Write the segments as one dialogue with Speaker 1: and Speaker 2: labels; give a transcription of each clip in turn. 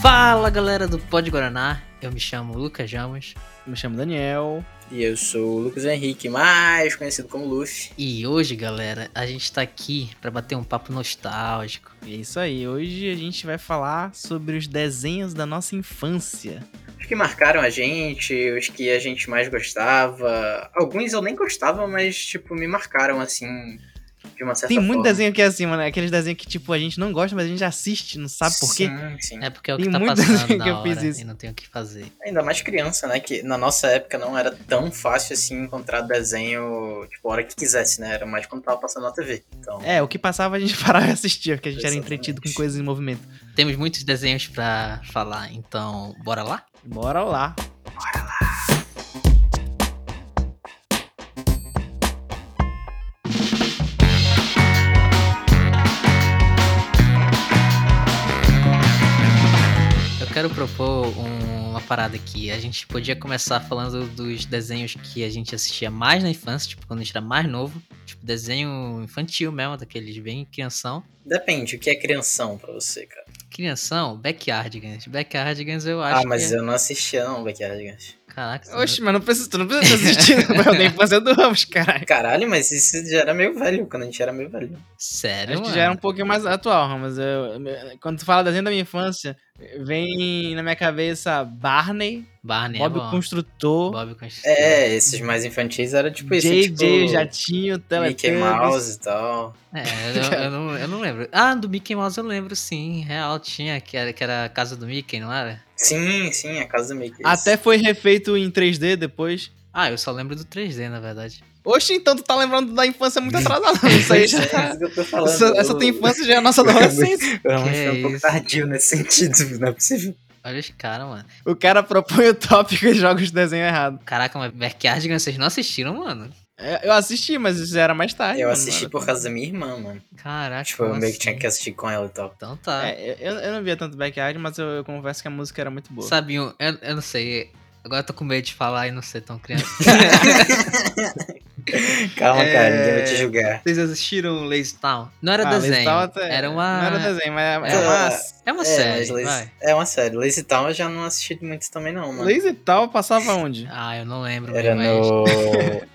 Speaker 1: Fala galera do Pod Guaraná, eu me chamo Lucas Jamos
Speaker 2: Me chamo Daniel.
Speaker 3: E eu sou o Lucas Henrique, mais conhecido como Luffy.
Speaker 1: e hoje, galera, a gente tá aqui pra bater um papo nostálgico.
Speaker 2: É isso aí. Hoje a gente vai falar sobre os desenhos da nossa infância.
Speaker 3: Os que marcaram a gente, os que a gente mais gostava. Alguns eu nem gostava, mas, tipo, me marcaram, assim, de uma certa
Speaker 2: Tem muito
Speaker 3: forma.
Speaker 2: desenho que é assim, mano. Aqueles desenhos que, tipo, a gente não gosta, mas a gente assiste, não sabe por quê.
Speaker 3: Sim, sim.
Speaker 1: É porque é o que
Speaker 2: Tem
Speaker 1: tá
Speaker 2: muito
Speaker 1: passando
Speaker 2: desenho
Speaker 1: na
Speaker 2: que eu
Speaker 1: hora
Speaker 2: fiz isso.
Speaker 1: e não tem o que fazer.
Speaker 3: Ainda mais criança, né? Que na nossa época não era tão fácil, assim, encontrar desenho, tipo, a hora que quisesse, né? Era mais quando tava passando na TV. Então,
Speaker 2: É, o que passava a gente parava e assistia, porque a gente era
Speaker 3: Exatamente.
Speaker 2: entretido com coisas em movimento.
Speaker 1: Temos muitos desenhos pra falar, então bora lá?
Speaker 2: Bora lá.
Speaker 1: Eu quero propor um- uma parada aqui. A gente podia começar falando dos desenhos que a gente assistia mais na infância, tipo, quando a gente era mais novo. Tipo, desenho infantil mesmo, daqueles bem crianção.
Speaker 3: depende, o que é crianção pra você, cara?
Speaker 1: Crianção, Backyardigans. Backyardigans eu acho
Speaker 3: Ah, mas
Speaker 1: que... é.
Speaker 3: eu não assistia, não, Backyardigans.
Speaker 1: Caraca,
Speaker 2: Oxe, mas não precisa, tu não precisa ter assistido. mas eu nem fazer do Ramos, caralho.
Speaker 3: Caralho, mas isso já era meio velho, quando a gente era meio velho.
Speaker 1: sério,
Speaker 2: Acho
Speaker 1: mano?
Speaker 2: que já era um pouquinho mais atual, Ramos. Eu- eu- quando tu fala desenho da minha infância, vem na minha cabeça Barney,
Speaker 1: Barney é
Speaker 2: um Bob
Speaker 1: bom.
Speaker 2: Construtor,
Speaker 1: Bob Construtor.
Speaker 3: É, esses mais infantis era tipo isso,
Speaker 2: JJ,
Speaker 3: tipo,
Speaker 2: o Jatinho,
Speaker 3: Mickey
Speaker 2: Teletubbies.
Speaker 3: Mouse e tal.
Speaker 1: É, eu, eu não, eu não lembro. Ah, do Mickey Mouse eu lembro, sim. Real, tinha, que era, que era a casa do Mickey, não era?
Speaker 3: Sim, sim, a casa do Mickey.
Speaker 2: Até foi refeito em 3D depois.
Speaker 1: Ah, eu só lembro do 3D, na verdade.
Speaker 2: Oxe, então tu tá lembrando da infância muito atrasada. Isso aí já
Speaker 3: É
Speaker 2: tá...
Speaker 3: isso que eu tô falando.
Speaker 2: Essa, essa tua infância já é a nossa adolescência.
Speaker 3: Eu realmente
Speaker 1: Que
Speaker 3: fui um pouco
Speaker 1: isso.
Speaker 3: tardio nesse sentido, não é possível.
Speaker 1: Olha os caras, mano.
Speaker 2: O cara propõe o tópico e joga os desenhos errados.
Speaker 1: Caraca, mas Backyardigans vocês não assistiram, mano?
Speaker 2: É, Eu assisti, mas isso já era mais tarde.
Speaker 3: eu
Speaker 2: mano,
Speaker 3: assisti
Speaker 2: mano.
Speaker 3: por causa da minha irmã, mano.
Speaker 1: Caraca,
Speaker 3: Tipo, eu
Speaker 1: como
Speaker 3: meio que
Speaker 1: assim?
Speaker 3: tinha que assistir com ela e tal.
Speaker 1: Então tá.
Speaker 2: É, eu, eu não via tanto backyard, mas eu, eu confesso que a música era muito boa.
Speaker 1: Sabinho, um, eu, eu não sei. Agora eu tô com medo de falar e não ser tão criança.
Speaker 3: Calma,
Speaker 1: É.
Speaker 3: cara, ninguém vai te julgar.
Speaker 1: vocês assistiram Lazy Town? Não era
Speaker 2: Ah, Lazy
Speaker 1: desenho.
Speaker 2: Town até-
Speaker 1: Era uma...
Speaker 2: Não era desenho, mas era,
Speaker 3: É,
Speaker 2: era uma...
Speaker 1: É uma
Speaker 3: é, mas
Speaker 1: série,
Speaker 3: Lazy-
Speaker 1: vai.
Speaker 3: é uma série. Lazy Town eu já não assisti muito também, não, mano.
Speaker 2: Lazy Tal passava onde?
Speaker 1: Ah, eu não lembro.
Speaker 3: Era
Speaker 1: mas...
Speaker 3: no.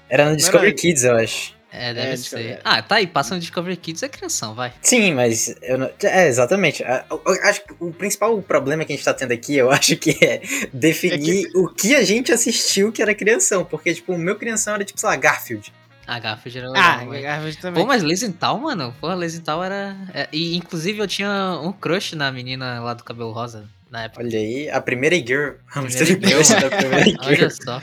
Speaker 3: Era no Discovery Kids, eu acho.
Speaker 1: É, deve ser.
Speaker 2: É, Discovery.
Speaker 1: Ah, tá aí. Passa no Discovery Kids é criação, vai.
Speaker 3: Sim, mas eu não... é exatamente. A- eu- eu Acho que o principal problema que a gente tá tendo aqui, eu acho que é definir
Speaker 2: É
Speaker 3: o que a gente assistiu que era crianção, porque tipo, o meu crianção era tipo, sei lá, Garfield.
Speaker 1: Ah, Garfield era
Speaker 2: Ah,
Speaker 1: legal, mas-
Speaker 2: Garfield também.
Speaker 3: é
Speaker 1: Pô, mas Lesental, mano. Porra, Lesental era. é, e inclusive eu tinha um crush na menina lá do cabelo rosa na época.
Speaker 3: Olha aí, a primeira girl. Vamos ter
Speaker 1: Primeira
Speaker 3: Deus da primeira
Speaker 1: Olha
Speaker 3: girl.
Speaker 1: só.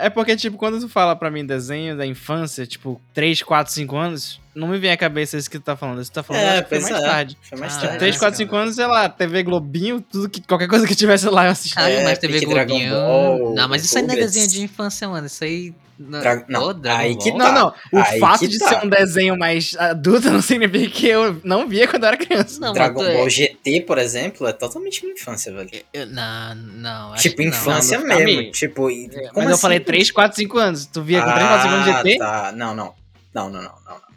Speaker 2: É porque, tipo, quando tu fala pra mim desenho da infância, tipo, 3, 4, 5 anos, não me vem à cabeça isso que tu tá falando. Isso que tu tá falando,
Speaker 3: É,
Speaker 2: eu acho que foi
Speaker 3: pois
Speaker 2: mais
Speaker 3: é.
Speaker 2: tarde.
Speaker 3: Foi mais
Speaker 1: Tipo,
Speaker 3: tarde.
Speaker 1: É,
Speaker 2: 3, 4, 5 anos, sei lá, TV Globinho, tudo que, qualquer coisa que tivesse lá eu assistia.
Speaker 1: Caralho,
Speaker 3: É,
Speaker 1: Ah, mas TV
Speaker 3: Pique Dragon
Speaker 1: Globinho.
Speaker 3: Ball,
Speaker 1: Não, mas isso aí não é
Speaker 3: Rugrats.
Speaker 1: desenho de infância, mano. Isso aí.
Speaker 3: Dra- não,
Speaker 1: Pô, Dragon
Speaker 3: aí que
Speaker 1: Ball?
Speaker 2: Não,
Speaker 3: tá.
Speaker 2: não. O
Speaker 3: Aí
Speaker 2: fato
Speaker 3: que
Speaker 2: de
Speaker 3: tá.
Speaker 2: ser um desenho mais adulto não significa que eu não via quando eu era criança.
Speaker 1: Não,
Speaker 3: Dragon
Speaker 1: mas tu-
Speaker 3: Ball GT, por exemplo, é totalmente minha infância, velho.
Speaker 1: eu- eu- não, não. acho
Speaker 3: tipo,
Speaker 1: que não.
Speaker 3: infância
Speaker 2: não, não fica
Speaker 3: mesmo.
Speaker 2: meio.
Speaker 3: Tipo, e- como
Speaker 2: mas eu
Speaker 3: assim?
Speaker 2: falei 3, 4, 5 anos. Tu via com 3, 4, 5 anos de
Speaker 3: Ah,
Speaker 2: GT?
Speaker 3: Tá, não, não. Não, não, não, não.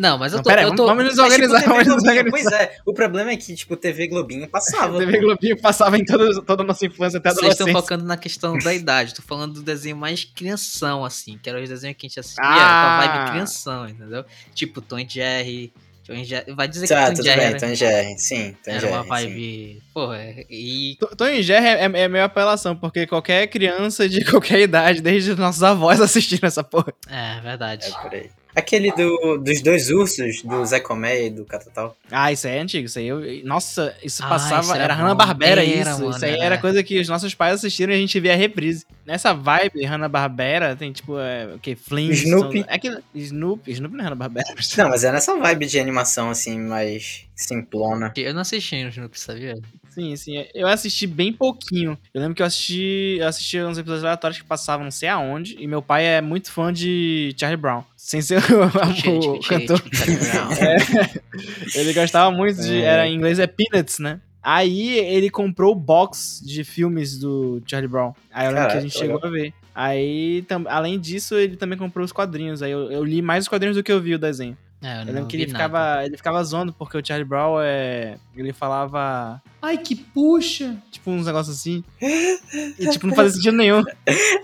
Speaker 1: Não, mas eu
Speaker 2: Não,
Speaker 1: tô.
Speaker 2: pera aí,
Speaker 1: eu tô...
Speaker 2: vamos, vamos nos
Speaker 3: Mas, tipo,
Speaker 2: organizar,
Speaker 3: TV
Speaker 2: vamos nos
Speaker 3: Globinho,
Speaker 2: organizar.
Speaker 3: pois é, o problema é que, tipo, TV Globinho passava.
Speaker 2: TV Globinho passava em todo- toda a nossa infância até a
Speaker 1: Vocês estão
Speaker 2: adolescência.
Speaker 1: focando na questão da idade. Tô falando do desenho mais crianção, assim. Que era os desenhos que a gente assistia com a vibe
Speaker 2: Ah.
Speaker 1: crianção, entendeu? Tipo, Tom e Jerry. Tom e Jerry. Vai dizer
Speaker 3: Tá,
Speaker 1: que Tom
Speaker 3: tudo
Speaker 1: e Jerry
Speaker 3: bem,
Speaker 1: era,
Speaker 3: Tom e Jerry, sim, Tom e
Speaker 1: era uma
Speaker 3: Jerry. sim.
Speaker 1: vibe... Porra, e...
Speaker 2: Tom- Tom e Jerry é, é meio apelação, porque qualquer criança de qualquer idade, desde os nossos avós assistiram essa porra.
Speaker 1: É, verdade.
Speaker 3: É por aí. Aquele do, dos dois ursos, do Zé Comé e do Catatal.
Speaker 2: Ah, isso aí é antigo, isso aí. eu- nossa, isso
Speaker 1: Ah,
Speaker 2: passava.
Speaker 1: isso era
Speaker 2: era
Speaker 1: bom.
Speaker 2: Hanna-Barbera
Speaker 1: Era,
Speaker 2: isso.
Speaker 1: mano, É.
Speaker 2: isso aí
Speaker 1: era.
Speaker 2: era coisa que os nossos pais assistiram e a gente via a reprise. Nessa vibe, Hanna-Barbera, tem tipo, é, o que? Flint.
Speaker 3: Snoopy.
Speaker 2: É que, Snoopy. Snoopy não é Hanna-Barbera.
Speaker 3: Não, mas é nessa vibe de animação, assim, mais simplona.
Speaker 1: Eu não assisti no Snoopy, sabia?
Speaker 2: Sim, sim. Eu assisti bem pouquinho. Eu lembro que eu assisti, eu assisti uns episódios aleatórios que passavam não sei aonde. E meu pai é muito fã de Charlie Brown. Sem ser o, o,
Speaker 1: Gente,
Speaker 2: cantor.
Speaker 1: gente, Charlie Brown.
Speaker 2: Ele gostava muito de.
Speaker 3: É.
Speaker 2: Era em inglês é Peanuts, né? Aí ele comprou o box de filmes do Charlie Brown. Aí eu lembro
Speaker 3: Caraca,
Speaker 2: que a gente chegou a ver. Aí, tam- além disso, ele também comprou os quadrinhos. Aí eu, eu li mais os quadrinhos do que eu vi o desenho.
Speaker 1: É, eu,
Speaker 2: Eu
Speaker 1: não
Speaker 2: lembro que
Speaker 1: vi
Speaker 2: ele
Speaker 1: nada.
Speaker 2: ficava, ele ficava zoando porque o Charlie Brown é. Ele falava. Ai, que puxa! Tipo, uns negócios assim. E, tipo, não fazia sentido nenhum.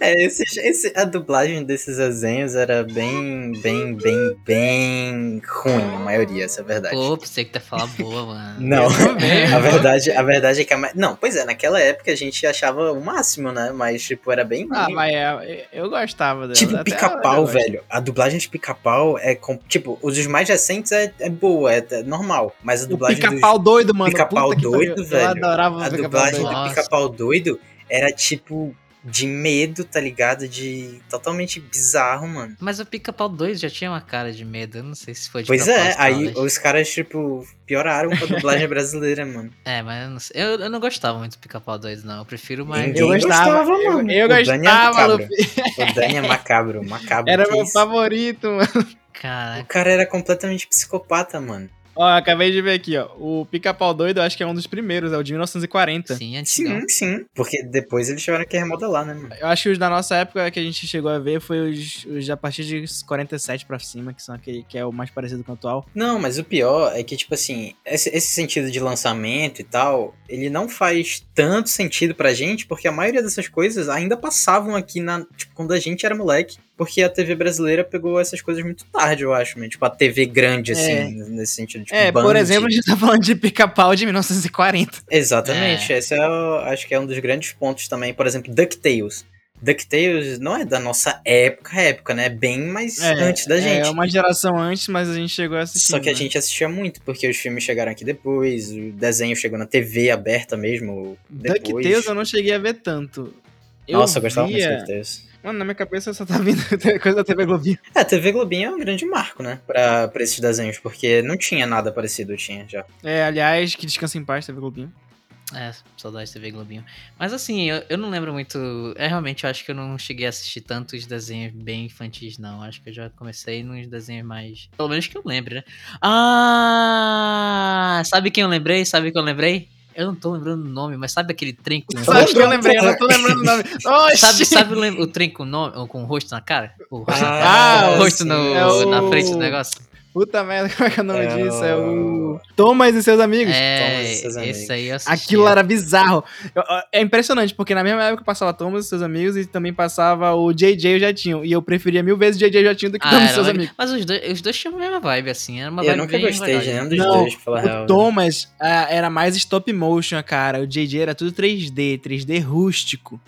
Speaker 3: É, esse, esse- a dublagem desses desenhos era bem, bem, bem, bem ruim, a maioria, essa é a verdade.
Speaker 1: Pô, pensei que tu ia falar boa, mano.
Speaker 3: Não,
Speaker 2: também,
Speaker 3: a verdade, a verdade é que a ma... Não, pois é, naquela época a gente achava o máximo, né? Mas, tipo, era bem.
Speaker 2: Ah,
Speaker 3: ruim.
Speaker 2: mas é, eu gostava dela.
Speaker 3: Tipo,
Speaker 2: Até agora eu
Speaker 3: pica-pau,
Speaker 2: gosto.
Speaker 3: velho. A dublagem de pica-pau é. com- Tipo, os dos mais recentes é, é boa, é, é normal. Mas a
Speaker 2: O
Speaker 3: dublagem dos-
Speaker 2: pica-pau doido, mano.
Speaker 3: Pica-Pau
Speaker 2: Puta que
Speaker 3: doido,
Speaker 2: pariu. Eu
Speaker 3: velho.
Speaker 2: adorava
Speaker 3: A
Speaker 2: o pica-pau
Speaker 3: dublagem
Speaker 2: doido.
Speaker 1: Nossa.
Speaker 3: do pica-pau doido era tipo de medo, tá ligado? De totalmente bizarro, mano.
Speaker 1: Mas o Pica-Pau 2 já tinha uma cara de medo, eu não sei se foi de
Speaker 3: Pois é,
Speaker 1: propósito,
Speaker 3: aí
Speaker 1: talvez.
Speaker 3: os caras, tipo, pioraram com a dublagem brasileira, mano.
Speaker 1: É, mas eu não, sei. Eu, eu não gostava muito do Pica-Pau 2, não. Eu prefiro mais...
Speaker 3: Ninguém
Speaker 2: Eu gostava, eu- eu
Speaker 3: O Dani é
Speaker 2: gostava do
Speaker 3: macabro. O Dani é macabro, macabro.
Speaker 2: Era
Speaker 3: que
Speaker 2: meu
Speaker 3: isso?
Speaker 2: favorito, mano.
Speaker 3: O
Speaker 1: Caraca,
Speaker 3: cara era completamente psicopata, mano.
Speaker 2: Ó, eu acabei de ver aqui, ó. O pica-pau doido, eu acho que é um dos primeiros, é o de 1940.
Speaker 1: sim, antigão.
Speaker 3: Sim, sim. Porque depois eles tiveram que remodelar, né, mano?
Speaker 2: Eu acho que os da nossa época que a gente chegou a ver foi os, os a partir de 47 pra cima, que são aquele que é o mais parecido com o atual.
Speaker 3: Não, mas o pior é que, tipo assim, esse, esse sentido de lançamento e tal, ele não faz tanto sentido pra gente, porque a maioria dessas coisas ainda passavam aqui na. Tipo, quando a gente era moleque. Porque a TV brasileira pegou essas coisas muito tarde, eu acho, né? Tipo, a TV grande, assim,
Speaker 2: É.
Speaker 3: nesse sentido. Tipo,
Speaker 2: É, por
Speaker 3: Band.
Speaker 2: exemplo, a gente tá falando de pica-pau de 1940.
Speaker 3: Exatamente, esse é, o- acho que é um dos grandes pontos também, por exemplo, DuckTales. DuckTales não é da nossa época, época, né? É Bem mais
Speaker 2: É,
Speaker 3: antes da gente.
Speaker 2: É uma geração antes, mas a gente chegou a assistir.
Speaker 3: Só que a
Speaker 2: né?
Speaker 3: gente assistia muito, porque os filmes chegaram aqui depois, o desenho chegou na TV aberta mesmo. Depois.
Speaker 2: DuckTales eu não cheguei a ver tanto. Eu
Speaker 3: Nossa, eu gostava muito de
Speaker 2: via...
Speaker 3: DuckTales.
Speaker 2: Mano, na minha cabeça só tá vindo coisa da TV Globinho.
Speaker 3: É, a TV Globinho é um grande marco, né? Pra, pra esses desenhos, porque não tinha nada parecido, tinha já.
Speaker 2: É, aliás, que descansa em paz, TV Globinho.
Speaker 1: É, saudade de TV Globinho. Mas assim, eu, eu não lembro muito. É, realmente, eu acho que eu não cheguei a assistir tantos desenhos bem infantis, não. Acho que eu já comecei nos desenhos mais. Pelo menos que eu lembre, né? Ah! Sabe quem eu lembrei? Sabe quem eu lembrei? Eu não tô lembrando o nome, mas sabe aquele trem com
Speaker 3: Sabe
Speaker 2: Acho que eu
Speaker 3: não,
Speaker 2: lembrei, eu não tô lembrando o nome. Oxi!
Speaker 1: Sabe, sabe o, lem- o trem com, nome, com o rosto na cara? O rosto, na cara?
Speaker 2: Ah,
Speaker 1: O rosto no-
Speaker 2: é o-
Speaker 1: na frente do negócio?
Speaker 2: Puta merda, como é que é o nome
Speaker 3: É
Speaker 2: disso? É
Speaker 3: o-
Speaker 2: o. Thomas e seus amigos.
Speaker 1: É,
Speaker 3: Thomas e seus amigos.
Speaker 1: esse aí eu assisti. é.
Speaker 2: Aquilo era bizarro. Eu- eu- É impressionante, porque na mesma época passava Thomas e seus amigos e também passava o JJ e o Jatinho. E eu preferia mil vezes JJ e o Jatinho do que
Speaker 1: Ah,
Speaker 2: Thomas e
Speaker 1: era
Speaker 2: seus
Speaker 1: legal.
Speaker 2: amigos.
Speaker 1: Mas os dois, os dois tinham a mesma vibe, assim. Era uma
Speaker 3: eu
Speaker 1: vibe
Speaker 3: nunca
Speaker 1: bem
Speaker 3: gostei de
Speaker 1: legal.
Speaker 3: nenhum dos
Speaker 2: Não,
Speaker 3: dois, pra falar a
Speaker 1: é
Speaker 3: real.
Speaker 2: O Thomas ah, era mais stop motion, cara. O JJ era tudo 3D, 3D rústico.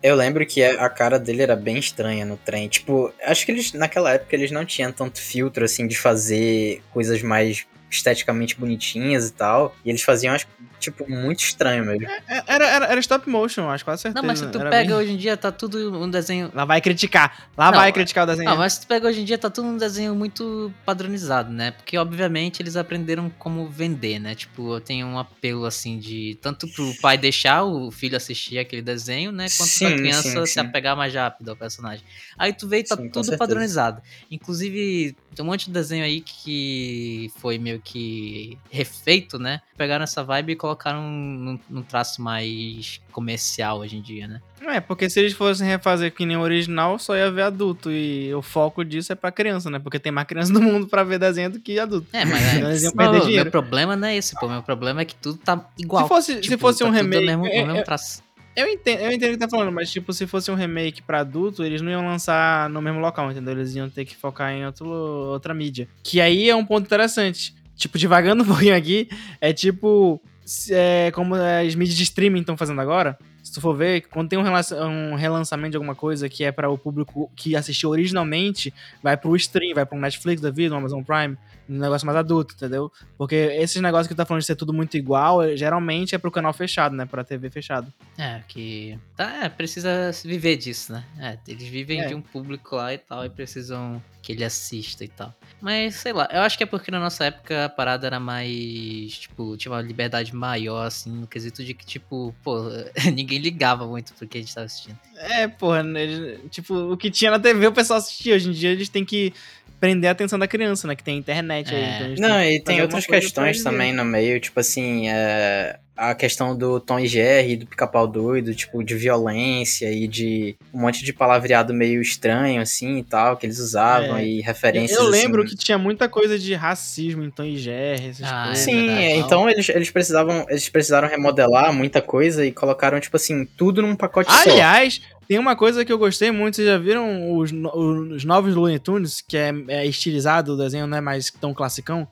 Speaker 3: Eu lembro que a a cara dele era bem estranha no trem. Tipo, acho que eles, naquela época, eles não tinham tanto filtro, assim, de fazer coisas mais esteticamente bonitinhas e tal. E eles faziam, acho, tipo, muito estranho mesmo.
Speaker 2: É- Era, era, era stop motion, acho, quase certeza.
Speaker 1: Não, mas se tu
Speaker 2: Era
Speaker 1: pega
Speaker 2: bem-
Speaker 1: hoje em dia, tá tudo um desenho.
Speaker 2: Lá vai criticar. Lá
Speaker 1: Não,
Speaker 2: vai
Speaker 1: é-
Speaker 2: criticar o desenho.
Speaker 1: Ah, mas se tu pega hoje em dia, tá tudo um desenho muito padronizado, né? Porque, obviamente, eles aprenderam como vender, né? Tipo, tem um apelo, assim, de tanto pro pai deixar o filho assistir aquele desenho, né? Quanto
Speaker 3: Sim,
Speaker 1: pra criança
Speaker 3: sim,
Speaker 1: se
Speaker 3: sim.
Speaker 1: apegar mais rápido ao personagem. Aí tu vê e tá
Speaker 3: Sim, com
Speaker 1: tudo
Speaker 3: certeza.
Speaker 1: padronizado. Inclusive, tem um monte de desenho aí que foi meio que refeito, né? Pegaram essa vibe e colocaram num, num traço mais comercial hoje em dia, né?
Speaker 2: É, porque se eles fossem refazer que nem o original, só ia ver adulto. E o foco disso é pra criança, né? Porque tem mais criança no mundo pra ver desenho do que adulto.
Speaker 1: É, mas
Speaker 2: Então eles iam
Speaker 1: Mas,
Speaker 2: perder
Speaker 1: ô, meu
Speaker 2: dinheiro.
Speaker 1: problema não é esse, pô. Meu problema é que tudo tá igual.
Speaker 2: se fosse, se
Speaker 1: Tipo,
Speaker 2: fosse
Speaker 1: tá
Speaker 2: um
Speaker 1: tudo
Speaker 2: remake.
Speaker 1: No mesmo, no
Speaker 2: é-
Speaker 1: mesmo
Speaker 2: é-
Speaker 1: traço.
Speaker 2: eu, entendo, eu entendo o que tá falando, mas tipo, se fosse um remake pra adulto, eles não iam lançar no mesmo local, entendeu? Eles iam ter que focar em outro, outra mídia. Que aí é um ponto interessante. Tipo, devagando um pouquinho aqui, é tipo. se- é, como as mídias de streaming estão fazendo agora. Se tu for ver, quando tem um, relaça- um relançamento de alguma coisa que é para o público que assistiu originalmente, vai pro stream, vai pro Netflix da vida, no Amazon Prime, um negócio mais adulto, entendeu? Porque esses negócios que tu tá falando de ser tudo muito igual, eh, geralmente é pro canal fechado, né? Pra TV fechado.
Speaker 1: É, que. Tá, é, precisa se viver disso, né? É, eles vivem
Speaker 2: É.
Speaker 1: de um público lá e tal, e precisam que ele assista e tal. Mas, sei lá, eu acho que é porque na nossa época a parada era mais. Tipo, tinha uma liberdade maior, assim, no quesito de que, tipo, pô, ninguém ligava muito pro que a gente tava assistindo.
Speaker 2: É, porra, né, eles- tipo, o que tinha na TV o pessoal assistia. Hoje em dia eles têm que prender a atenção da criança, né? Que tem internet aí.
Speaker 1: É.
Speaker 2: Então eles têm
Speaker 3: Não, e
Speaker 2: fazer
Speaker 3: tem
Speaker 2: alguma coisa
Speaker 3: outras
Speaker 2: pra
Speaker 3: questões
Speaker 2: eles
Speaker 3: também no meio, tipo assim, é, a questão do Tom e Jerry, do pica-pau doido, tipo, de violência e de um monte de palavreado meio estranho, assim, e tal, que eles usavam,
Speaker 2: É.
Speaker 3: e referências.
Speaker 2: Eu lembro
Speaker 3: assim.
Speaker 2: que tinha muita coisa de racismo em Tom e Jerry, essas
Speaker 1: Ah,
Speaker 2: coisas.
Speaker 1: é
Speaker 3: Sim,
Speaker 1: verdade.
Speaker 3: é, então eles, eles precisavam eles precisaram remodelar muita coisa e colocaram, tipo assim, tudo num pacote só.
Speaker 2: Aliás, tem uma coisa que eu gostei muito, vocês já viram os, no- os novos Looney Tunes, que é, é estilizado, o desenho não é mais tão classicão.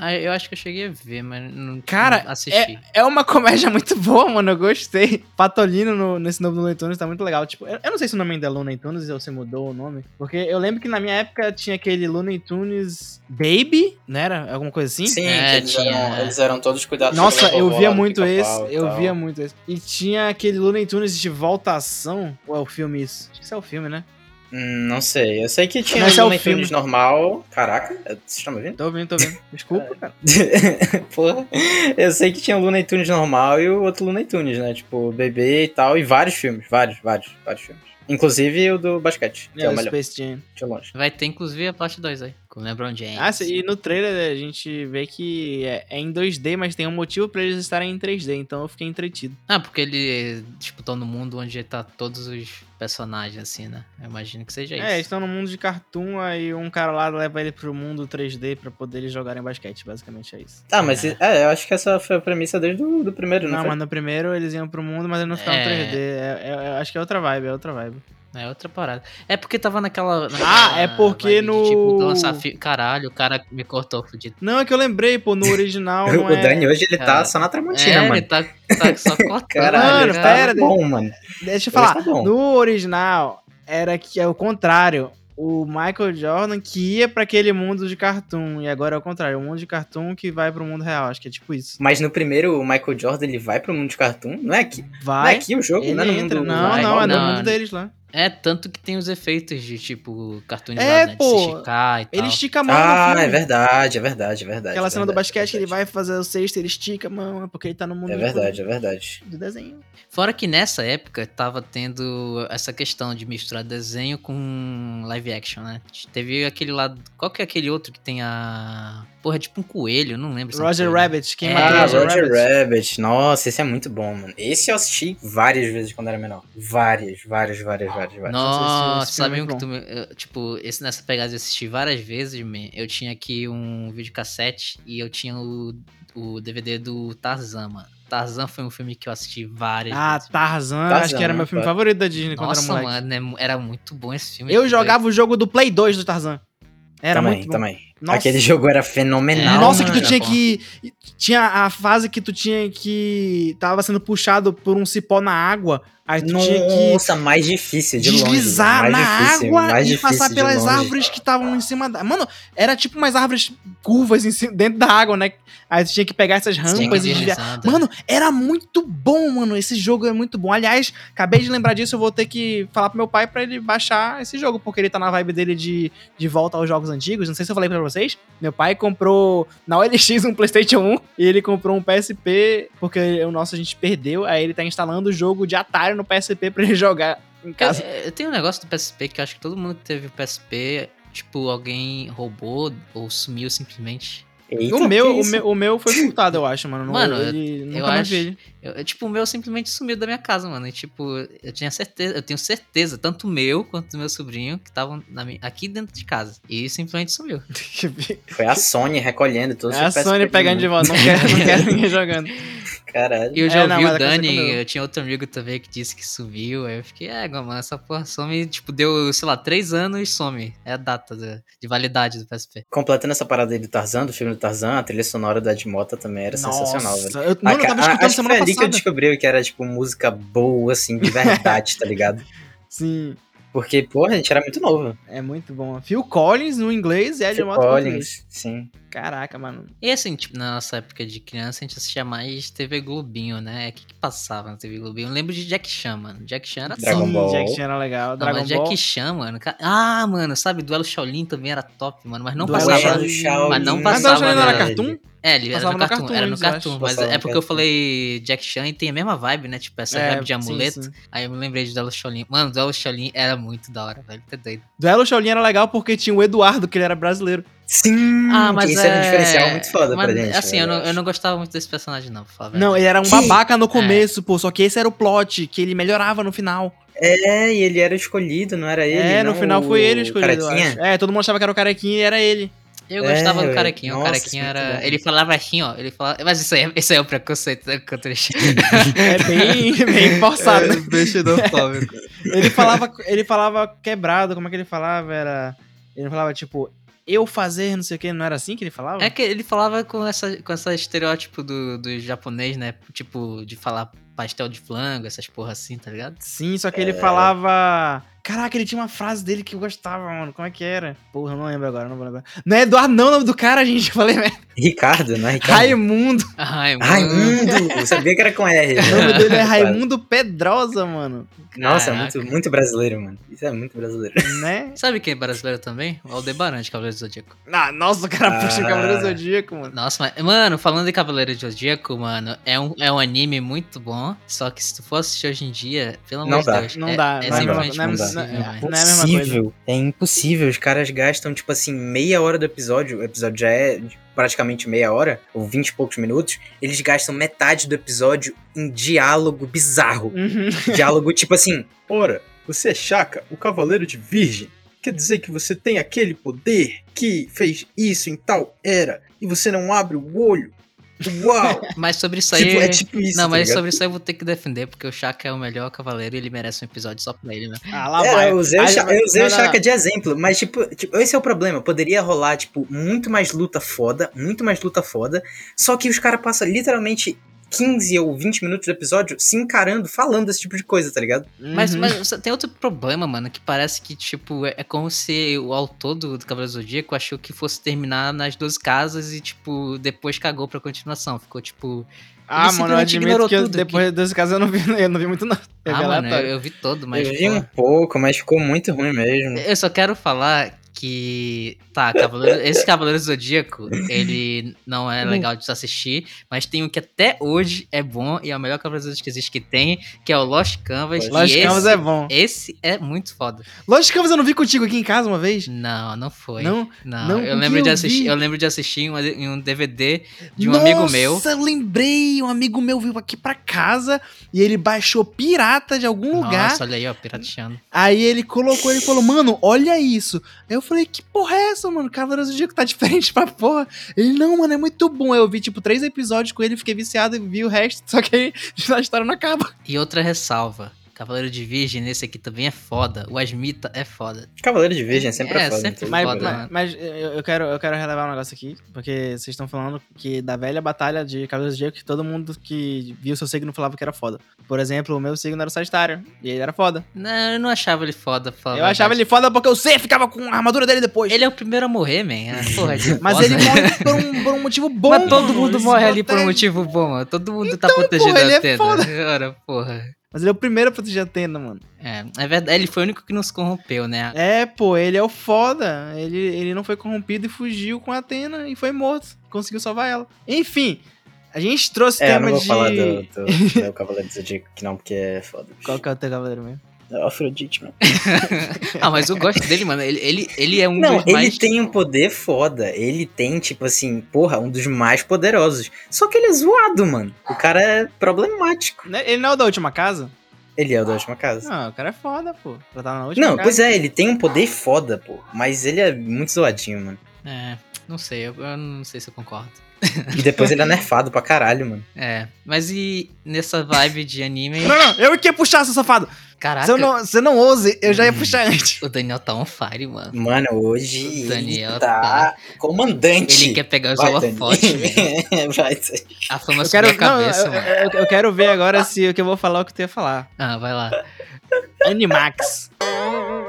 Speaker 1: Ah, eu acho que eu cheguei a ver, mas não
Speaker 2: Cara,
Speaker 1: não assisti.
Speaker 2: É uma comédia muito boa, mano, eu gostei. Patolino no- nesse novo Looney Tunes tá muito legal. Tipo, eu, eu não sei se o nome ainda é Looney Tunes ou se mudou o nome, porque eu lembro que na minha época tinha aquele Looney Tunes Baby, né, era alguma coisa assim?
Speaker 3: Sim,
Speaker 1: É,
Speaker 3: que eles,
Speaker 1: tinha.
Speaker 3: eram, eles eram todos cuidados
Speaker 2: Nossa,
Speaker 3: pela
Speaker 2: eu
Speaker 3: vovó,
Speaker 2: via
Speaker 3: do
Speaker 2: muito esse,
Speaker 3: pica-pau e
Speaker 2: eu
Speaker 3: tal.
Speaker 2: via muito esse. E tinha aquele Looney Tunes de Voltação, ou é o filme isso? Acho que isso é o filme, né?
Speaker 3: Hum, não sei, eu sei que tinha
Speaker 2: Mas é
Speaker 3: um
Speaker 2: o
Speaker 3: Looney
Speaker 2: filme.
Speaker 3: Tunes normal. Caraca, é- vocês estão me ouvindo?
Speaker 2: Tô ouvindo, tô ouvindo. Desculpa, cara.
Speaker 3: Porra. Eu sei que tinha o Looney Tunes normal e o outro Looney Tunes, né? Tipo, bebê e tal, e vários filmes, vários, vários, vários filmes. Inclusive o do basquete, que é,
Speaker 2: É,
Speaker 3: o
Speaker 2: o
Speaker 3: melhor,
Speaker 2: Space Jam.
Speaker 3: de longe.
Speaker 1: Vai ter, inclusive, a parte 2 aí, com o LeBron
Speaker 3: É
Speaker 1: James.
Speaker 2: Ah, sim, e no trailer a gente vê que é, é em 2D, mas tem um motivo pra eles estarem em 3D, então eu fiquei entretido.
Speaker 1: Ah, porque ele, tipo, tá no mundo onde tá todos os personagens, assim, né? Eu imagino que seja
Speaker 2: É, eles
Speaker 1: isso.
Speaker 2: estão no mundo de cartoon, aí um cara lá leva ele pro mundo 3D pra poder eles jogarem basquete, basicamente é isso.
Speaker 3: Tá, mas é, eu acho que essa foi a premissa desde o do primeiro, não,
Speaker 2: Não,
Speaker 3: foi?
Speaker 2: mas no primeiro eles iam pro mundo, mas eles não ficavam
Speaker 1: É.
Speaker 2: 3D. É- é- é- acho que é outra vibe, é outra vibe.
Speaker 1: É outra parada. É porque tava naquela.
Speaker 2: Ah, é
Speaker 1: naquela
Speaker 2: porque
Speaker 1: vibe de,
Speaker 2: no-
Speaker 1: tipo, lançar fi- Caralho, o cara me cortou, fudido.
Speaker 2: Não, é que eu lembrei, pô, no original não
Speaker 3: o
Speaker 2: é...
Speaker 3: Dani hoje ele tá
Speaker 1: Cara,
Speaker 3: só na Tramontina,
Speaker 1: é, ele
Speaker 3: mano.
Speaker 1: tá, tá só cortando.
Speaker 3: Caralho,
Speaker 2: Mano,
Speaker 1: cara.
Speaker 2: pera,
Speaker 3: tá bom, mano.
Speaker 2: Deixa eu
Speaker 3: Hoje
Speaker 2: falar.
Speaker 3: tá bom.
Speaker 2: No original, era que é o contrário. O Michael Jordan que ia pra aquele mundo de cartoon. E agora é o contrário. O mundo de cartoon que vai pro mundo real. Acho que é tipo isso.
Speaker 3: Mas no primeiro, o Michael Jordan ele vai pro mundo de cartoon. Não é aqui, não é
Speaker 2: Vai.
Speaker 3: aqui o jogo,
Speaker 2: ele
Speaker 3: não é no
Speaker 2: entra.
Speaker 3: mundo
Speaker 2: Não,
Speaker 1: vai,
Speaker 2: não, é no
Speaker 1: não.
Speaker 2: mundo deles lá.
Speaker 1: É, tanto que tem os efeitos de, tipo, cartoonizado,
Speaker 2: É,
Speaker 1: né? De
Speaker 2: pô.
Speaker 1: se esticar e tal.
Speaker 2: Ele estica a mão.
Speaker 3: Ah,
Speaker 2: no
Speaker 3: é
Speaker 2: filme.
Speaker 3: verdade, é verdade, é verdade.
Speaker 2: Aquela
Speaker 3: é
Speaker 2: cena do
Speaker 3: verdade,
Speaker 2: basquete,
Speaker 3: é
Speaker 2: ele vai fazer o sexto, ele estica a mão. É porque ele tá no mundo
Speaker 3: verdade.
Speaker 2: de-
Speaker 3: É verdade, é verdade.
Speaker 2: do desenho.
Speaker 1: Fora que nessa época tava tendo essa questão de misturar desenho com live action, né? Teve aquele lado. Qual que é aquele outro que tem a. Porra, é tipo um coelho, eu não lembro. se é um
Speaker 2: Roger
Speaker 1: coelho.
Speaker 2: Rabbit. Quem
Speaker 1: É,
Speaker 2: matou
Speaker 3: Ah,
Speaker 2: Roger,
Speaker 3: Roger
Speaker 2: Rabbit?
Speaker 3: Rabbit. Nossa, esse é muito bom, mano. Esse eu assisti várias vezes quando era menor. Várias, várias, várias, várias, várias.
Speaker 1: Nossa,
Speaker 2: Esse filme é
Speaker 1: sabiam que
Speaker 2: muito
Speaker 1: tu. me- eu, Tipo, esse nessa pegada eu assisti várias vezes, man. Eu tinha aqui um videocassete e eu tinha o, o DVD do Tarzan, mano. Tarzan foi um filme que eu assisti várias
Speaker 2: Ah,
Speaker 1: vezes.
Speaker 2: Tarzan. Acho que
Speaker 3: Tarzan,
Speaker 2: era meu filme
Speaker 3: tá.
Speaker 2: favorito da Disney quando era
Speaker 1: Nossa,
Speaker 2: moleque.
Speaker 1: mano, é mu- era muito bom esse filme.
Speaker 2: Eu
Speaker 1: doido.
Speaker 2: jogava o jogo do Play 2 do Tarzan. Era
Speaker 3: também,
Speaker 2: muito bom.
Speaker 3: também.
Speaker 2: Nossa.
Speaker 3: Aquele jogo era fenomenal.
Speaker 2: Nossa, que tu
Speaker 3: mano.
Speaker 2: tinha
Speaker 1: Era
Speaker 2: que. Tinha a fase que tu tinha que. Tava sendo puxado por um cipó na água. Aí tu tinha que
Speaker 3: Nossa, mais difícil de
Speaker 2: deslizar
Speaker 3: longe. né?
Speaker 2: na
Speaker 3: mais difícil,
Speaker 2: água
Speaker 3: mais
Speaker 2: e
Speaker 3: difícil
Speaker 2: passar
Speaker 3: de
Speaker 2: pelas
Speaker 3: longe.
Speaker 2: árvores que estavam em cima da. Mano, era tipo umas árvores curvas em cima- dentro da água, né? Aí tu tinha que pegar essas
Speaker 1: Tinha que
Speaker 2: rampas e
Speaker 1: ir
Speaker 3: né?
Speaker 2: desviar.
Speaker 1: deslizando.
Speaker 2: Mano, era muito bom, mano. Esse jogo é muito bom. Aliás, acabei de lembrar disso, eu vou ter que falar pro meu pai pra ele baixar esse jogo, porque ele tá na vibe dele de, de volta aos jogos antigos. Não sei se eu falei pra vocês. Meu pai comprou na OLX um PlayStation 1 e ele comprou um PSP, porque o nosso a gente perdeu. Aí ele tá instalando o jogo de Atari no PSP pra ele jogar em
Speaker 1: Eu,
Speaker 2: casa.
Speaker 1: eu tenho um negócio do PSP que eu acho que todo mundo que teve o PSP, tipo, alguém roubou ou sumiu simplesmente.
Speaker 3: Eita,
Speaker 2: O meu,
Speaker 3: que
Speaker 2: o,
Speaker 3: isso?
Speaker 2: meu, o meu foi furtado, eu acho, mano.
Speaker 1: Mano,
Speaker 2: ele, nunca mais
Speaker 1: acho-
Speaker 2: vi ele.
Speaker 1: Eu- eu, tipo, o meu simplesmente sumiu da minha casa, mano. E, tipo, eu tinha certeza, eu tenho certeza, tanto o meu quanto o meu sobrinho, que estavam na mi- aqui dentro de casa. E simplesmente sumiu.
Speaker 3: Foi a Sony recolhendo todos
Speaker 2: É a
Speaker 3: os PSP
Speaker 2: Sony
Speaker 3: do
Speaker 2: pegando de
Speaker 3: mundo.
Speaker 2: volta, não quero, não quero ninguém jogando.
Speaker 3: né? Caralho.
Speaker 1: E eu
Speaker 2: É,
Speaker 1: já
Speaker 2: não,
Speaker 1: ouvi
Speaker 2: mas
Speaker 1: o
Speaker 2: aconteceu
Speaker 1: Dani,
Speaker 2: comigo.
Speaker 1: eu tinha outro amigo também que disse que sumiu. Aí eu fiquei, é, mano, essa porra some, tipo, deu, sei lá, três anos e some. É a data do- de validade do PSP.
Speaker 3: Completando essa parada aí do Tarzan, do filme do Tarzan, a trilha sonora da Edmota também era sensacional, velho.
Speaker 2: Nossa, eu, mano, eu tava
Speaker 3: A- a-
Speaker 2: escutando
Speaker 3: acho que foi
Speaker 2: semana
Speaker 3: ali que eu
Speaker 2: passada.
Speaker 3: descobri que era, tipo, música boa, assim, de verdade, tá ligado?
Speaker 2: Sim,
Speaker 3: Porque, porra, a gente era muito novo.
Speaker 2: é muito bom. Phil Collins no inglês e Ed
Speaker 3: Phil
Speaker 2: Motta no português.
Speaker 3: Collins, sim.
Speaker 2: Caraca, mano.
Speaker 1: E assim, tipo, na nossa época de criança, a gente assistia mais TV Globinho, né? O que, que passava na TV Globinho? Eu lembro de Jack Chan, mano. Jack Chan era
Speaker 3: Dragon
Speaker 2: Sim,
Speaker 3: Ball.
Speaker 2: Jack Chan era legal.
Speaker 1: Não,
Speaker 2: Dragon
Speaker 1: mas
Speaker 2: Ball.
Speaker 1: Jack Chan, mano. ca- Ah, mano, sabe? Duelo Shaolin também era top, mano. Mas não
Speaker 2: Duelo
Speaker 1: passava.
Speaker 2: Shaolin.
Speaker 1: mas não
Speaker 2: Mas
Speaker 1: passava
Speaker 2: Dragon Ball não
Speaker 1: na-
Speaker 2: era cartoon?
Speaker 1: É, ele era no
Speaker 2: Passava no
Speaker 1: cartoon.
Speaker 2: Cartoon
Speaker 1: Era no
Speaker 2: antes, eu
Speaker 1: cartoon.
Speaker 2: acho.
Speaker 1: Mas
Speaker 3: Passava
Speaker 1: é
Speaker 3: no
Speaker 1: porque eu
Speaker 3: Cartoon.
Speaker 1: falei Jack Chan e tem a mesma vibe, né? Tipo, essa vibe de
Speaker 2: É, sim,
Speaker 1: amuleto.
Speaker 2: sim.
Speaker 1: Aí eu me lembrei de Duelo Shaolin. Mano, Duelo Shaolin era muito da hora, velho. Tá doido.
Speaker 2: Duelo Shaolin era legal porque tinha o Eduardo, que ele era brasileiro.
Speaker 3: Sim,
Speaker 1: Ah, mas
Speaker 3: isso
Speaker 1: é...
Speaker 3: era um diferencial muito foda
Speaker 1: mas,
Speaker 3: pra gente.
Speaker 1: Assim,
Speaker 3: né,
Speaker 1: eu, não,
Speaker 3: acho.
Speaker 1: eu não gostava muito desse personagem, não, pra falar a
Speaker 2: Não,
Speaker 1: verdade. É.
Speaker 2: ele era um
Speaker 3: Que-
Speaker 2: babaca no começo, pô. Só que esse era o plot, que ele melhorava no final.
Speaker 3: É, e ele era o escolhido, não era ele?
Speaker 2: é, no
Speaker 3: não
Speaker 2: final foi ele o escolhido. eu
Speaker 3: Carequinha.
Speaker 2: acho. É, todo mundo achava que era o carequinha e era ele.
Speaker 1: Eu
Speaker 3: É,
Speaker 1: gostava do
Speaker 3: velho.
Speaker 1: Carequinha. o
Speaker 3: Nossa,
Speaker 1: Carequinha
Speaker 3: isso é muito
Speaker 1: era.
Speaker 3: bom.
Speaker 1: Ele falava assim, ó. Ele falava. Mas isso aí, isso aí é o preconceito contra
Speaker 2: É bem, bem forçado,
Speaker 3: É.
Speaker 2: né?
Speaker 1: xenofóbico.
Speaker 2: Ele falava, ele falava quebrado, como é que ele falava? Era. Ele falava, tipo, eu fazer não sei o que, não era assim que ele falava?
Speaker 1: É que ele falava com essa, com essa estereótipo do, do japonês, né? Tipo, de falar pastel de flango, essas porra assim, tá ligado?
Speaker 2: Sim, só
Speaker 3: É.
Speaker 2: que ele falava. Caraca, ele tinha uma frase dele que eu gostava, mano. Como é que era? Porra, eu não lembro agora, não vou lembrar. Não é Eduardo, não, o nome do cara, gente. Eu falei, merda.
Speaker 3: Ricardo, não é Ricardo?
Speaker 2: Raimundo.
Speaker 1: Ai, mano.
Speaker 3: Raimundo! Eu sabia que era com R. né?
Speaker 2: O nome dele é Raimundo Pedrosa, mano.
Speaker 3: Nossa, é
Speaker 1: Caraca.
Speaker 3: muito, muito brasileiro, mano. Isso é muito brasileiro.
Speaker 2: Né?
Speaker 1: Sabe quem é brasileiro também? O Aldebaran de Cavaleiro do Zodíaco.
Speaker 2: Ah, nossa, o cara puxa o Cavaleiro
Speaker 3: Ah.
Speaker 2: Zodíaco, mano.
Speaker 1: Nossa, mas, mano, falando de Cavaleiro do Zodíaco, mano, é um, é um anime muito bom. Só que se tu for assistir hoje em dia, pelo amor
Speaker 3: Não
Speaker 1: de
Speaker 3: dá.
Speaker 1: Deus.
Speaker 2: Não
Speaker 1: é,
Speaker 2: dá,
Speaker 1: é
Speaker 2: não é
Speaker 1: simplesmente
Speaker 2: mesmo- não
Speaker 1: impossível,
Speaker 2: é- não é-
Speaker 1: velho.
Speaker 2: não a mesma coisa.
Speaker 3: impossível. É impossível. Os caras gastam, tipo assim, meia hora do episódio. O episódio já é de praticamente meia hora, ou vinte e poucos minutos. Eles gastam metade do episódio em diálogo bizarro.
Speaker 2: Uhum.
Speaker 3: Diálogo tipo assim.
Speaker 4: Ora, você é Chaka, o Cavaleiro de Virgem. Quer dizer que você tem aquele poder que fez isso em tal era e você não abre o olho. Uau!
Speaker 1: Mas sobre isso aí.
Speaker 3: Tipo, é tipo isso.
Speaker 1: não,
Speaker 3: tá
Speaker 1: mas
Speaker 3: ligado?
Speaker 1: sobre isso aí eu vou ter que defender, porque o Shaka é o melhor cavaleiro e ele merece um episódio só pra ele, né?
Speaker 2: Ah, lá
Speaker 3: É,
Speaker 2: vai.
Speaker 3: eu usei,
Speaker 2: Ah,
Speaker 3: o Cha- eu usei
Speaker 2: não,
Speaker 3: o
Speaker 2: não,
Speaker 1: Uhum.
Speaker 3: Chaka de exemplo, mas tipo, tipo, esse é o problema. Poderia rolar, tipo, muito mais luta foda, muito mais luta foda. Só que os caras passam literalmente 15 ou 20 minutos do episódio se encarando, falando esse tipo de coisa, tá ligado?
Speaker 2: não.
Speaker 1: Mas,
Speaker 2: Uhum.
Speaker 1: mas tem outro problema, mano, que parece que, tipo, é, é como se o autor do, do Cavaleiro do Zodíaco achou que fosse terminar nas duas casas e, tipo, depois cagou pra continuação. Ficou, tipo.
Speaker 2: Ah, mano, eu
Speaker 1: simplesmente
Speaker 2: admito
Speaker 1: ignorou
Speaker 2: que eu-
Speaker 1: tudo,
Speaker 2: depois desse caso eu não vi, eu não vi muito, não. É
Speaker 1: ah, mano, eu,
Speaker 2: aleatório.
Speaker 1: eu vi todo, mas. É.
Speaker 3: eu vi
Speaker 1: pô,
Speaker 3: um pouco, mas ficou muito ruim mesmo.
Speaker 1: Eu só quero falar que. Tá, Cavaleiro- esse Cavaleiro Zodíaco, ele não
Speaker 2: Uhum.
Speaker 1: é legal de se assistir, mas tem um que até hoje é bom e é o melhor Cavaleiro Zodíaco que existe que tem, que é o Lost Canvas. e
Speaker 2: Lost
Speaker 1: esse,
Speaker 2: Canvas é bom.
Speaker 1: Esse é muito foda.
Speaker 2: Lost Canvas eu não vi contigo aqui em casa uma vez?
Speaker 1: Não, não foi. Não,
Speaker 2: Não? não,
Speaker 1: não,
Speaker 2: com
Speaker 1: eu
Speaker 2: quem
Speaker 1: lembro de
Speaker 2: eu
Speaker 1: assistir.
Speaker 2: vi?
Speaker 1: Eu lembro de assistir em uma- em um DVD de um amigo meu.
Speaker 2: Nossa, eu lembrei. Um amigo meu veio aqui pra casa e ele baixou pirata de algum Um lugar.
Speaker 1: Nossa, olha aí, ó, pirateando.
Speaker 2: Aí ele colocou, ele falou, mano, olha isso. Aí eu falei, que porra é essa, mano? Cavaleiros do Zodíaco tá diferente pra porra. Ele, não, mano, é muito bom. Eu vi, tipo, três episódios com ele, fiquei viciado e vi o resto. Só que aí a história não acaba.
Speaker 1: E outra ressalva. Cavaleiro de Virgem, nesse aqui também é foda. O Asmita é foda.
Speaker 3: Cavaleiro de Virgem sempre é,
Speaker 1: É,
Speaker 3: foda.
Speaker 1: sempre
Speaker 3: então,
Speaker 2: Mas,
Speaker 1: Foda,
Speaker 3: cara.
Speaker 1: né?
Speaker 2: mas, mas eu, eu quero, eu quero relevar um negócio aqui, porque vocês estão falando que da velha batalha de Cavaleiros do Zodíaco que todo mundo que viu seu signo falava que era foda. Por exemplo, o meu signo era o Sagitário, e ele era foda.
Speaker 1: Não, eu não achava ele foda.
Speaker 3: Ah,
Speaker 1: pra falar a
Speaker 2: eu achava
Speaker 1: verdade.
Speaker 2: ele foda porque eu sei, ficava com a armadura dele depois.
Speaker 1: Ele é o primeiro a morrer, man. Ah, porra, de
Speaker 2: Mas
Speaker 1: foda.
Speaker 2: ele morre por um, por um motivo bom.
Speaker 1: Mas todo
Speaker 2: mano.
Speaker 1: mundo
Speaker 2: Ele se
Speaker 1: morre ali por um
Speaker 2: protege.
Speaker 1: motivo bom, mano. Todo mundo tá protegido
Speaker 2: porra, ele
Speaker 1: a
Speaker 2: é
Speaker 1: Atena.
Speaker 2: foda.
Speaker 1: Ora, porra.
Speaker 2: Mas ele é o primeiro a proteger a Atena, mano.
Speaker 1: É, é verdade. Ele foi o único que nos corrompeu, né?
Speaker 2: É, pô, ele é o foda. Ele, ele não foi corrompido e fugiu com a Atena e foi morto. Conseguiu salvar ela. Enfim, a gente trouxe
Speaker 3: É, eu
Speaker 2: tema
Speaker 3: não vou
Speaker 2: de.
Speaker 3: falar do, do, do Cavaleiro do Zodíaco aqui não, porque é foda. bicho.
Speaker 2: Qual que é o teu cavaleiro mesmo?
Speaker 3: É o Afrodite, mano.
Speaker 1: Ah, mas eu gosto dele, mano. Ele, ele, ele é um
Speaker 3: Não,
Speaker 1: dos
Speaker 3: ele
Speaker 1: mais...
Speaker 3: tem um poder foda. Ele tem, tipo assim, porra, um dos mais poderosos. Só que ele é zoado, mano. O cara é problemático.
Speaker 2: Né, Ele não é o da última casa?
Speaker 3: Ele é o da última casa.
Speaker 2: Não, o cara é foda, pô. Pra estar na última
Speaker 3: Não,
Speaker 2: casa.
Speaker 3: pois é, ele tem um poder foda, pô. Mas ele é muito zoadinho, mano.
Speaker 1: É, não sei. Eu, eu não sei se eu concordo.
Speaker 3: E depois ele é nerfado pra caralho, mano.
Speaker 1: É, mas e nessa vibe de anime...
Speaker 2: Não, não, eu que ia puxar, seu safado. Se
Speaker 1: Caraca,
Speaker 2: eu, não, se eu não ouse, eu já ia
Speaker 3: Hum.
Speaker 2: puxar antes.
Speaker 1: o Daniel tá on fire, mano.
Speaker 3: Mano, hoje
Speaker 1: O Daniel
Speaker 3: ele tá, comandante.
Speaker 1: Ele quer pegar os
Speaker 3: Vai,
Speaker 1: holofotes, velho.
Speaker 3: Daniel. Vai, Daniel.
Speaker 1: A fama
Speaker 2: Eu
Speaker 1: subiu
Speaker 2: quero,
Speaker 1: a cabeça,
Speaker 2: não, eu-
Speaker 1: mano.
Speaker 2: eu- eu quero ver agora se o que eu vou falar é o que tu ia falar.
Speaker 1: Ah, vai lá.
Speaker 2: Animax.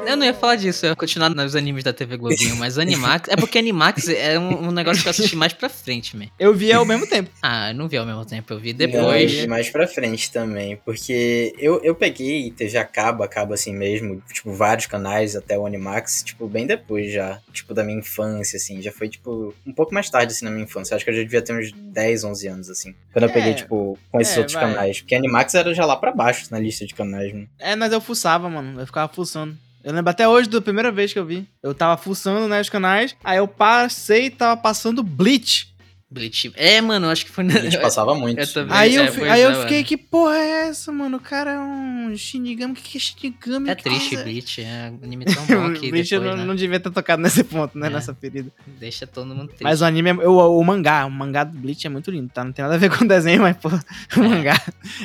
Speaker 1: Eu não ia falar disso, eu ia continuar nos animes da TV Globinho, mas Animax... É porque Animax é um, um negócio que eu assisti mais pra frente, man.
Speaker 2: Eu vi ao mesmo tempo.
Speaker 1: Ah, eu não vi ao mesmo tempo, eu vi
Speaker 3: Não, eu
Speaker 1: depois.
Speaker 3: vi mais pra frente também, porque eu, eu peguei TV a cabo, a cabo assim mesmo, tipo, vários canais até o Animax, tipo, bem depois já, tipo, da minha infância, assim, já foi, tipo, um pouco mais tarde, assim, na minha infância, acho que eu já devia ter uns 10, 11 anos, assim, quando eu
Speaker 2: É.
Speaker 3: peguei, tipo, com esses
Speaker 2: É,
Speaker 3: outros
Speaker 2: vai.
Speaker 3: canais, porque Animax era já lá pra baixo na lista de canais, né?
Speaker 2: É, mas eu fuçava, mano. Eu ficava fuçando. Eu lembro até hoje da primeira vez que eu vi. Eu tava fuçando, né, os canais, aí eu passei e tava passando Bleach.
Speaker 1: Bleach. É, mano, eu acho que foi.
Speaker 3: A gente passava muito. né?
Speaker 1: Eu também.
Speaker 2: Aí,
Speaker 1: é,
Speaker 2: eu, fi-
Speaker 1: pois
Speaker 2: aí eu
Speaker 1: é,
Speaker 2: fiquei,
Speaker 1: mano.
Speaker 2: que porra é essa, mano? O cara é um Shinigami. O que que é Shinigami?
Speaker 1: É
Speaker 2: Que
Speaker 1: triste,
Speaker 2: coisa-
Speaker 1: Bleach. É um anime tão bom que
Speaker 2: Bleach eu
Speaker 1: depois,
Speaker 2: não,
Speaker 1: né,
Speaker 2: não devia ter tocado nesse ponto, né?
Speaker 1: É.
Speaker 2: Nessa ferida.
Speaker 1: deixa todo mundo triste.
Speaker 2: Mas o anime, é- o, o mangá, o mangá do Bleach é muito lindo, tá? Não tem nada a ver com o desenho, mas, pô, o mangá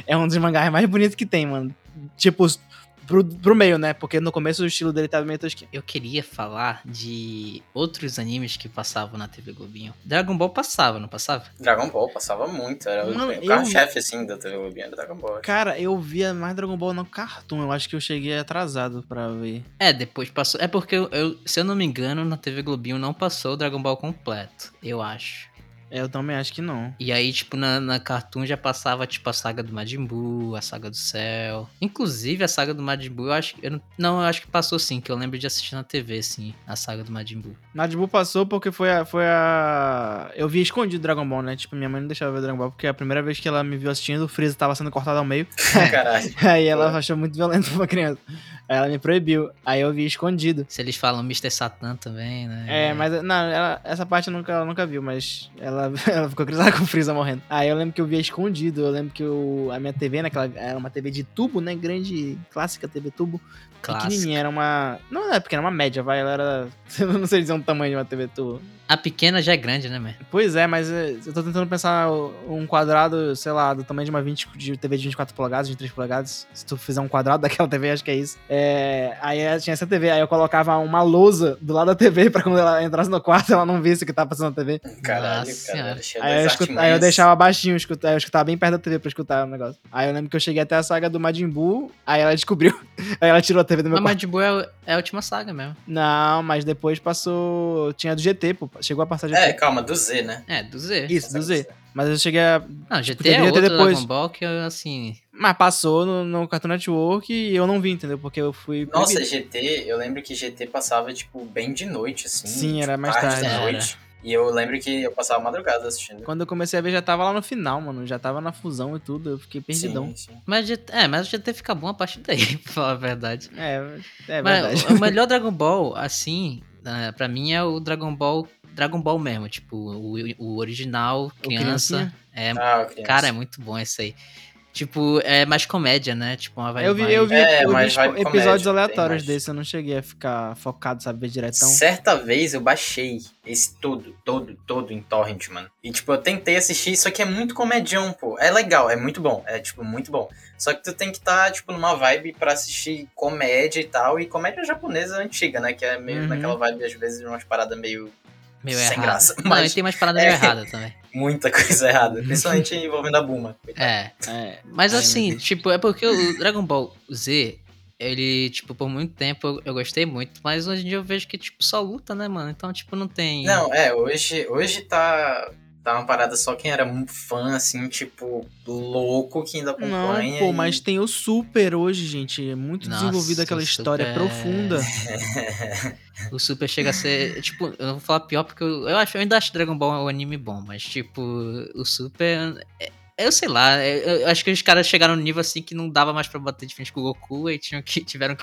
Speaker 2: é um dos mangás mais bonitos que tem, mano. Tipo, os- pro, pro meio, né? Porque no começo o estilo dele tava meio tosquinho.
Speaker 1: Eu queria falar de outros animes que passavam na TV Globinho. Dragon Ball passava, não passava?
Speaker 3: Dragon Ball passava muito. Era
Speaker 2: Mano,
Speaker 3: o
Speaker 2: eu-
Speaker 3: carro-chefe, assim, da TV Globinha era Dragon Ball.
Speaker 2: Cara, eu via mais Dragon Ball no Cartoon. Eu acho que eu cheguei atrasado pra ver.
Speaker 1: É, depois passou. É porque, eu, eu- se eu não me engano, na TV Globinho não passou o Dragon Ball completo, eu acho.
Speaker 2: É, Eu também acho que não.
Speaker 1: E aí, tipo, na, na Cartoon já passava, tipo, a saga do Majin Buu, a saga do Cell. Inclusive, a saga do Majin Buu, eu acho que... Eu não, não, eu acho que passou sim, que eu lembro de assistir na TV, sim, a saga do Majin Buu.
Speaker 2: Nadbu passou porque foi a, foi a. Eu via escondido Dragon Ball, né? Tipo, minha mãe não deixava eu ver Dragon Ball, porque a primeira vez que ela me viu assistindo, o Freeza tava sendo cortado ao meio.
Speaker 3: Caralho.
Speaker 2: Aí ela achou muito violento pra uma criança. Aí ela me proibiu. Aí eu vi escondido.
Speaker 1: Se eles falam Mr. Satan também, né?
Speaker 2: É, mas não, ela- essa parte eu nunca, ela nunca viu, mas ela, ela ficou cruzada com o Freeza morrendo. Aí eu lembro que eu via escondido, eu lembro que eu, a minha TV, naquela, era uma TV de tubo, né? Grande, clássica TV tubo.
Speaker 1: Clássico.
Speaker 2: Pequenininha, era uma. Não é pequena, era uma média, vai. Ela era. Eu não sei dizer um tamanho de uma TV tubo.
Speaker 1: A pequena já é grande, né, man?
Speaker 2: Pois é, mas é, eu tô tentando pensar o- um quadrado, sei lá, do tamanho de uma 20, de TV de 24 polegadas, 23 polegadas. Se tu fizer um quadrado daquela TV, acho que é isso. É, aí eu tinha essa TV, aí eu colocava uma lousa do lado da TV pra quando ela entrasse no quarto ela não visse o que tava passando na TV.
Speaker 3: Caralho,
Speaker 1: Nossa
Speaker 3: cara.
Speaker 1: senhora.
Speaker 3: Era cheio
Speaker 2: aí, eu
Speaker 3: das
Speaker 2: escut- aí eu
Speaker 3: artimanhas.
Speaker 2: deixava baixinho, escuta- aí eu escutava bem perto da TV pra escutar o negócio. Aí eu lembro que eu cheguei até a saga do Majin Buu, aí ela descobriu, aí ela tirou a TV do meu
Speaker 1: Mas
Speaker 2: quarto.
Speaker 1: Majin Buu é, o- é a última saga mesmo.
Speaker 2: Não, mas depois passou... Tinha do GT, pô, chegou a passar GT.
Speaker 3: É, calma, do Z, né?
Speaker 1: É, do Z.
Speaker 2: Isso, do Z. Mas eu cheguei a
Speaker 1: Não, GT é
Speaker 2: Deveria ter
Speaker 1: outro
Speaker 2: depois.
Speaker 1: Dragon Ball que, assim...
Speaker 2: Mas passou no, no Cartoon Network e eu não vi, entendeu? Porque eu fui.
Speaker 3: Nossa,
Speaker 2: proibido.
Speaker 3: GT, eu lembro que GT passava, tipo, bem de noite, assim.
Speaker 2: Sim,
Speaker 3: tipo,
Speaker 2: era mais
Speaker 3: da
Speaker 1: tarde.
Speaker 3: noite. E eu lembro que eu passava madrugada assistindo.
Speaker 2: Quando eu comecei a ver, já tava lá no final, mano. Já tava na fusão e tudo. Eu fiquei perdidão.
Speaker 3: Sim, sim.
Speaker 1: Mas, GT é, mas o GT fica bom a partir daí, pra falar a verdade.
Speaker 2: É, é
Speaker 1: Mas
Speaker 2: verdade.
Speaker 1: o- o melhor Dragon Ball, assim, né, pra mim é o Dragon Ball Dragon Ball mesmo, tipo, o, o original, criança.
Speaker 2: Criancinha?
Speaker 1: É,
Speaker 3: Ah,
Speaker 2: Tá,
Speaker 3: criança.
Speaker 1: cara, é muito bom esse aí. Tipo, é mais comédia, né? Tipo, uma vai.
Speaker 2: eu vi,
Speaker 1: vai-
Speaker 2: eu vi,
Speaker 3: É,
Speaker 2: eu vi
Speaker 3: mas
Speaker 2: esco-
Speaker 3: vai comédia,
Speaker 2: episódios
Speaker 3: tem
Speaker 2: aleatórios
Speaker 3: mais.
Speaker 2: desse. Eu não cheguei a ficar focado, sabe? Ver diretão.
Speaker 3: Certa vez eu baixei esse todo, todo, todo em torrent, mano. E, tipo, eu tentei assistir, só que é muito comedião, pô. É legal, é muito bom, é, tipo, muito bom. Só que tu tem que estar, tipo, numa vibe pra assistir comédia e tal, e comédia japonesa antiga, né? Que é meio
Speaker 2: Uhum.
Speaker 3: naquela vibe, às vezes, de umas paradas meio...
Speaker 1: meio
Speaker 3: sem
Speaker 1: errado.
Speaker 3: graça,
Speaker 1: Não,
Speaker 3: mas-
Speaker 1: e tem umas paradas
Speaker 3: É.
Speaker 1: meio erradas também.
Speaker 3: Muita coisa errada, principalmente envolvendo a Buma.
Speaker 1: É.
Speaker 2: É.
Speaker 1: Mas
Speaker 3: Ai, meu
Speaker 1: assim,
Speaker 3: Deus.
Speaker 1: tipo, é porque o Dragon Ball Z, ele, tipo, por muito tempo eu, eu gostei muito, mas hoje em dia eu vejo que, tipo, só luta, né, mano? Então, tipo, não tem.
Speaker 3: Não, é, hoje, hoje tá, tá uma parada só quem era um fã, assim, tipo, louco, que ainda
Speaker 2: Não,
Speaker 3: acompanha.
Speaker 2: pô,
Speaker 3: e-
Speaker 2: mas tem o Super hoje, gente. É muito
Speaker 1: Nossa,
Speaker 2: desenvolvido aquela
Speaker 1: o
Speaker 2: história
Speaker 1: Super é-
Speaker 2: profunda.
Speaker 1: O Super chega a ser. Tipo, eu não vou falar pior porque eu, eu acho, eu ainda acho Dragon Ball um anime bom, mas, tipo, o Super. é- eu sei lá, é- eu, acho que os caras chegaram num nível assim que não dava mais pra bater de frente com o Goku e tinham que, tiveram que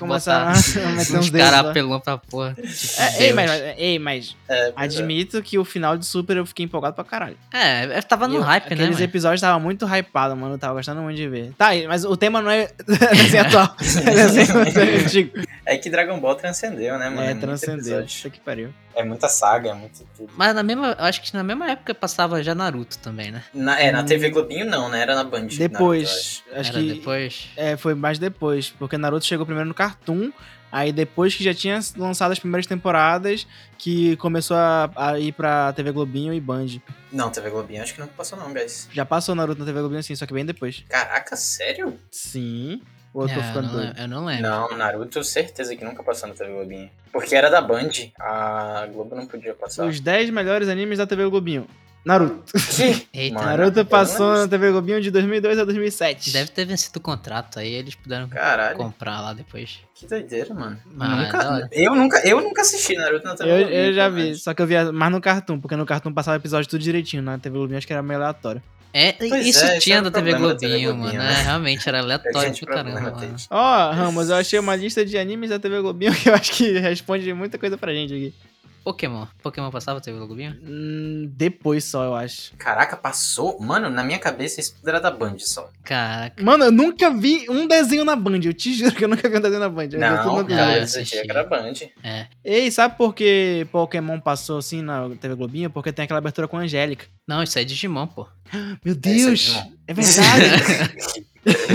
Speaker 1: botar
Speaker 2: Começaram a meter uns
Speaker 1: uns
Speaker 2: dedos.
Speaker 1: caras
Speaker 2: lá.
Speaker 1: apelão pra porra. Tipo,
Speaker 2: um né? É, ei,
Speaker 1: Deus.
Speaker 2: mas, ei, mas
Speaker 3: É, pois é.
Speaker 2: admito que o final de Super eu fiquei empolgado pra caralho.
Speaker 1: É, eu tava no
Speaker 2: Eu-
Speaker 1: hype, né?
Speaker 2: Aqueles
Speaker 1: mano?
Speaker 2: episódios tava muito hypado, mano. Eu tava gostando muito de ver. Tá, mas o tema não é desenho atual. É desenho antigo.
Speaker 3: É que Dragon Ball transcendeu, né, mano?
Speaker 2: É,
Speaker 3: muito
Speaker 2: transcendeu.
Speaker 3: episódio.
Speaker 2: Puta que pariu.
Speaker 3: É muita saga, é muito tudo.
Speaker 1: Mas na mesma. eu acho que na mesma época passava já Naruto também, né?
Speaker 3: Na, é, na TV Globinho não, né? Era na Band.
Speaker 2: Depois, acho
Speaker 1: Era
Speaker 2: que
Speaker 1: depois.
Speaker 2: é, foi mais depois, porque Naruto chegou primeiro no Cartoon, aí depois que já tinha lançado as primeiras temporadas, que começou a, a ir pra TV Globinho e Band.
Speaker 3: Não, TV Globinho acho que não passou não, guys.
Speaker 2: Já passou Naruto na TV Globinho sim, só que bem depois.
Speaker 3: Caraca, sério?
Speaker 2: Sim. Ou eu tô
Speaker 1: É,
Speaker 2: ficando
Speaker 1: não lembro-
Speaker 2: doido?
Speaker 1: eu não lembro.
Speaker 3: Não, Naruto, certeza que nunca passou na TV Globinho. Porque era da Band, a Globo não podia passar.
Speaker 2: Os 10 melhores animes da TV Globinho. Naruto.
Speaker 1: Eita,
Speaker 3: Mano,
Speaker 2: Naruto
Speaker 3: eu
Speaker 2: passou
Speaker 3: não-
Speaker 2: na TV Globinho de 2002 a 2007.
Speaker 1: deve ter vencido o contrato, aí eles puderam
Speaker 3: Caralho,
Speaker 1: comprar lá depois.
Speaker 3: que doideira, mano.
Speaker 1: Mas, Ah, é da hora.
Speaker 3: nunca, eu, nunca, eu nunca assisti Naruto então na TV
Speaker 2: Eu,
Speaker 3: Globinho.
Speaker 2: eu já
Speaker 3: pelo
Speaker 2: vi,
Speaker 3: menos.
Speaker 2: só que eu via mais no Cartoon, porque no Cartoon passava o episódio tudo direitinho, na TV Globinho acho que era meio aleatório.
Speaker 1: É,
Speaker 3: Pois
Speaker 1: isso
Speaker 3: é, esse
Speaker 1: tinha da
Speaker 3: era o
Speaker 1: TV
Speaker 3: problema
Speaker 1: Globinho,
Speaker 3: da TV
Speaker 1: mano.
Speaker 3: Globinho,
Speaker 1: É,
Speaker 3: né?
Speaker 1: realmente, era aleatório
Speaker 3: Grande
Speaker 1: pro
Speaker 3: problema
Speaker 1: caramba. mano.
Speaker 3: deles.
Speaker 2: Ó, Ramos, eu achei uma lista de animes da TV Globinho que eu acho que responde muita coisa pra gente aqui.
Speaker 1: Pokémon. Pokémon passava TV Globinho?
Speaker 2: Hum, depois só, eu acho.
Speaker 3: Caraca, passou. Mano, na minha cabeça isso tudo era da Band só.
Speaker 1: Caraca.
Speaker 2: Mano, eu nunca vi um desenho na Band. Eu te juro que eu nunca vi um desenho na Band. Eu vi tudo na
Speaker 3: Não,
Speaker 2: TV.
Speaker 1: cara.
Speaker 3: cara,
Speaker 1: eu
Speaker 3: eu
Speaker 1: assisti.
Speaker 3: que era Band.
Speaker 2: Ei, sabe por que Pokémon passou assim na TV Globinho? Porque tem aquela abertura com a Angélica.
Speaker 1: Não, isso é Digimon, pô.
Speaker 2: Meu
Speaker 3: É, isso é
Speaker 2: Deus!
Speaker 3: Digimon.
Speaker 2: É, verdade!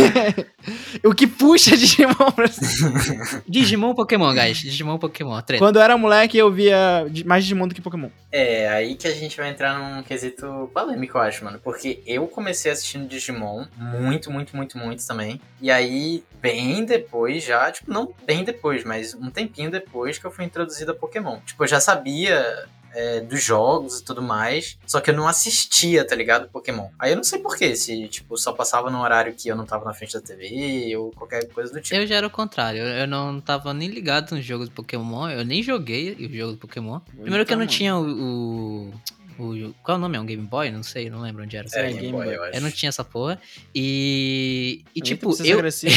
Speaker 2: o que puxa Digimon pra cima.
Speaker 1: Digimon Pokémon, guys. Digimon Pokémon. Treta.
Speaker 2: Quando eu era moleque, eu via de- mais Digimon do que Pokémon.
Speaker 3: É, aí que a gente vai entrar num quesito polêmico, eu acho, mano. Porque eu comecei assistindo Digimon muito, muito, muito, muito também. E aí, bem depois já, tipo, não bem depois, mas um tempinho depois que eu fui introduzido a Pokémon. Tipo, eu já sabia é, dos jogos e tudo mais, só que eu não assistia, tá ligado, Pokémon. Aí eu não sei porquê, se, tipo, só passava no horário que eu não tava na frente da TV ou qualquer coisa do tipo.
Speaker 1: Eu já era o contrário, eu- eu não tava nem ligado no jogo do Pokémon, eu nem joguei o jogo do Pokémon. Primeiro que eu não
Speaker 2: Então,
Speaker 1: tinha o. o- o- qual é o nome? É um Game Boy? Não sei, não lembro onde era.
Speaker 3: É,
Speaker 1: sabe?
Speaker 3: Game
Speaker 2: Game
Speaker 3: Boy,
Speaker 2: Boy.
Speaker 3: eu acho.
Speaker 1: Eu não tinha essa porra. E. E
Speaker 2: Eita,
Speaker 1: tipo,
Speaker 2: precisa ser
Speaker 1: eu.
Speaker 2: agressivo.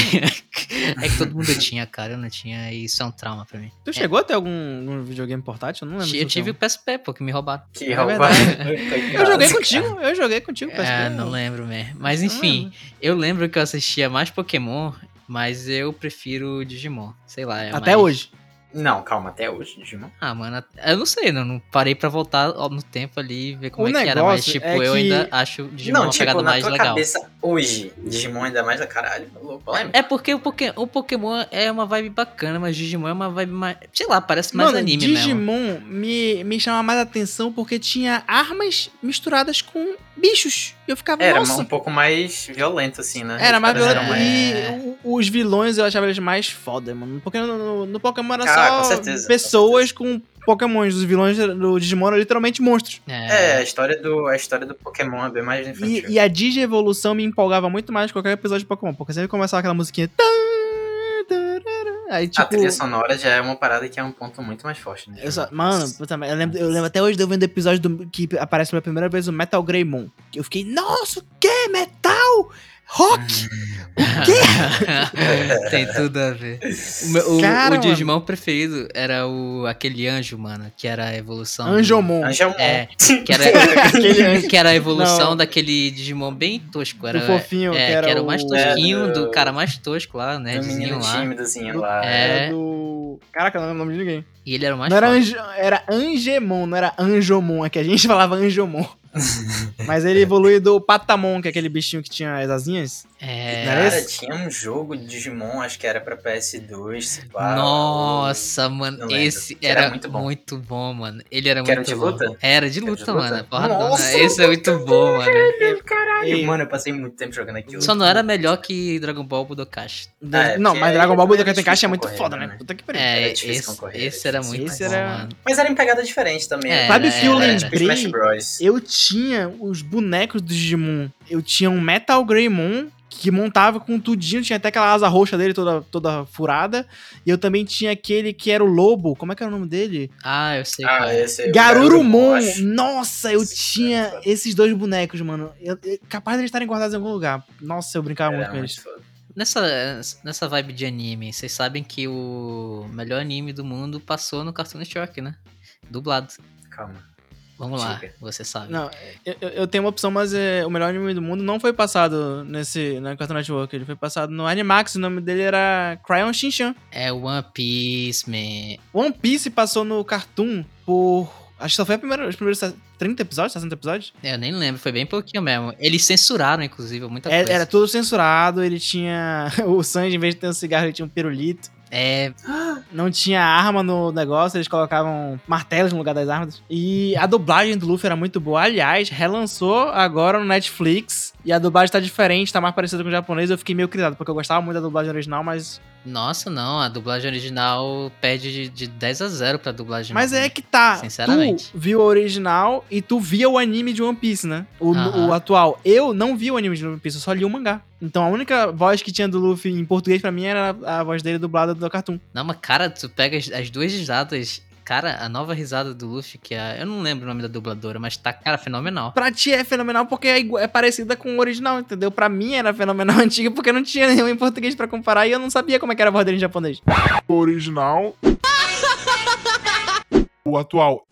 Speaker 1: é que todo mundo tinha, cara, eu não tinha, e isso é um trauma pra mim.
Speaker 2: Tu chegou a ter algum, algum videogame portátil? Eu não lembro. se
Speaker 1: Eu tive
Speaker 2: tem
Speaker 1: o PSP, pô, que me roubaram.
Speaker 3: Que
Speaker 2: É
Speaker 3: roubar.
Speaker 2: um. Eu joguei contigo, eu joguei contigo.
Speaker 1: É,
Speaker 2: parece que-
Speaker 1: não lembro mesmo. Mas
Speaker 2: né? Não
Speaker 1: enfim,
Speaker 2: lembro.
Speaker 1: eu lembro que eu assistia mais Pokémon, mas eu prefiro Digimon. Sei lá. é
Speaker 2: Até
Speaker 1: mais-
Speaker 2: hoje.
Speaker 3: Não, calma, até hoje, Digimon.
Speaker 1: Ah, mano, eu não sei, não, não parei pra voltar ó, no tempo ali e ver como
Speaker 2: O
Speaker 1: é que era, mas
Speaker 2: negócio
Speaker 1: tipo,
Speaker 2: é
Speaker 1: eu
Speaker 2: que-
Speaker 1: ainda acho Digimon é
Speaker 3: não,
Speaker 1: uma
Speaker 3: tipo,
Speaker 1: pegada
Speaker 3: na
Speaker 1: mais
Speaker 3: tua
Speaker 1: legal.
Speaker 3: cabeça hoje, Digimon ainda mais da caralho. tá Louco, polêmico.
Speaker 1: É porque o, Poké- o Pokémon é uma vibe bacana, mas Digimon é uma vibe mais. Sei lá, parece mais
Speaker 2: Mano,
Speaker 1: anime mesmo.
Speaker 2: Digimon me, me chama mais atenção porque tinha armas misturadas com bichos. E eu ficava,
Speaker 3: Era
Speaker 2: É, nossa.
Speaker 3: um pouco mais violento, assim, né?
Speaker 2: Era mais
Speaker 3: Os caras
Speaker 2: violento.
Speaker 3: eram
Speaker 1: mais-
Speaker 2: E o- os vilões eu achava eles mais foda, mano. Porque no, no- no Pokémon era
Speaker 3: Ah,
Speaker 2: só
Speaker 3: com certeza,
Speaker 2: pessoas com, pokémons. Os vilões do Digimon eram literalmente monstros.
Speaker 3: É, a história, do, a história do Pokémon é bem mais infantil.
Speaker 2: E, e a Digievolução me empolgava muito mais que qualquer episódio de Pokémon. Porque sempre começava aquela musiquinha. tan, tarara. Aí, tipo.
Speaker 3: A Ah, trilha sonora já é uma parada que é um ponto muito mais forte, né?
Speaker 2: Eu só- mano, puta merda, eu lembro, eu lembro até hoje de eu vendo episódio do, que aparece pela primeira vez o Metal Greymon. Que Eu fiquei, nossa, o que? Metal? Rock?
Speaker 1: Tem tudo a ver. O, meu- o-
Speaker 2: Cara,
Speaker 1: o Digimon preferido era o, aquele anjo, mano, que era a
Speaker 3: Hum,
Speaker 1: evolução. do-
Speaker 2: Anjomon.
Speaker 3: Anjamon.
Speaker 1: É, que era,
Speaker 2: Aquele anjo
Speaker 1: que era a evolução
Speaker 2: Não.
Speaker 1: daquele Digimon bem tosco. Era,
Speaker 2: do fofinho,
Speaker 1: É,
Speaker 2: que era,
Speaker 1: o mais
Speaker 2: o...
Speaker 1: tosquinho,
Speaker 3: É,
Speaker 1: do
Speaker 3: do-
Speaker 1: cara mais tosco lá, né?
Speaker 3: um menino
Speaker 1: Dizinho lá.
Speaker 3: tímidozinho lá.
Speaker 1: É.
Speaker 2: Era do. Caraca, não lembro o nome de ninguém.
Speaker 1: E ele era o mais
Speaker 2: não era,
Speaker 1: forte.
Speaker 2: anjo, era Angemon, não era Anjomon. É que a gente falava Anjomon. Mas ele evolui do Patamon, que é aquele bichinho que tinha as asinhas.
Speaker 1: É.
Speaker 2: Não era
Speaker 3: Cara,
Speaker 2: esse?
Speaker 3: tinha um jogo de Digimon, acho que era pra PS2, se pá,
Speaker 1: Nossa,
Speaker 3: não
Speaker 1: mano,
Speaker 3: lembro.
Speaker 1: esse
Speaker 3: Que
Speaker 1: era,
Speaker 3: era
Speaker 1: muito,
Speaker 3: muito
Speaker 1: bom.
Speaker 3: bom.
Speaker 1: mano. Ele era
Speaker 3: Que era
Speaker 1: muito
Speaker 3: de
Speaker 1: bom.
Speaker 3: luta?
Speaker 1: Era de
Speaker 3: Era de
Speaker 1: luta,
Speaker 3: luta?
Speaker 1: mano. Porra,
Speaker 3: Nossa,
Speaker 1: dona, esse é muito bom, mano.
Speaker 3: ou-
Speaker 2: E-
Speaker 3: Mano, eu passei muito tempo jogando aquilo.
Speaker 1: Só não era melhor que Dragon Ball Budokashi.
Speaker 3: É,
Speaker 2: não,
Speaker 3: porque
Speaker 2: mas Dragon Ball
Speaker 3: também
Speaker 2: Budokai
Speaker 3: era
Speaker 2: Tenkaichi é
Speaker 3: difícil
Speaker 2: muito
Speaker 3: concorrer,
Speaker 2: foda, né?
Speaker 3: né?
Speaker 2: Puta que pariu.
Speaker 1: É,
Speaker 3: Era difícil
Speaker 1: esse,
Speaker 3: concorrer,
Speaker 1: esse era
Speaker 3: esse
Speaker 1: muito
Speaker 2: esse
Speaker 1: bom,
Speaker 2: era-
Speaker 1: mano.
Speaker 3: Mas era em pegada diferente também.
Speaker 1: É,
Speaker 3: era-
Speaker 1: Sabe
Speaker 2: o que eu
Speaker 3: era
Speaker 2: lembrei?
Speaker 3: tipo Smash Bros.
Speaker 2: Eu tinha os bonecos do Digimon. Eu tinha um Metal Greymon que montava com tudinho, tinha até aquela asa roxa dele toda, toda furada. E eu também tinha aquele que era o lobo. Como é que era o nome dele?
Speaker 1: Ah, eu sei.
Speaker 3: Ah,
Speaker 1: cara.
Speaker 3: esse é o
Speaker 2: Garurumon!
Speaker 3: acho.
Speaker 2: Nossa, eu
Speaker 3: Esse
Speaker 2: tinha
Speaker 3: cara.
Speaker 2: esses dois bonecos, mano. Eu- eu- capaz de eles estarem guardados em algum lugar. Nossa, eu brincava muito
Speaker 3: Era
Speaker 2: com eles.
Speaker 3: muito foda.
Speaker 1: Nessa, nessa vibe de anime, vocês sabem que o melhor anime do mundo passou no Cartoon Network, né? Dublado.
Speaker 3: Calma.
Speaker 1: Vamos lá,
Speaker 3: Diga.
Speaker 1: você sabe.
Speaker 2: Não, eu, eu- eu tenho uma opção, mas é, o melhor anime do mundo não foi passado nesse, na Cartoon Network. Ele foi passado no Animax. O nome dele era Cryon Shinchan.
Speaker 1: É One Piece Man.
Speaker 2: One Piece passou no Cartoon por. Acho que só foi a primeira, os primeiros 30 episódios, 60 episódios.
Speaker 1: É, Eu nem lembro, foi bem pouquinho mesmo. Eles censuraram, inclusive, muita
Speaker 2: É-
Speaker 1: coisa.
Speaker 2: era tudo censurado, ele tinha. O Sanji, em vez de ter um cigarro, ele tinha um pirulito.
Speaker 1: É,
Speaker 2: Não tinha arma no negócio, eles colocavam martelos no lugar das armas. E a dublagem do Luffy era muito boa. Aliás, relançou agora no Netflix. E a dublagem tá diferente, tá mais parecida com o japonês. Eu fiquei meio criado, porque eu gostava muito da dublagem original, mas.
Speaker 1: nossa, não, a dublagem original perde de, de 10 a 0 pra dublagem.
Speaker 2: Mas é
Speaker 1: original.
Speaker 2: que tá.
Speaker 1: Sinceramente.
Speaker 2: Tu viu o original e tu via o anime de One Piece, né? O,
Speaker 1: Aham.
Speaker 2: o atual. Eu não vi o anime de One Piece, eu só li o mangá. Então a única voz que tinha do Luffy em português pra mim era a voz dele dublada do cartoon.
Speaker 1: Não, mas cara, tu pega as, as duas risadas Cara, a nova risada do Luffy, que é. Eu não lembro o nome da dubladora, mas tá, cara, fenomenal.
Speaker 2: Pra ti é fenomenal porque é, igu- é parecida com o original, entendeu? Pra mim era fenomenal antiga porque não tinha nenhum em português pra comparar e eu não sabia como é que era a voz dele em japonês.
Speaker 5: O original. O atual.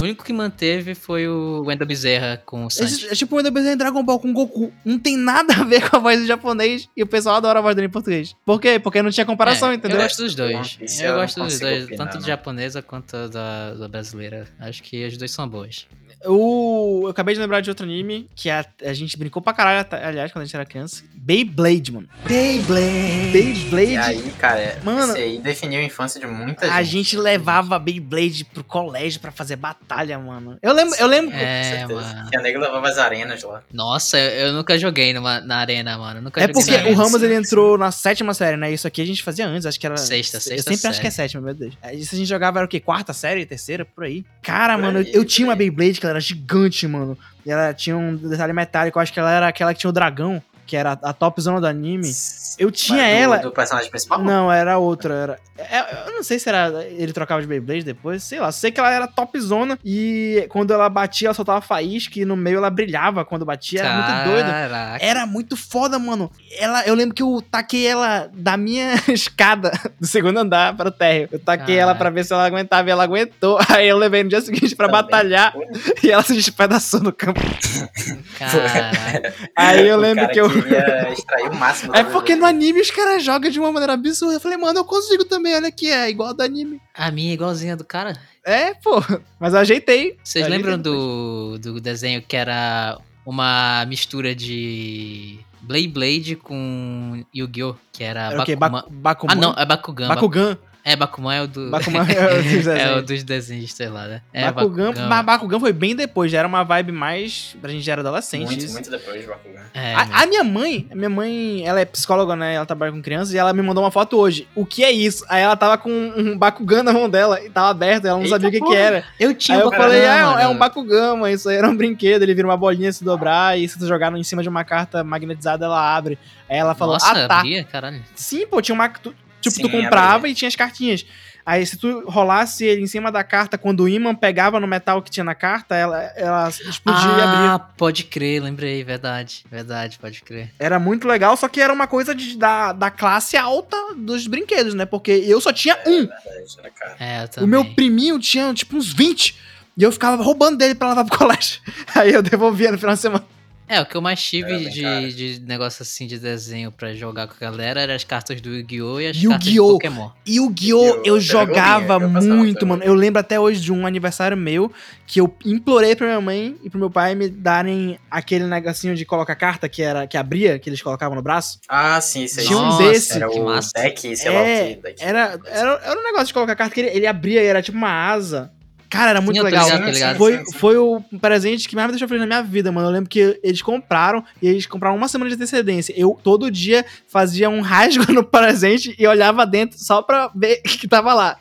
Speaker 1: O único que manteve foi o Wendel Bezerra com o Sanji.
Speaker 2: Esse- é tipo o Wendell Bezerra em Dragon Ball com Goku. Não tem nada a ver com a voz em japonês e o pessoal adora a voz dele em português. Por quê? Porque não tinha comparação,
Speaker 1: É,
Speaker 2: entendeu?
Speaker 1: Eu gosto dos dois.
Speaker 3: One Piece
Speaker 1: Eu
Speaker 3: eu
Speaker 1: gosto
Speaker 3: não
Speaker 1: dos
Speaker 3: consigo
Speaker 1: dois,
Speaker 3: opinar,
Speaker 1: tanto da
Speaker 3: não.
Speaker 1: japonesa quanto da, da brasileira. Acho que as duas são boas.
Speaker 2: O- Eu acabei de lembrar de outro anime que a, a gente brincou pra caralho, tá- aliás, quando a gente era criança. Beyblade, mano. Beyblade.
Speaker 3: E
Speaker 2: Beyblade.
Speaker 3: aí, cara,
Speaker 2: Mano.
Speaker 3: Mano, esse aí definiu a infância de muita gente.
Speaker 2: A gente levava Beyblade pro colégio pra fazer batalha, mano. Eu lembro, eu lembro.
Speaker 1: É.
Speaker 3: Com certeza.
Speaker 1: mano.
Speaker 3: Que a nega levava as arenas lá.
Speaker 1: Nossa, eu eu nunca joguei numa- na arena, mano. Eu Nunca
Speaker 2: É
Speaker 1: joguei
Speaker 2: porque
Speaker 1: na
Speaker 2: o
Speaker 1: arena.
Speaker 2: Ramos ele entrou na sétima série, né? Isso aqui a gente fazia antes, acho que era.
Speaker 1: Sexta,
Speaker 2: Eu
Speaker 1: sexta
Speaker 2: sempre acho
Speaker 1: série.
Speaker 2: que é sétima, meu Deus. Isso a gente jogava era o quê? Quarta série, terceira, por aí. Cara,
Speaker 3: Por
Speaker 2: mano,
Speaker 3: aí,
Speaker 2: eu
Speaker 3: por
Speaker 2: tinha uma
Speaker 3: aí.
Speaker 2: Beyblade que ela era gigante, mano. E ela tinha um detalhe metálico, eu acho que ela era aquela que tinha o dragão, que era a top zona do anime. Eu tinha
Speaker 3: Mas do-
Speaker 2: ela.
Speaker 3: Do personagem principal?
Speaker 2: Não, era outra. Era... é, Eu não sei se era. Ele trocava de Beyblade depois, sei lá. Sei que ela era topzona e quando ela batia, ela soltava faísca e no meio ela brilhava quando batia. Era é muito doido.
Speaker 1: Caraca.
Speaker 2: Era muito foda, mano. Ela, eu lembro que eu taquei ela da minha escada do segundo andar para o térreo. Eu taquei
Speaker 1: Caraca.
Speaker 2: ela pra ver se ela aguentava e ela aguentou. Aí eu levei no dia seguinte pra
Speaker 3: Também.
Speaker 2: batalhar e ela se despedaçou no campo. É.
Speaker 1: Caraca.
Speaker 2: Aí eu
Speaker 3: O
Speaker 2: lembro
Speaker 3: cara
Speaker 2: que eu.
Speaker 3: Queria extrair o máximo.
Speaker 2: É
Speaker 3: da-
Speaker 2: porque no anime os caras jogam de uma maneira absurda. Eu falei, mano, eu consigo também, olha aqui, é igual do anime.
Speaker 1: A minha é igualzinha do cara.
Speaker 2: É, pô. Mas eu ajeitei.
Speaker 1: Vocês
Speaker 2: Eu
Speaker 1: lembram
Speaker 2: ajeitei.
Speaker 1: do, do desenho que era uma mistura de Blade Blade com Yu-Gi-Oh! Que era,
Speaker 2: Era o quê?
Speaker 1: Bakuman.
Speaker 2: Baku- Bakuman?
Speaker 1: Ah, não, é Bakugan. Baku-
Speaker 2: Bakugan.
Speaker 1: É, Bakuman é o do.
Speaker 2: Bakuman é
Speaker 1: é
Speaker 2: o dos
Speaker 1: o
Speaker 2: desenhos.
Speaker 1: dos desenhos, sei lá, né? É,
Speaker 2: Bakugan, mas Bakugan foi bem depois, já era uma vibe mais. A gente já era adolescente.
Speaker 3: Muito,
Speaker 2: é isso.
Speaker 3: muito depois de Bakugan.
Speaker 1: É, mano.
Speaker 2: A, a minha mãe, a minha mãe, ela é psicóloga, né? Ela trabalha com crianças e ela me mandou uma foto hoje. O que é isso? Aí ela tava com um Bakugan na mão dela e tava aberto, ela não
Speaker 3: Eita
Speaker 2: sabia o que, que
Speaker 3: porra.
Speaker 2: era.
Speaker 1: eu tinha
Speaker 2: aí eu
Speaker 1: Bakugan,
Speaker 2: falei, ah, é, um
Speaker 1: mano.
Speaker 2: Bakugan, mas isso aí era um brinquedo, ele vira uma bolinha se dobrar e se tu jogar em cima de uma carta magnetizada, ela abre. Aí ela falou,
Speaker 1: Nossa,
Speaker 2: ah tá.
Speaker 1: abria, caralho.
Speaker 2: Sim, pô, tinha uma. tu- tipo,
Speaker 3: Sim,
Speaker 2: tu comprava e tinha as cartinhas. Aí, se tu rolasse ele em cima da carta, quando o ímã pegava no metal que tinha na carta, ela, ela explodia e abria.
Speaker 1: ah, pode crer, lembrei, verdade. Verdade, pode crer.
Speaker 2: Era muito legal, só que era uma coisa de- da, da classe alta dos brinquedos, né? Porque eu só tinha um.
Speaker 3: É, Verdade, era cara.
Speaker 1: É, eu
Speaker 2: O
Speaker 1: também.
Speaker 2: meu priminho tinha, tipo, uns 20. E eu ficava roubando dele pra levar pro colégio. Aí eu devolvia no final de semana.
Speaker 1: É, o que eu mais tive
Speaker 3: Era bem caro.
Speaker 1: de, de negócio assim de desenho pra jogar com a galera era as cartas do Yu-Gi-Oh! e as
Speaker 2: Yu-Gi-Oh!
Speaker 1: cartas de Pokémon.
Speaker 2: E o Guiô,
Speaker 3: Eu-
Speaker 2: eu
Speaker 3: eu
Speaker 2: jogava
Speaker 3: joguei, eu passava
Speaker 2: muito,
Speaker 3: também.
Speaker 2: mano. Eu lembro até hoje de um aniversário meu que eu implorei pra minha mãe e pro meu pai me darem aquele negocinho de colocar carta que era que abria, que eles colocavam no braço.
Speaker 3: Ah, sim, isso aí.
Speaker 2: Tinha um
Speaker 3: Nossa,
Speaker 2: desse.
Speaker 3: Era
Speaker 1: Que
Speaker 3: o
Speaker 1: massa.
Speaker 3: deck, sei lá o
Speaker 2: É,
Speaker 3: que. Deck,
Speaker 2: era, era, era um negócio de colocar carta que ele, ele abria e era tipo uma asa. Cara, era muito
Speaker 1: eu tô
Speaker 2: legal.
Speaker 1: ligado, tô ligado.
Speaker 2: Foi,
Speaker 3: Sim, sim.
Speaker 2: foi o presente que mais me deixou feliz na minha vida, mano. Eu lembro que eles compraram e eles compraram uma semana de antecedência. Eu todo dia fazia um rasgo no presente e olhava dentro só pra ver o que tava lá.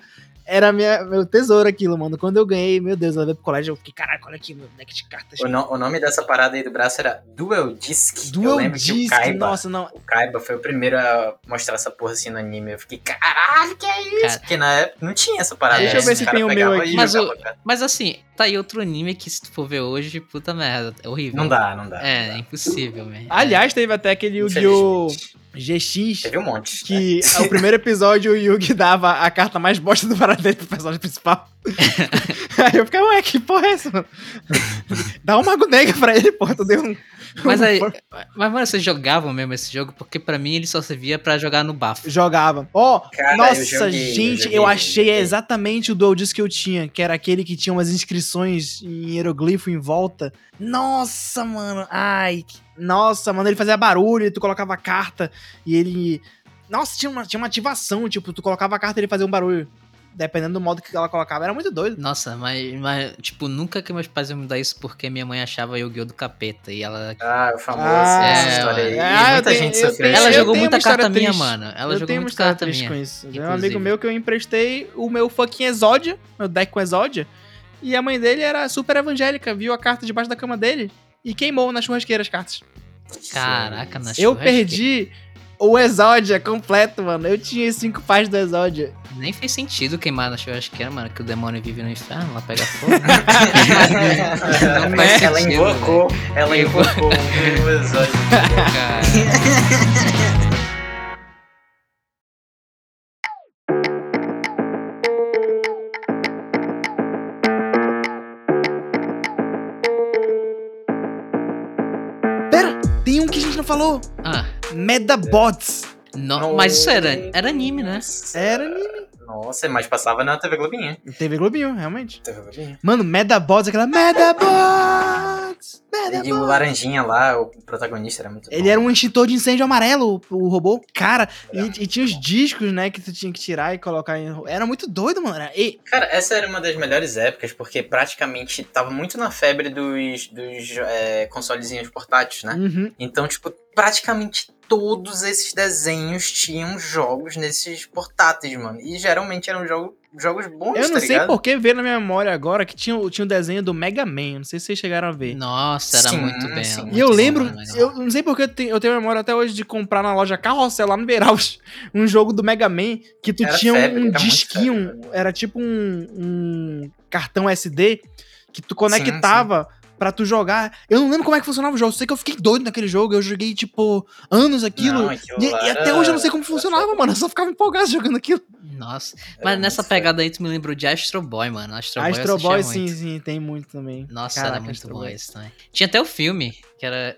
Speaker 2: Era minha, meu tesouro aquilo, mano. Quando eu ganhei, meu Deus, eu levei pro colégio, eu fiquei, caraca, olha aqui, meu deck de cartas.
Speaker 3: O, no- o nome dessa parada aí do braço era Duel Disc. eu
Speaker 2: Duel
Speaker 3: lembro que o
Speaker 2: Disc,
Speaker 3: Kaiba,
Speaker 2: nossa, não.
Speaker 3: o Kaiba foi o primeiro a mostrar essa porra assim no anime. Eu fiquei, caralho, que é isso?
Speaker 1: Cara.
Speaker 3: Porque na época não tinha essa parada.
Speaker 1: Deixa
Speaker 3: né?
Speaker 1: eu ver
Speaker 3: Os
Speaker 2: se
Speaker 3: cara
Speaker 2: tem o meu
Speaker 3: pegava
Speaker 2: aqui.
Speaker 3: e
Speaker 1: Mas
Speaker 3: jogava, cara.
Speaker 1: Mas assim, tá aí outro anime que se tu for ver hoje, puta merda, é horrível.
Speaker 3: Não dá, não dá.
Speaker 1: É,
Speaker 3: não
Speaker 1: é
Speaker 3: dá.
Speaker 1: impossível, velho.
Speaker 2: Aliás, teve até aquele Yu-Gi-Oh!
Speaker 3: Infelizmente.
Speaker 2: GX.
Speaker 3: Teve um monte. né?
Speaker 2: Que o primeiro episódio o Yugi dava a carta mais bosta do baralho dele pro personagem principal. Aí eu ficava, ué, que porra é essa, mano? Dá uma nega pra ele, porra, tu deu um.
Speaker 1: mas
Speaker 2: um-
Speaker 1: aí, mas mano, vocês jogavam mesmo esse jogo porque pra mim ele só servia pra jogar no bafo.
Speaker 2: Jogava. Ó,
Speaker 3: Cara, eu
Speaker 2: nossa,
Speaker 3: joguei, eu
Speaker 2: gente, eu,
Speaker 3: joguei,
Speaker 2: achei
Speaker 3: joguei.
Speaker 2: exatamente o dual disc que eu tinha, que era aquele que tinha umas inscrições em hieroglifo em volta. Nossa, mano, ai, que- nossa, mano, ele fazia barulho, e tu colocava a carta e ele. Nossa, tinha uma, tinha uma ativação, tipo, tu colocava a carta e ele fazia um barulho. Dependendo do modo que ela colocava, era muito doido.
Speaker 1: Nossa, mas, mas, tipo, nunca que meus pais iam me dar isso porque minha mãe achava Yu-Gi-Oh! do capeta e ela
Speaker 3: Ah, o famoso.
Speaker 2: Ah,
Speaker 3: essa
Speaker 1: é,
Speaker 3: história aí.
Speaker 2: mano.
Speaker 3: E muita
Speaker 2: Ah, eu
Speaker 3: gente
Speaker 2: tenho- eu
Speaker 3: sofreu.
Speaker 2: tenho-
Speaker 1: Ela
Speaker 3: isso.
Speaker 1: jogou
Speaker 2: tenho
Speaker 1: muita
Speaker 2: uma história
Speaker 1: carta minha,
Speaker 2: triste.
Speaker 1: mano. Ela
Speaker 2: eu
Speaker 1: jogou
Speaker 2: tenho uma
Speaker 1: muito
Speaker 2: história
Speaker 1: carta
Speaker 2: triste
Speaker 1: minha.
Speaker 2: com isso. Tem um
Speaker 1: inclusive.
Speaker 2: amigo meu que eu emprestei o meu fucking Exódia, meu deck com Exódia, e a mãe dele era super evangélica, viu a carta debaixo da cama dele e queimou na churrasqueira as cartas.
Speaker 1: Caraca, na
Speaker 2: eu
Speaker 1: churrasqueira.
Speaker 2: perdi o Exódia completo, mano. Eu tinha cinco partes do Exódia.
Speaker 1: Nem fez sentido queimar na churrasqueira, mano, que o demônio vive no inferno, lá pega fogo. Não faz
Speaker 3: ela
Speaker 1: sentido, né?
Speaker 3: invocou, ela
Speaker 1: Eu-
Speaker 3: invocou um o exódio.
Speaker 1: cara.
Speaker 2: Pera, tem um que a gente não falou.
Speaker 1: Ah,
Speaker 2: Medabots.
Speaker 1: no-
Speaker 3: Não.
Speaker 1: mas isso era, era anime, né?
Speaker 2: Era anime.
Speaker 3: Nossa, mas passava na TV Globinha.
Speaker 2: TV Globinho, realmente.
Speaker 3: TV Globinha.
Speaker 2: Mano, Medabots, aquela Medabots. Medabots.
Speaker 3: E o Laranjinha lá, o protagonista, era muito
Speaker 2: Ele era um extintor de incêndio amarelo, o o robô. Cara, e, e tinha os discos, né, que tu tinha que tirar e colocar em... Era muito doido, mano. Era- E,
Speaker 3: Cara, essa era uma das melhores épocas, porque praticamente tava muito na febre dos, dos é, consolezinhos portáteis, né?
Speaker 2: Uhum.
Speaker 3: Então, tipo, praticamente todos esses desenhos tinham jogos nesses portáteis, mano. E geralmente eram jogo, jogos bons,
Speaker 2: Eu não
Speaker 3: tá
Speaker 2: sei
Speaker 3: ligado?
Speaker 2: por que veio na minha memória agora que tinha, o- tinha um desenho do Mega Man. Não sei se vocês chegaram a ver.
Speaker 1: Nossa, era
Speaker 3: Sim,
Speaker 1: muito bem.
Speaker 3: sim.
Speaker 1: muito
Speaker 2: E eu
Speaker 1: bom,
Speaker 2: lembro,
Speaker 1: né, legal.
Speaker 2: eu não sei porque eu tenho, eu tenho memória até hoje de comprar na loja Carrossel, lá no Beiraus, um jogo do Mega Man que tu
Speaker 3: Era
Speaker 2: tinha um-
Speaker 3: febre,
Speaker 2: um
Speaker 3: era muito
Speaker 2: disquinho,
Speaker 3: febre. né?
Speaker 2: era tipo um, um cartão SD que tu conectava pra tu jogar. Eu não lembro como é que funcionava o jogo, sei que eu fiquei doido naquele jogo, eu joguei tipo anos aquilo.
Speaker 3: Não, aquilo
Speaker 2: e, e
Speaker 3: lá
Speaker 2: até
Speaker 3: era-
Speaker 2: hoje eu não sei como funcionava, mano. Eu só ficava empolgado jogando aquilo.
Speaker 1: Nossa,
Speaker 3: era
Speaker 1: mas
Speaker 3: muito
Speaker 1: nessa
Speaker 3: febre.
Speaker 1: pegada aí tu me lembrou de Astro Boy, mano. Astro Boy, eu
Speaker 2: Astro Boy,
Speaker 1: assistia
Speaker 2: sim,
Speaker 1: muito.
Speaker 2: sim, tem muito também.
Speaker 1: Nossa,
Speaker 2: Caraca,
Speaker 1: era muito
Speaker 2: Astro
Speaker 1: bom
Speaker 2: Boy.
Speaker 1: esse também. Tinha até o filme, que era.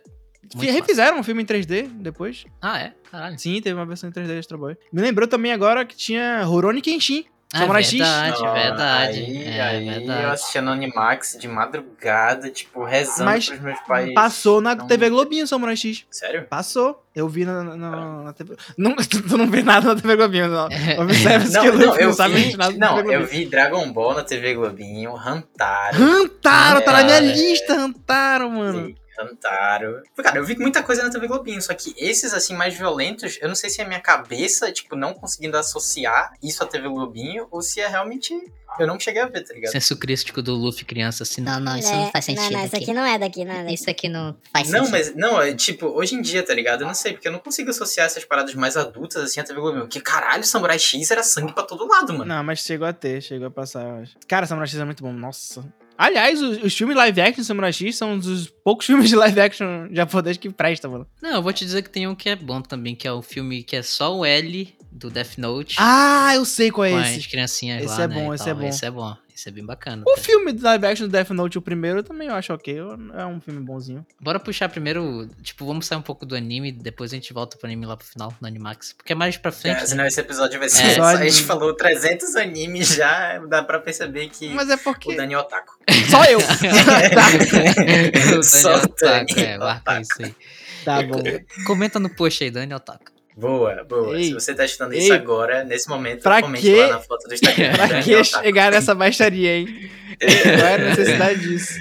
Speaker 1: muito
Speaker 2: Refizeram um filme em 3D depois.
Speaker 1: massa. Ah, é? Caralho.
Speaker 2: Sim, teve uma versão em 3D de Astro Boy. Me lembrou também agora que tinha Rurouni Kenshin.
Speaker 1: Ah,
Speaker 2: Samurai X.
Speaker 1: verdade,
Speaker 3: Não,
Speaker 1: verdade.
Speaker 3: Aí,
Speaker 1: é,
Speaker 3: aí eu
Speaker 1: verdade.
Speaker 3: assistia no Animax de madrugada, tipo, rezando
Speaker 2: Mas
Speaker 3: pros meus pais.
Speaker 2: Passou na
Speaker 3: não-
Speaker 2: TV Globinho Samurai X.
Speaker 3: Sério?
Speaker 2: Passou. Eu vi na, na- na- na TV. Não, tu tu não vê nada na TV Globinho, não. Observe
Speaker 3: Não,
Speaker 2: que o
Speaker 3: não,
Speaker 2: Luffy
Speaker 3: eu
Speaker 2: É, não sabe
Speaker 3: vi,
Speaker 2: de nada na TV
Speaker 3: não, eu
Speaker 2: Globinho.
Speaker 3: vi Dragon Ball na TV Globinho, Hantaro.
Speaker 2: Rantaro, tá na minha
Speaker 1: Cara, é.
Speaker 2: lista, Rantaro, mano.
Speaker 3: Sim, Tantaro. Cara, eu vi muita coisa na TV Globinho, só que esses, assim, mais violentos, eu não sei se é minha cabeça, tipo, não conseguindo associar isso à TV Globinho, ou se é realmente. Eu não cheguei a ver, tá ligado?
Speaker 1: Senso crístico do Luffy criança assim.
Speaker 6: Não, não, isso
Speaker 7: É,
Speaker 6: não faz sentido.
Speaker 7: Não, não, isso aqui não é daqui, não é daqui.
Speaker 6: Isso aqui não faz
Speaker 3: não,
Speaker 6: sentido.
Speaker 3: mas, não, é tipo, hoje em dia, tá ligado? Eu não sei, porque eu não consigo associar essas paradas mais adultas, assim, à TV Globinho. Que caralho, Samurai X era sangue pra todo lado, mano.
Speaker 2: Não, mas chegou a ter, chegou a passar, eu acho. Cara, Samurai X é muito bom, nossa. Aliás, os, os filmes live action de Samurai X são um dos poucos filmes de live action japonês que presta, mano.
Speaker 1: Não, eu vou te dizer que tem um que é bom também, que é o filme que é só o L do Death Note.
Speaker 2: Ah, eu sei qual
Speaker 1: com
Speaker 2: é
Speaker 1: as
Speaker 2: esse.
Speaker 1: criancinhas
Speaker 2: Esse
Speaker 1: lá,
Speaker 2: é
Speaker 1: né,
Speaker 2: bom,
Speaker 1: e
Speaker 2: esse
Speaker 1: tal.
Speaker 2: é bom.
Speaker 1: Esse é bom, esse é bem bacana.
Speaker 2: O
Speaker 1: tá?
Speaker 2: filme de live action do Death Note, o primeiro, eu também eu acho ok. eu- É um filme bonzinho.
Speaker 1: Bora puxar primeiro, tipo, vamos sair um pouco do anime, depois a gente volta pro anime lá pro final, no Animax. Porque é mais pra
Speaker 3: É,
Speaker 1: frente, né?
Speaker 3: senão esse episódio vai
Speaker 2: É,
Speaker 3: ser. só,
Speaker 2: só
Speaker 3: a gente
Speaker 2: de-
Speaker 3: falou 300 animes já, dá pra perceber que
Speaker 2: Mas é
Speaker 3: o
Speaker 2: porque.
Speaker 3: Dani é otaku.
Speaker 2: Só eu! Tá.
Speaker 1: O
Speaker 3: Só
Speaker 1: Daniel
Speaker 3: o Dani
Speaker 1: Otaku, é, marca
Speaker 3: Otaku.
Speaker 1: isso aí.
Speaker 2: tá bom.
Speaker 1: Comenta no post aí, Daniel Otaku.
Speaker 3: Boa, boa.
Speaker 2: Ei,
Speaker 3: Se você tá estudando
Speaker 2: ei.
Speaker 3: isso agora, nesse momento,
Speaker 2: Pra
Speaker 3: comente
Speaker 2: quê?
Speaker 3: lá na foto do Instagram.
Speaker 2: Pra
Speaker 3: Daniel tá
Speaker 2: que
Speaker 3: Taco.
Speaker 2: chegar nessa baixaria, hein? Qual é a necessidade disso?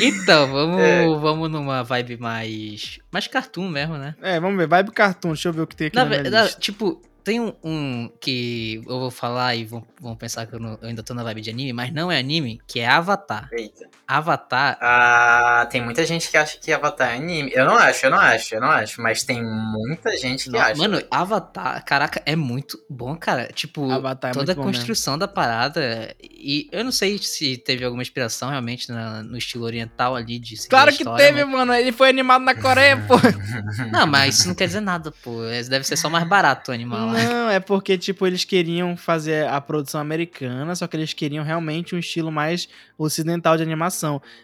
Speaker 1: Então, vamos,
Speaker 3: É.
Speaker 1: vamos numa vibe mais. mais cartoon mesmo, né?
Speaker 2: É, vamos ver. Vai pro cartoon, deixa eu ver o que tem aqui
Speaker 1: Na
Speaker 2: na,
Speaker 1: ve-
Speaker 2: minha
Speaker 1: na-
Speaker 2: lista.
Speaker 1: tipo, tem um, um que eu vou falar e vão, vão pensar que eu, não- eu ainda tô na vibe de anime, mas não é anime, que é Avatar.
Speaker 3: Eita.
Speaker 1: Avatar
Speaker 3: Ah, tem muita gente que acha que Avatar é anime. Eu não acho, eu não acho, eu não acho. Mas tem muita gente que
Speaker 1: No-
Speaker 3: acha.
Speaker 1: Mano, Avatar, caraca, é muito bom, cara. Tipo,
Speaker 2: Avatar é
Speaker 1: toda
Speaker 2: muito
Speaker 1: a
Speaker 2: bom mesmo.
Speaker 1: construção da parada. E eu não sei se teve alguma inspiração realmente na- no estilo oriental ali de seguir
Speaker 2: Claro
Speaker 1: a
Speaker 2: que
Speaker 1: história, né?
Speaker 2: teve, mano. Ele foi animado na Coreia,
Speaker 3: Hum.
Speaker 2: pô.
Speaker 1: mas- Não, mas isso não quer dizer nada, pô. Esse Deve ser só mais barato o animal lá.
Speaker 2: Não, é porque, tipo, eles queriam fazer a produção americana, só que eles queriam realmente um estilo mais ocidental de animação.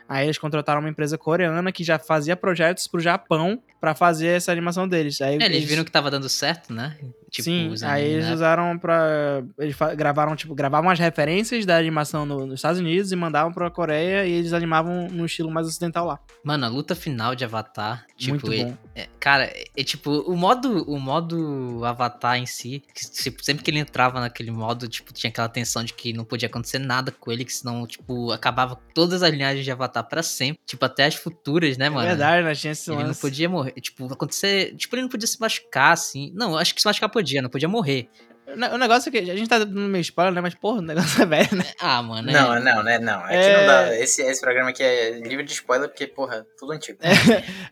Speaker 2: Aí eles contrataram uma empresa coreana que já fazia projetos pro Japão pra fazer essa animação deles. Aí
Speaker 1: É, eles viram que tava dando certo, né? Tipo,
Speaker 2: Sim,
Speaker 1: os
Speaker 2: aí
Speaker 1: animes,
Speaker 2: eles
Speaker 1: né?
Speaker 2: usaram pra. Eles fa- gravaram, tipo, gravavam as referências da animação no- nos Estados Unidos e mandavam pra Coreia e eles animavam no estilo mais ocidental lá.
Speaker 1: Mano, a luta final de Avatar, tipo,
Speaker 2: Muito
Speaker 1: é-
Speaker 2: bom.
Speaker 1: é- cara, é, é tipo, o modo, o modo Avatar em si, que se- sempre que ele entrava naquele modo, tipo, tinha aquela tensão de que não podia acontecer nada com ele, que senão, tipo, acabava com todas as linhagens de Avatar pra sempre, tipo, até as futuras, né,
Speaker 2: É
Speaker 1: mano?
Speaker 2: verdade, né? Tinha esse
Speaker 1: Ele não
Speaker 2: lance.
Speaker 1: podia morrer, tipo, acontecer, tipo, ele não podia se machucar, assim, não, acho que se machucar podia, não podia morrer,
Speaker 2: O negócio é que a gente tá dando meio spoiler, né? Mas, porra, o negócio é velho, né?
Speaker 1: Ah, mano.
Speaker 3: Não,
Speaker 1: é...
Speaker 3: não, né? Não. Aqui
Speaker 2: É.
Speaker 3: não dá. Esse, esse programa aqui é livre de spoiler, porque, porra, tudo
Speaker 2: É.
Speaker 3: antigo.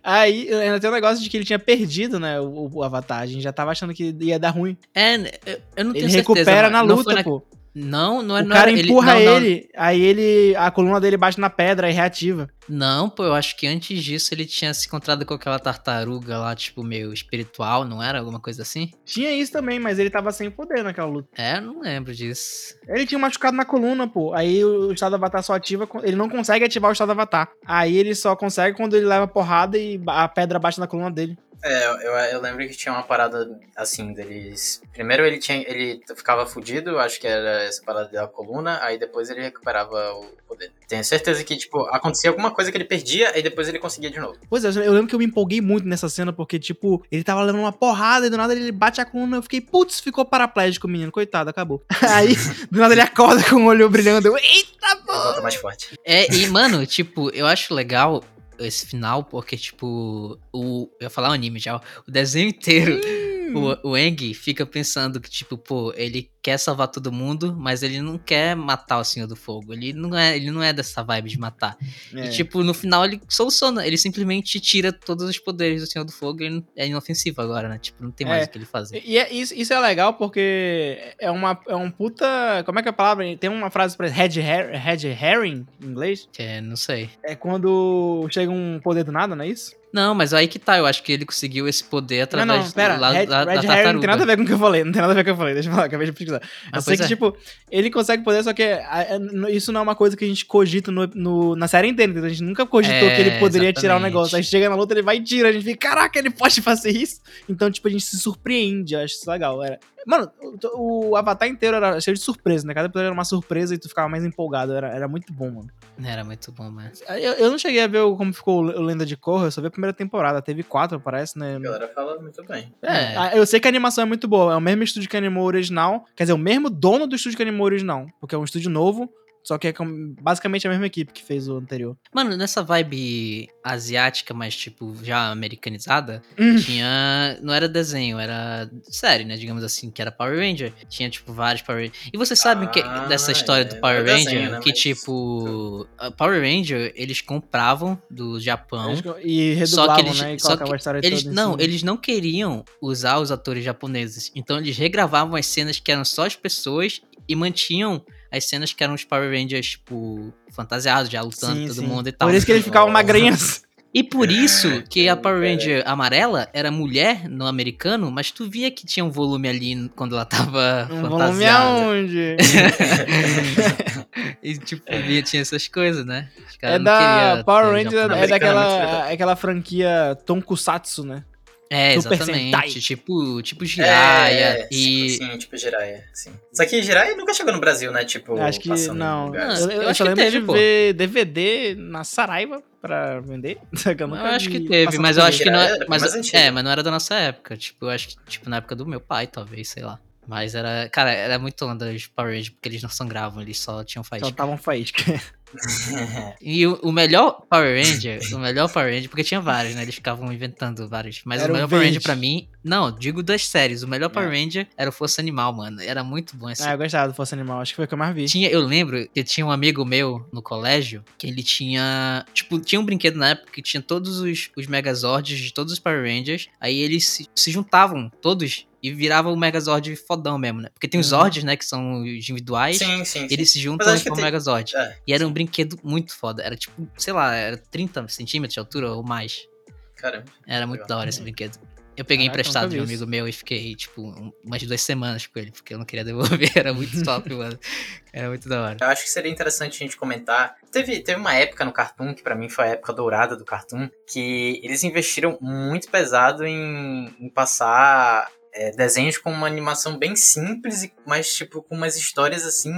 Speaker 2: Aí ainda tem o negócio de que ele tinha perdido, né? O, o avatar. A gente já tava achando que ia dar ruim.
Speaker 1: É, eu- eu não tenho
Speaker 2: Ele
Speaker 1: certeza.
Speaker 2: recupera
Speaker 1: mas
Speaker 2: na
Speaker 1: não foi
Speaker 2: luta,
Speaker 1: na-
Speaker 2: pô.
Speaker 1: Não, não é
Speaker 2: O
Speaker 1: não
Speaker 2: cara
Speaker 1: era- ele-
Speaker 2: empurra
Speaker 1: não,
Speaker 2: ele,
Speaker 1: não,
Speaker 2: aí ele. A coluna dele bate na pedra e reativa.
Speaker 1: Não, pô, eu acho que antes disso ele tinha se encontrado com aquela tartaruga lá, tipo, meio espiritual, não era? Alguma coisa assim?
Speaker 2: Tinha isso também, mas ele tava sem poder naquela luta.
Speaker 1: É, eu não lembro disso.
Speaker 2: Ele tinha um machucado na coluna, pô. Aí o estado avatar só ativa. co- Ele não consegue ativar o estado avatar. Aí ele só consegue quando ele leva porrada e ba- a pedra bate na coluna dele.
Speaker 3: É, eu, eu- eu lembro que tinha uma parada assim deles. Primeiro ele tinha. ele ficava fudido, acho que era essa parada da coluna, aí depois ele recuperava o poder. Tenho certeza que, tipo, acontecia alguma coisa que ele perdia, e depois ele conseguia de novo.
Speaker 2: Pois é, eu lembro que eu me empolguei muito nessa cena, porque, tipo, ele tava levando uma porrada e do nada ele bate a coluna. Eu fiquei, putz, ficou paraplégico, menino. Coitado, acabou. Aí, do nada ele acorda com o olho brilhando. Eu, Eita,
Speaker 3: Ele
Speaker 2: pô!
Speaker 3: volta mais forte.
Speaker 1: É, e, mano, tipo, eu acho legal esse final, porque, tipo, o. Eu ia falar o anime já. O desenho inteiro.
Speaker 2: Hum.
Speaker 1: O, o Eng fica pensando que, tipo, pô, ele quer salvar todo mundo, mas ele não quer matar o Senhor do Fogo. Ele não é, ele não é dessa vibe de matar.
Speaker 2: É.
Speaker 1: E, tipo, no final ele soluciona. Ele simplesmente tira todos os poderes do Senhor do Fogo e ele não- é inofensivo agora, né? Tipo, não tem mais
Speaker 2: É.
Speaker 1: o que ele fazer.
Speaker 2: E é- isso, isso é legal porque é uma é um puta. Como é que é a palavra? Tem uma frase pra red, her, red herring em inglês?
Speaker 1: Que é, não sei.
Speaker 2: É quando chega um poder do nada, não é isso?
Speaker 1: Não, mas aí que tá. Eu acho que ele conseguiu esse poder através
Speaker 2: não, não, pera.
Speaker 1: lá,
Speaker 2: red
Speaker 1: da, da
Speaker 2: red herring não
Speaker 1: tartaruga.
Speaker 2: tem nada a ver com o que eu falei. Não tem nada a ver com o que eu falei. Deixa eu falar, acabei de pesquisar.
Speaker 1: Ah,
Speaker 2: eu sei
Speaker 1: pois
Speaker 2: que,
Speaker 1: é.
Speaker 2: tipo, ele consegue poder, só que ah, é, n- isso não é uma coisa que a gente cogita no- no- na série inteira, entendeu? A gente nunca cogitou
Speaker 1: É,
Speaker 2: que ele poderia tirar o
Speaker 1: exatamente.
Speaker 2: negócio. Aí chega na luta, ele vai e tira, a gente fica, caraca, ele pode fazer isso? Então, tipo, a gente se surpreende, eu acho isso legal. Era... Mano, o, o Avatar inteiro era cheio de surpresa, né? Cada episódio era uma surpresa e tu ficava mais empolgado, era, era muito bom, mano.
Speaker 1: Era muito bom, mano.
Speaker 2: Eu, eu não cheguei a ver o- como ficou o Lenda de Korra, eu só vi a primeira temporada, teve quatro, parece, né?
Speaker 3: A galera fala muito bem.
Speaker 1: É.
Speaker 2: Ah, Eu sei que a animação é muito boa. É o mesmo estúdio que animou o original. Quer dizer, o mesmo dono do estúdio que animou o original. Porque é um estúdio novo, só que é com- basicamente a mesma equipe que fez o anterior.
Speaker 1: Mano, nessa vibe asiática, mas, tipo, já americanizada,
Speaker 2: Hum.
Speaker 1: tinha. Não era desenho, era série, né? Digamos assim, que era Power Ranger. Tinha, tipo, vários Power Ranger. E vocês sabem que,
Speaker 3: Ah,
Speaker 1: dessa história
Speaker 3: é,
Speaker 1: do Power
Speaker 3: não é
Speaker 1: Ranger?
Speaker 3: desenho, né,
Speaker 1: que,
Speaker 3: mas-
Speaker 1: tipo, a Power Ranger, eles compravam do Japão.
Speaker 2: Eles assim. co- E
Speaker 1: Então, Só
Speaker 2: redublavam,
Speaker 1: que eles-
Speaker 2: né? E
Speaker 1: só
Speaker 2: colocavam
Speaker 1: que
Speaker 2: a história
Speaker 1: Eles
Speaker 2: toda em
Speaker 1: não,
Speaker 2: cima.
Speaker 1: eles não queriam usar os atores japoneses. Então eles regravavam as cenas que eram só as pessoas e mantinham as cenas que eram os Power Rangers, tipo, fantasiados, já lutando
Speaker 2: Sim,
Speaker 1: todo
Speaker 2: sim.
Speaker 1: mundo e tal. então,
Speaker 2: Por isso que eles ficavam
Speaker 3: Nossa.
Speaker 2: magrinhos.
Speaker 1: E
Speaker 2: É,
Speaker 1: por isso que a
Speaker 3: que
Speaker 1: Power Ranger amarela era mulher no americano, mas tu via que tinha um volume ali quando ela tava
Speaker 2: Um volume
Speaker 1: fantasiada.
Speaker 2: aonde?
Speaker 1: E tipo, via, tinha essas coisas, né? Os caras
Speaker 2: é
Speaker 1: não
Speaker 2: da
Speaker 1: queriam
Speaker 2: Power
Speaker 1: ter
Speaker 2: Ranger, é
Speaker 1: japonês.
Speaker 3: Americano é muito
Speaker 2: daquela é aquela franquia Tokusatsu, né?
Speaker 1: É,
Speaker 2: Super Sentai.
Speaker 1: exatamente. Tipo, tipo Jiraiya
Speaker 3: é,
Speaker 1: e...
Speaker 3: Sim, sim, tipo Jiraiya, sim. Só que Jiraiya nunca chegou no Brasil, né? Tipo,
Speaker 2: Acho que
Speaker 3: passando em
Speaker 2: não.
Speaker 3: lugares.
Speaker 1: lugar.
Speaker 2: Eu, eu
Speaker 1: Eu acho
Speaker 2: só
Speaker 1: que
Speaker 2: lembro
Speaker 1: teve,
Speaker 2: de
Speaker 1: pô.
Speaker 2: ver DVD na Saraiva pra vender. Só que eu
Speaker 1: Eu
Speaker 2: nunca
Speaker 1: acho que
Speaker 2: vi
Speaker 1: teve,
Speaker 2: passar
Speaker 1: mas
Speaker 2: por
Speaker 1: eu
Speaker 2: isso.
Speaker 1: acho que não
Speaker 3: Era
Speaker 1: é,
Speaker 3: bem
Speaker 1: mas,
Speaker 3: mais antigo.
Speaker 1: é, mas não era da nossa época. Tipo, eu acho que tipo na época do meu pai, talvez, sei lá. Mas era, cara, era muito onda os Power Rangers, porque eles não sangravam, eles só tinham
Speaker 2: Só
Speaker 1: faísca.
Speaker 2: tava um faísca.
Speaker 1: E o, o melhor Power Ranger, o melhor Power Ranger, porque tinha vários, né? Eles ficavam inventando vários, mas
Speaker 2: Era
Speaker 1: o
Speaker 2: o
Speaker 1: melhor Power Ranger
Speaker 2: verde.
Speaker 1: pra mim, não, digo das séries, o melhor Power
Speaker 2: É.
Speaker 1: Ranger era o Força Animal, mano. Era muito bom esse
Speaker 2: Ah, eu gostava do Força Animal, acho que foi o que eu mais vi.
Speaker 1: Tinha, eu lembro que tinha um amigo meu no colégio que ele tinha. Tipo, tinha um brinquedo na época que tinha todos os, os Megazords de todos os Power Rangers. Aí eles se, se juntavam, todos, e virava o Megazord fodão mesmo, né? Porque tem os
Speaker 2: Uhum.
Speaker 1: Zords, né? Que são os
Speaker 2: Ah,
Speaker 1: individuais.
Speaker 3: Sim, sim, sim.
Speaker 1: Eles se
Speaker 3: Mas
Speaker 1: juntam e
Speaker 3: acho que
Speaker 1: formam o
Speaker 3: tem-
Speaker 1: Megazord.
Speaker 3: É,
Speaker 1: E era um brinquedo muito foda. Era tipo, sei lá, era 30 centímetros de altura ou mais.
Speaker 3: caramba.
Speaker 1: Era muito
Speaker 3: Legal.
Speaker 1: da hora esse brinquedo. Eu peguei
Speaker 2: Caraca,
Speaker 1: emprestado
Speaker 2: nunca
Speaker 1: de um
Speaker 2: vi isso.
Speaker 1: amigo meu e fiquei, tipo, um- umas duas semanas com ele, porque eu não queria devolver. Era muito top, mano. Era muito da hora.
Speaker 3: Eu acho que seria interessante a gente comentar. Teve, teve uma época no Cartoon, que pra mim foi a época dourada do Cartoon, que eles investiram muito pesado em, em passar é, desenhos com uma animação bem simples, e- mas tipo, com umas histórias assim.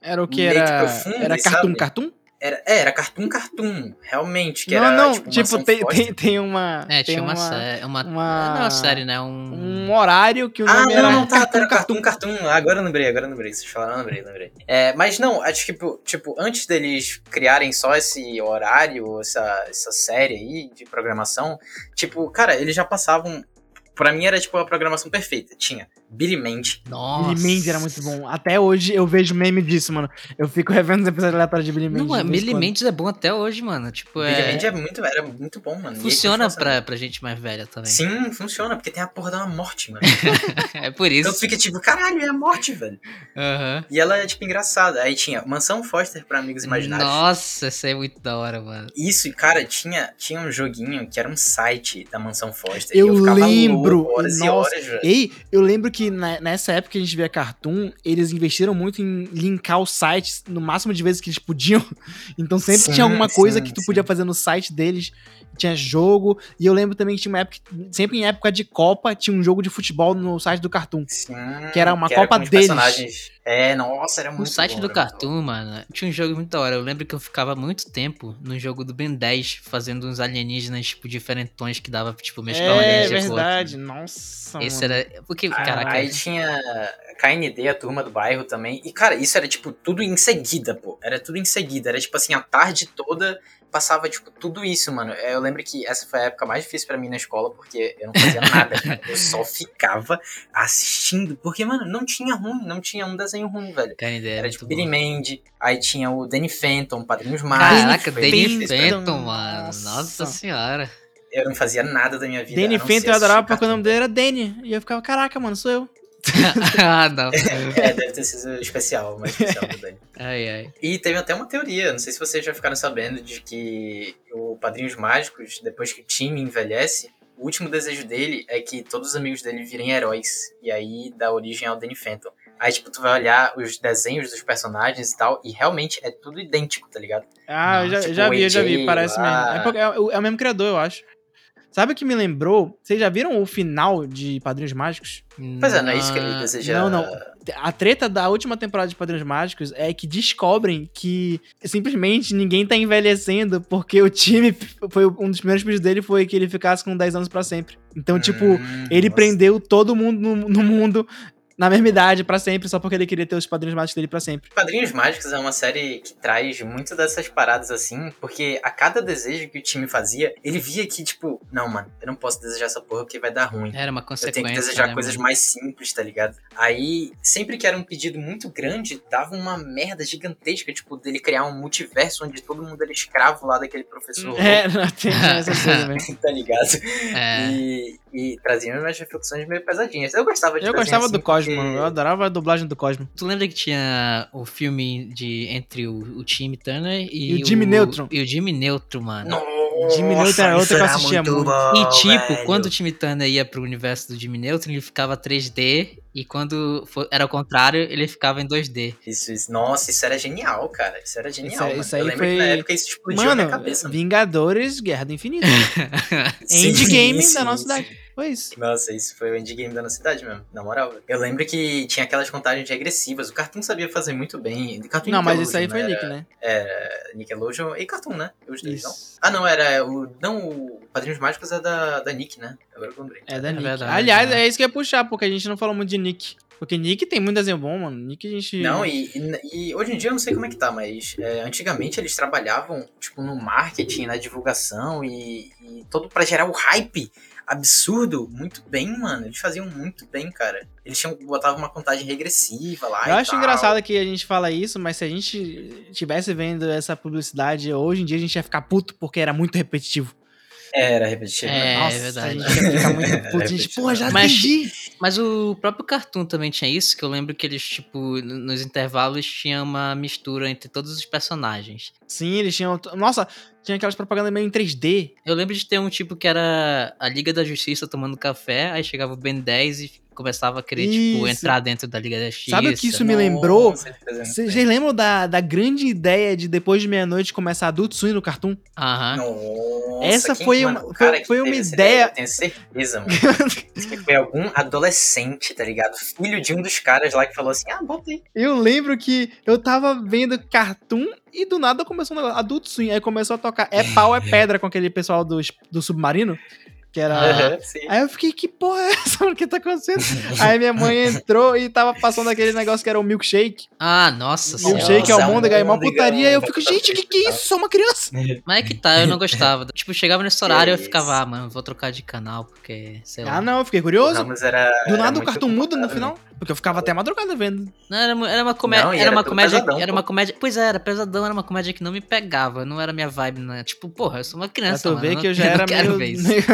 Speaker 2: Era o que?
Speaker 3: meio que
Speaker 2: Era,
Speaker 3: profundo,
Speaker 2: era Cartoon
Speaker 3: sabe?
Speaker 2: Cartoon?
Speaker 3: Era, é, era Cartoon Cartoon, realmente. Que
Speaker 2: não,
Speaker 3: era,
Speaker 2: não,
Speaker 3: tipo,
Speaker 2: tipo,
Speaker 3: uma ação
Speaker 2: tem,
Speaker 3: forte.
Speaker 2: tem, tem uma.
Speaker 1: É,
Speaker 2: tem
Speaker 1: tinha uma,
Speaker 2: uma-
Speaker 1: série. Uma,
Speaker 2: uma-
Speaker 1: Não é uma série, né? Um.
Speaker 2: Um horário que o
Speaker 3: Ah,
Speaker 2: nome
Speaker 3: não,
Speaker 2: era
Speaker 3: não, tá, tá,
Speaker 2: Cartoon
Speaker 3: era
Speaker 2: Cartoon.
Speaker 3: Cartoon, Cartoon. Ah, Agora eu lembrei, agora eu lembrei. Vocês falaram, eu lembrei, lembrei. É, mas não, acho que, tipo, tipo, antes deles criarem só esse horário, essa, essa série aí de programação, tipo, cara, eles já passavam. Pra mim era, tipo, a programação perfeita. Tinha Billy Mandy.
Speaker 1: Nossa.
Speaker 2: Billy Mandy era muito bom. Até hoje eu vejo meme disso, mano. Eu fico revendo os episódios aleatórios de Billy Mandy.
Speaker 1: Não, é,
Speaker 2: de vez em
Speaker 1: Billy
Speaker 2: quando.
Speaker 1: Mendes é bom até hoje, mano. Tipo,
Speaker 3: Billy
Speaker 1: é.
Speaker 3: Mandy é muito, era muito bom, mano. E aí
Speaker 1: Funciona
Speaker 3: funciona.
Speaker 1: pra, pra gente mais velha também.
Speaker 3: Sim, funciona, porque tem a porra da morte, mano.
Speaker 1: é por
Speaker 3: Então tu
Speaker 1: isso.
Speaker 3: fica tipo, caralho, é a morte, velho.
Speaker 1: Aham.
Speaker 3: E ela é, tipo, engraçada. Aí tinha Mansão Foster pra Amigos Imaginários.
Speaker 1: Nossa, isso é muito da hora, mano.
Speaker 3: Isso, e cara, tinha, tinha um joguinho que era um site da Mansão Foster.
Speaker 2: Eu
Speaker 3: e eu ficava
Speaker 2: lembro,
Speaker 3: louco horas
Speaker 2: nossa.
Speaker 3: e horas, velho.
Speaker 2: Ei, eu lembro que na- nessa época que a gente via Cartoon, eles investiram muito em linkar os sites no máximo de vezes que eles podiam. Então sempre
Speaker 3: Sim,
Speaker 2: tinha alguma coisa
Speaker 3: sim,
Speaker 2: que tu
Speaker 3: sim.
Speaker 2: podia fazer no site deles. Tinha jogo. E eu lembro também que tinha uma época. que- Sempre em época de Copa, tinha um jogo de futebol no site do Cartoon.
Speaker 3: Sim,
Speaker 2: Que era uma Copa
Speaker 3: com os
Speaker 2: deles.
Speaker 3: personagens. É, nossa, era
Speaker 1: O
Speaker 3: muito
Speaker 1: Um site
Speaker 3: bom,
Speaker 1: do
Speaker 3: era muito bom.
Speaker 1: Cartoon, mano, tinha um jogo muito da hora. Eu lembro que eu ficava muito tempo no jogo do Ben 10, fazendo uns alienígenas, tipo, diferentões que dava, tipo, mesclar um
Speaker 2: é
Speaker 1: alienígena com
Speaker 2: verdade. Nossa.
Speaker 1: outro. Esse
Speaker 2: mano.
Speaker 1: era. Porque,
Speaker 3: Ah,
Speaker 1: caraca,
Speaker 3: Aí tinha KND, a turma do bairro também. E, cara, isso era tipo tudo em seguida, pô. Era tudo em seguida. Era tipo assim, a tarde toda passava, tipo, tudo isso, mano. É, Eu lembro que essa foi a época mais difícil pra mim na escola, porque eu não fazia nada. cara. Eu só ficava assistindo. Porque, mano, não tinha ruim, não tinha um desenho ruim, velho.
Speaker 1: cara, ideia
Speaker 3: Era
Speaker 1: era
Speaker 3: tipo
Speaker 1: muito
Speaker 3: Billy
Speaker 1: boa.
Speaker 3: Mandy, aí tinha o Danny Fenton, Padrinhos Mágicos.
Speaker 1: Caraca,
Speaker 3: foi
Speaker 1: Danny
Speaker 3: difícil,
Speaker 2: Fenton.
Speaker 3: velho.
Speaker 1: Phantom, mano. Nossa
Speaker 2: Nossa.
Speaker 1: senhora.
Speaker 3: Eu não fazia nada da minha vida.
Speaker 2: Danny
Speaker 3: a não
Speaker 2: Fenton,
Speaker 3: ser
Speaker 2: eu adorava
Speaker 3: assistir
Speaker 2: porque o nome dele era Danny. E eu ficava, caraca, mano, sou eu.
Speaker 1: ah, não.
Speaker 3: cartoon. É, deve ter sido especial, mas especial do Danny.
Speaker 1: Ai, ai.
Speaker 3: E teve até uma teoria, não sei se vocês já ficaram sabendo, de que o Padrinhos Mágicos, depois que o time envelhece, o último desejo dele é que todos os amigos dele virem heróis. E aí dá origem ao Danny Phantom. Aí, tipo, tu vai olhar os desenhos dos personagens e tal, e realmente é tudo idêntico, tá ligado?
Speaker 1: Não,
Speaker 2: Ah, eu já,
Speaker 3: tipo
Speaker 2: já vi, eu já
Speaker 3: AJ
Speaker 2: vi, parece
Speaker 3: lá.
Speaker 2: mesmo. É porque É, o- é o mesmo criador, eu acho. Sabe o que me lembrou? Vocês já viram o final de Padrinhos Mágicos?
Speaker 3: Pois é, não é isso que
Speaker 1: Ah.
Speaker 3: ele deseja.
Speaker 2: não, não. A treta da última temporada de Padrinhos Mágicos é que descobrem que simplesmente ninguém tá envelhecendo porque o time foi um dos primeiros pedidos dele foi que ele ficasse com 10 anos pra sempre. Então, tipo,
Speaker 3: Hum,
Speaker 2: ele
Speaker 3: nossa.
Speaker 2: prendeu todo mundo no, no mundo na mesma idade pra sempre só porque ele queria ter os Padrinhos Mágicos dele pra sempre.
Speaker 3: Padrinhos Mágicos é uma série que traz muito dessas paradas assim, porque a cada desejo que o time fazia, ele via que, tipo, não, mano, eu não posso desejar essa porra porque vai dar
Speaker 2: É,
Speaker 3: ruim.
Speaker 1: Era uma
Speaker 3: Eu
Speaker 1: consequência.
Speaker 3: tenho que desejar
Speaker 1: né,
Speaker 3: coisas
Speaker 1: mano?
Speaker 3: mais simples, tá ligado? Aí, sempre que era um pedido muito grande, dava uma merda gigantesca, tipo, dele criar um multiverso onde todo mundo era escravo lá daquele professor,
Speaker 2: É, não tem essa coisa mesmo.
Speaker 3: tá ligado?
Speaker 1: É.
Speaker 3: E, e trazia umas reflexões meio pesadinhas. Eu gostava de
Speaker 2: Eu
Speaker 3: desenho
Speaker 2: gostava
Speaker 3: assim,
Speaker 2: do Cosmo,
Speaker 3: porque-
Speaker 2: mano. Eu adorava a dublagem do Cosmo.
Speaker 1: Tu lembra que tinha o filme de entre o, o Tim Turner e,
Speaker 2: E o Jimmy Neutron.
Speaker 1: E o Jimmy Neutron, mano.
Speaker 3: Nossa,
Speaker 2: Jimmy Neutron era outra
Speaker 3: isso
Speaker 2: que eu assistia muito.
Speaker 3: bom,
Speaker 1: E tipo,
Speaker 3: velho.
Speaker 1: quando o Timmy Turner ia pro universo do Jimmy Neutron, ele ficava 3D, e quando fo- era o contrário, ele ficava em 2D.
Speaker 3: Isso, isso- nossa, isso era genial, cara. Isso era genial.
Speaker 2: Isso aí-
Speaker 3: mano.
Speaker 2: isso aí
Speaker 3: eu lembro que
Speaker 2: foi-
Speaker 3: na época isso explodiu na
Speaker 2: Mano,
Speaker 3: minha cabeça. mano.
Speaker 2: Vingadores, Guerra do Infinito.
Speaker 3: Sim,
Speaker 2: Endgame
Speaker 3: sim,
Speaker 2: da nossa
Speaker 3: sim.
Speaker 2: cidade. Foi isso.
Speaker 3: Nossa, isso foi o endgame da nossa cidade mesmo, na moral. Eu lembro que tinha aquelas contagens regressivas, o Cartoon sabia fazer muito bem. e Cartoon e
Speaker 2: Não, mas
Speaker 3: Nickelodeon,
Speaker 2: isso aí foi
Speaker 3: né?
Speaker 2: leak, né?
Speaker 3: Era Nickelodeon e Cartoon, né? Os dois, não?
Speaker 2: Isso.
Speaker 3: Ah, não, era o... Não, o Padrinhos Mágicos é da, da Nick, né? Agora eu lembrei.
Speaker 2: É da Nick.
Speaker 1: verdade,
Speaker 2: Aliás,
Speaker 1: né?
Speaker 2: é isso que eu ia puxar, porque a gente não falou muito de Nick. Porque Nick tem muito desenho bom, mano. Nick a gente.
Speaker 3: Não, e, e- e hoje em dia eu não sei como é que tá, mas é, antigamente eles trabalhavam, tipo, no marketing, na divulgação e, e todo pra gerar o hype absurdo. Muito bem, mano. Eles faziam muito bem, cara. Eles tinham, botavam uma contagem regressiva lá
Speaker 2: eu
Speaker 3: e
Speaker 2: acho
Speaker 3: tal.
Speaker 2: engraçado que a gente fala isso, mas se a gente tivesse vendo essa publicidade hoje em dia, a gente ia ficar puto porque era muito repetitivo.
Speaker 3: Era repetitivo.
Speaker 1: É,
Speaker 2: Nossa,
Speaker 1: verdade.
Speaker 2: A gente ia ficar muito puto.
Speaker 3: Era
Speaker 2: A gente,
Speaker 3: repetitivo.
Speaker 2: pô, já
Speaker 1: Mas-
Speaker 2: entendi.
Speaker 1: Mas o próprio Cartoon também tinha isso, que eu lembro que eles, tipo, n- nos intervalos tinha uma mistura entre todos os personagens.
Speaker 2: Sim, eles tinham. Nossa, tinha aquelas propagandas meio em 3D.
Speaker 1: Eu lembro de ter um tipo que era a Liga da Justiça tomando café, aí chegava o Ben 10 e começava a querer, tipo,
Speaker 2: Isso.
Speaker 1: entrar dentro da Liga da Justiça.
Speaker 2: Sabe o que isso me
Speaker 3: Nossa,
Speaker 2: lembrou?
Speaker 3: eles faziam muito
Speaker 2: Vocês
Speaker 3: bem.
Speaker 2: lembram da, da grande ideia de depois de meia-noite começar Adult Swim no Cartoon?
Speaker 1: Aham.
Speaker 3: Nossa,
Speaker 2: Essa
Speaker 3: quem-
Speaker 2: foi uma-
Speaker 3: o cara
Speaker 2: foi-
Speaker 3: que
Speaker 2: foi
Speaker 3: teve
Speaker 2: uma
Speaker 3: essa
Speaker 2: ideia-
Speaker 3: Eu tenho certeza, mano. que foi algum adolescente, tá ligado? Filho de um dos caras lá que falou assim: ah, bota aí.
Speaker 2: Eu lembro que eu tava vendo Cartoon e do nada começou um negócio, Adult Swim. Aí começou a tocar É Pau, É Pedra com aquele pessoal do, es- do Submarino. que era.
Speaker 1: Ah.
Speaker 3: Sim.
Speaker 2: Aí eu fiquei, que porra é essa? O que tá acontecendo? Aí minha mãe entrou e tava passando aquele negócio que era o milkshake.
Speaker 1: Ah, nossa
Speaker 2: Milkshake,
Speaker 1: senhora.
Speaker 3: é o-
Speaker 2: almôndega e mó
Speaker 3: almôndega,
Speaker 2: putaria. E eu fico,
Speaker 3: batata
Speaker 2: gente, que
Speaker 3: frita
Speaker 2: que
Speaker 3: e
Speaker 2: é
Speaker 3: tal.
Speaker 2: isso? Sou uma criança.
Speaker 1: Mas é que tá, eu não gostava. Tipo, chegava nesse horário, eu
Speaker 3: Que
Speaker 1: ficava, ah, mano, vou trocar de canal, porque, sei lá.
Speaker 2: Ah, não, eu fiquei
Speaker 3: O
Speaker 2: curioso.
Speaker 3: Ramos era.
Speaker 2: Do
Speaker 3: era
Speaker 2: nada o
Speaker 3: muito
Speaker 2: cartão muda no
Speaker 3: complicado,
Speaker 2: final. Porque eu ficava até madrugada vendo.
Speaker 1: Não, era, mu- era uma comédia.
Speaker 3: Não, e
Speaker 1: era,
Speaker 3: era
Speaker 1: uma
Speaker 3: tudo
Speaker 1: comédia.
Speaker 3: pesadão,
Speaker 1: era
Speaker 3: pô.
Speaker 1: uma comédia. Pois é, era pesadão, era uma comédia que não me pegava. Não era minha vibe, né? Tipo, porra, eu sou uma
Speaker 2: Pra
Speaker 1: criança.
Speaker 2: tu
Speaker 1: mano,
Speaker 2: ver
Speaker 1: não-
Speaker 2: que eu já
Speaker 1: não
Speaker 2: era
Speaker 1: né? quero
Speaker 2: meio.
Speaker 1: ver isso.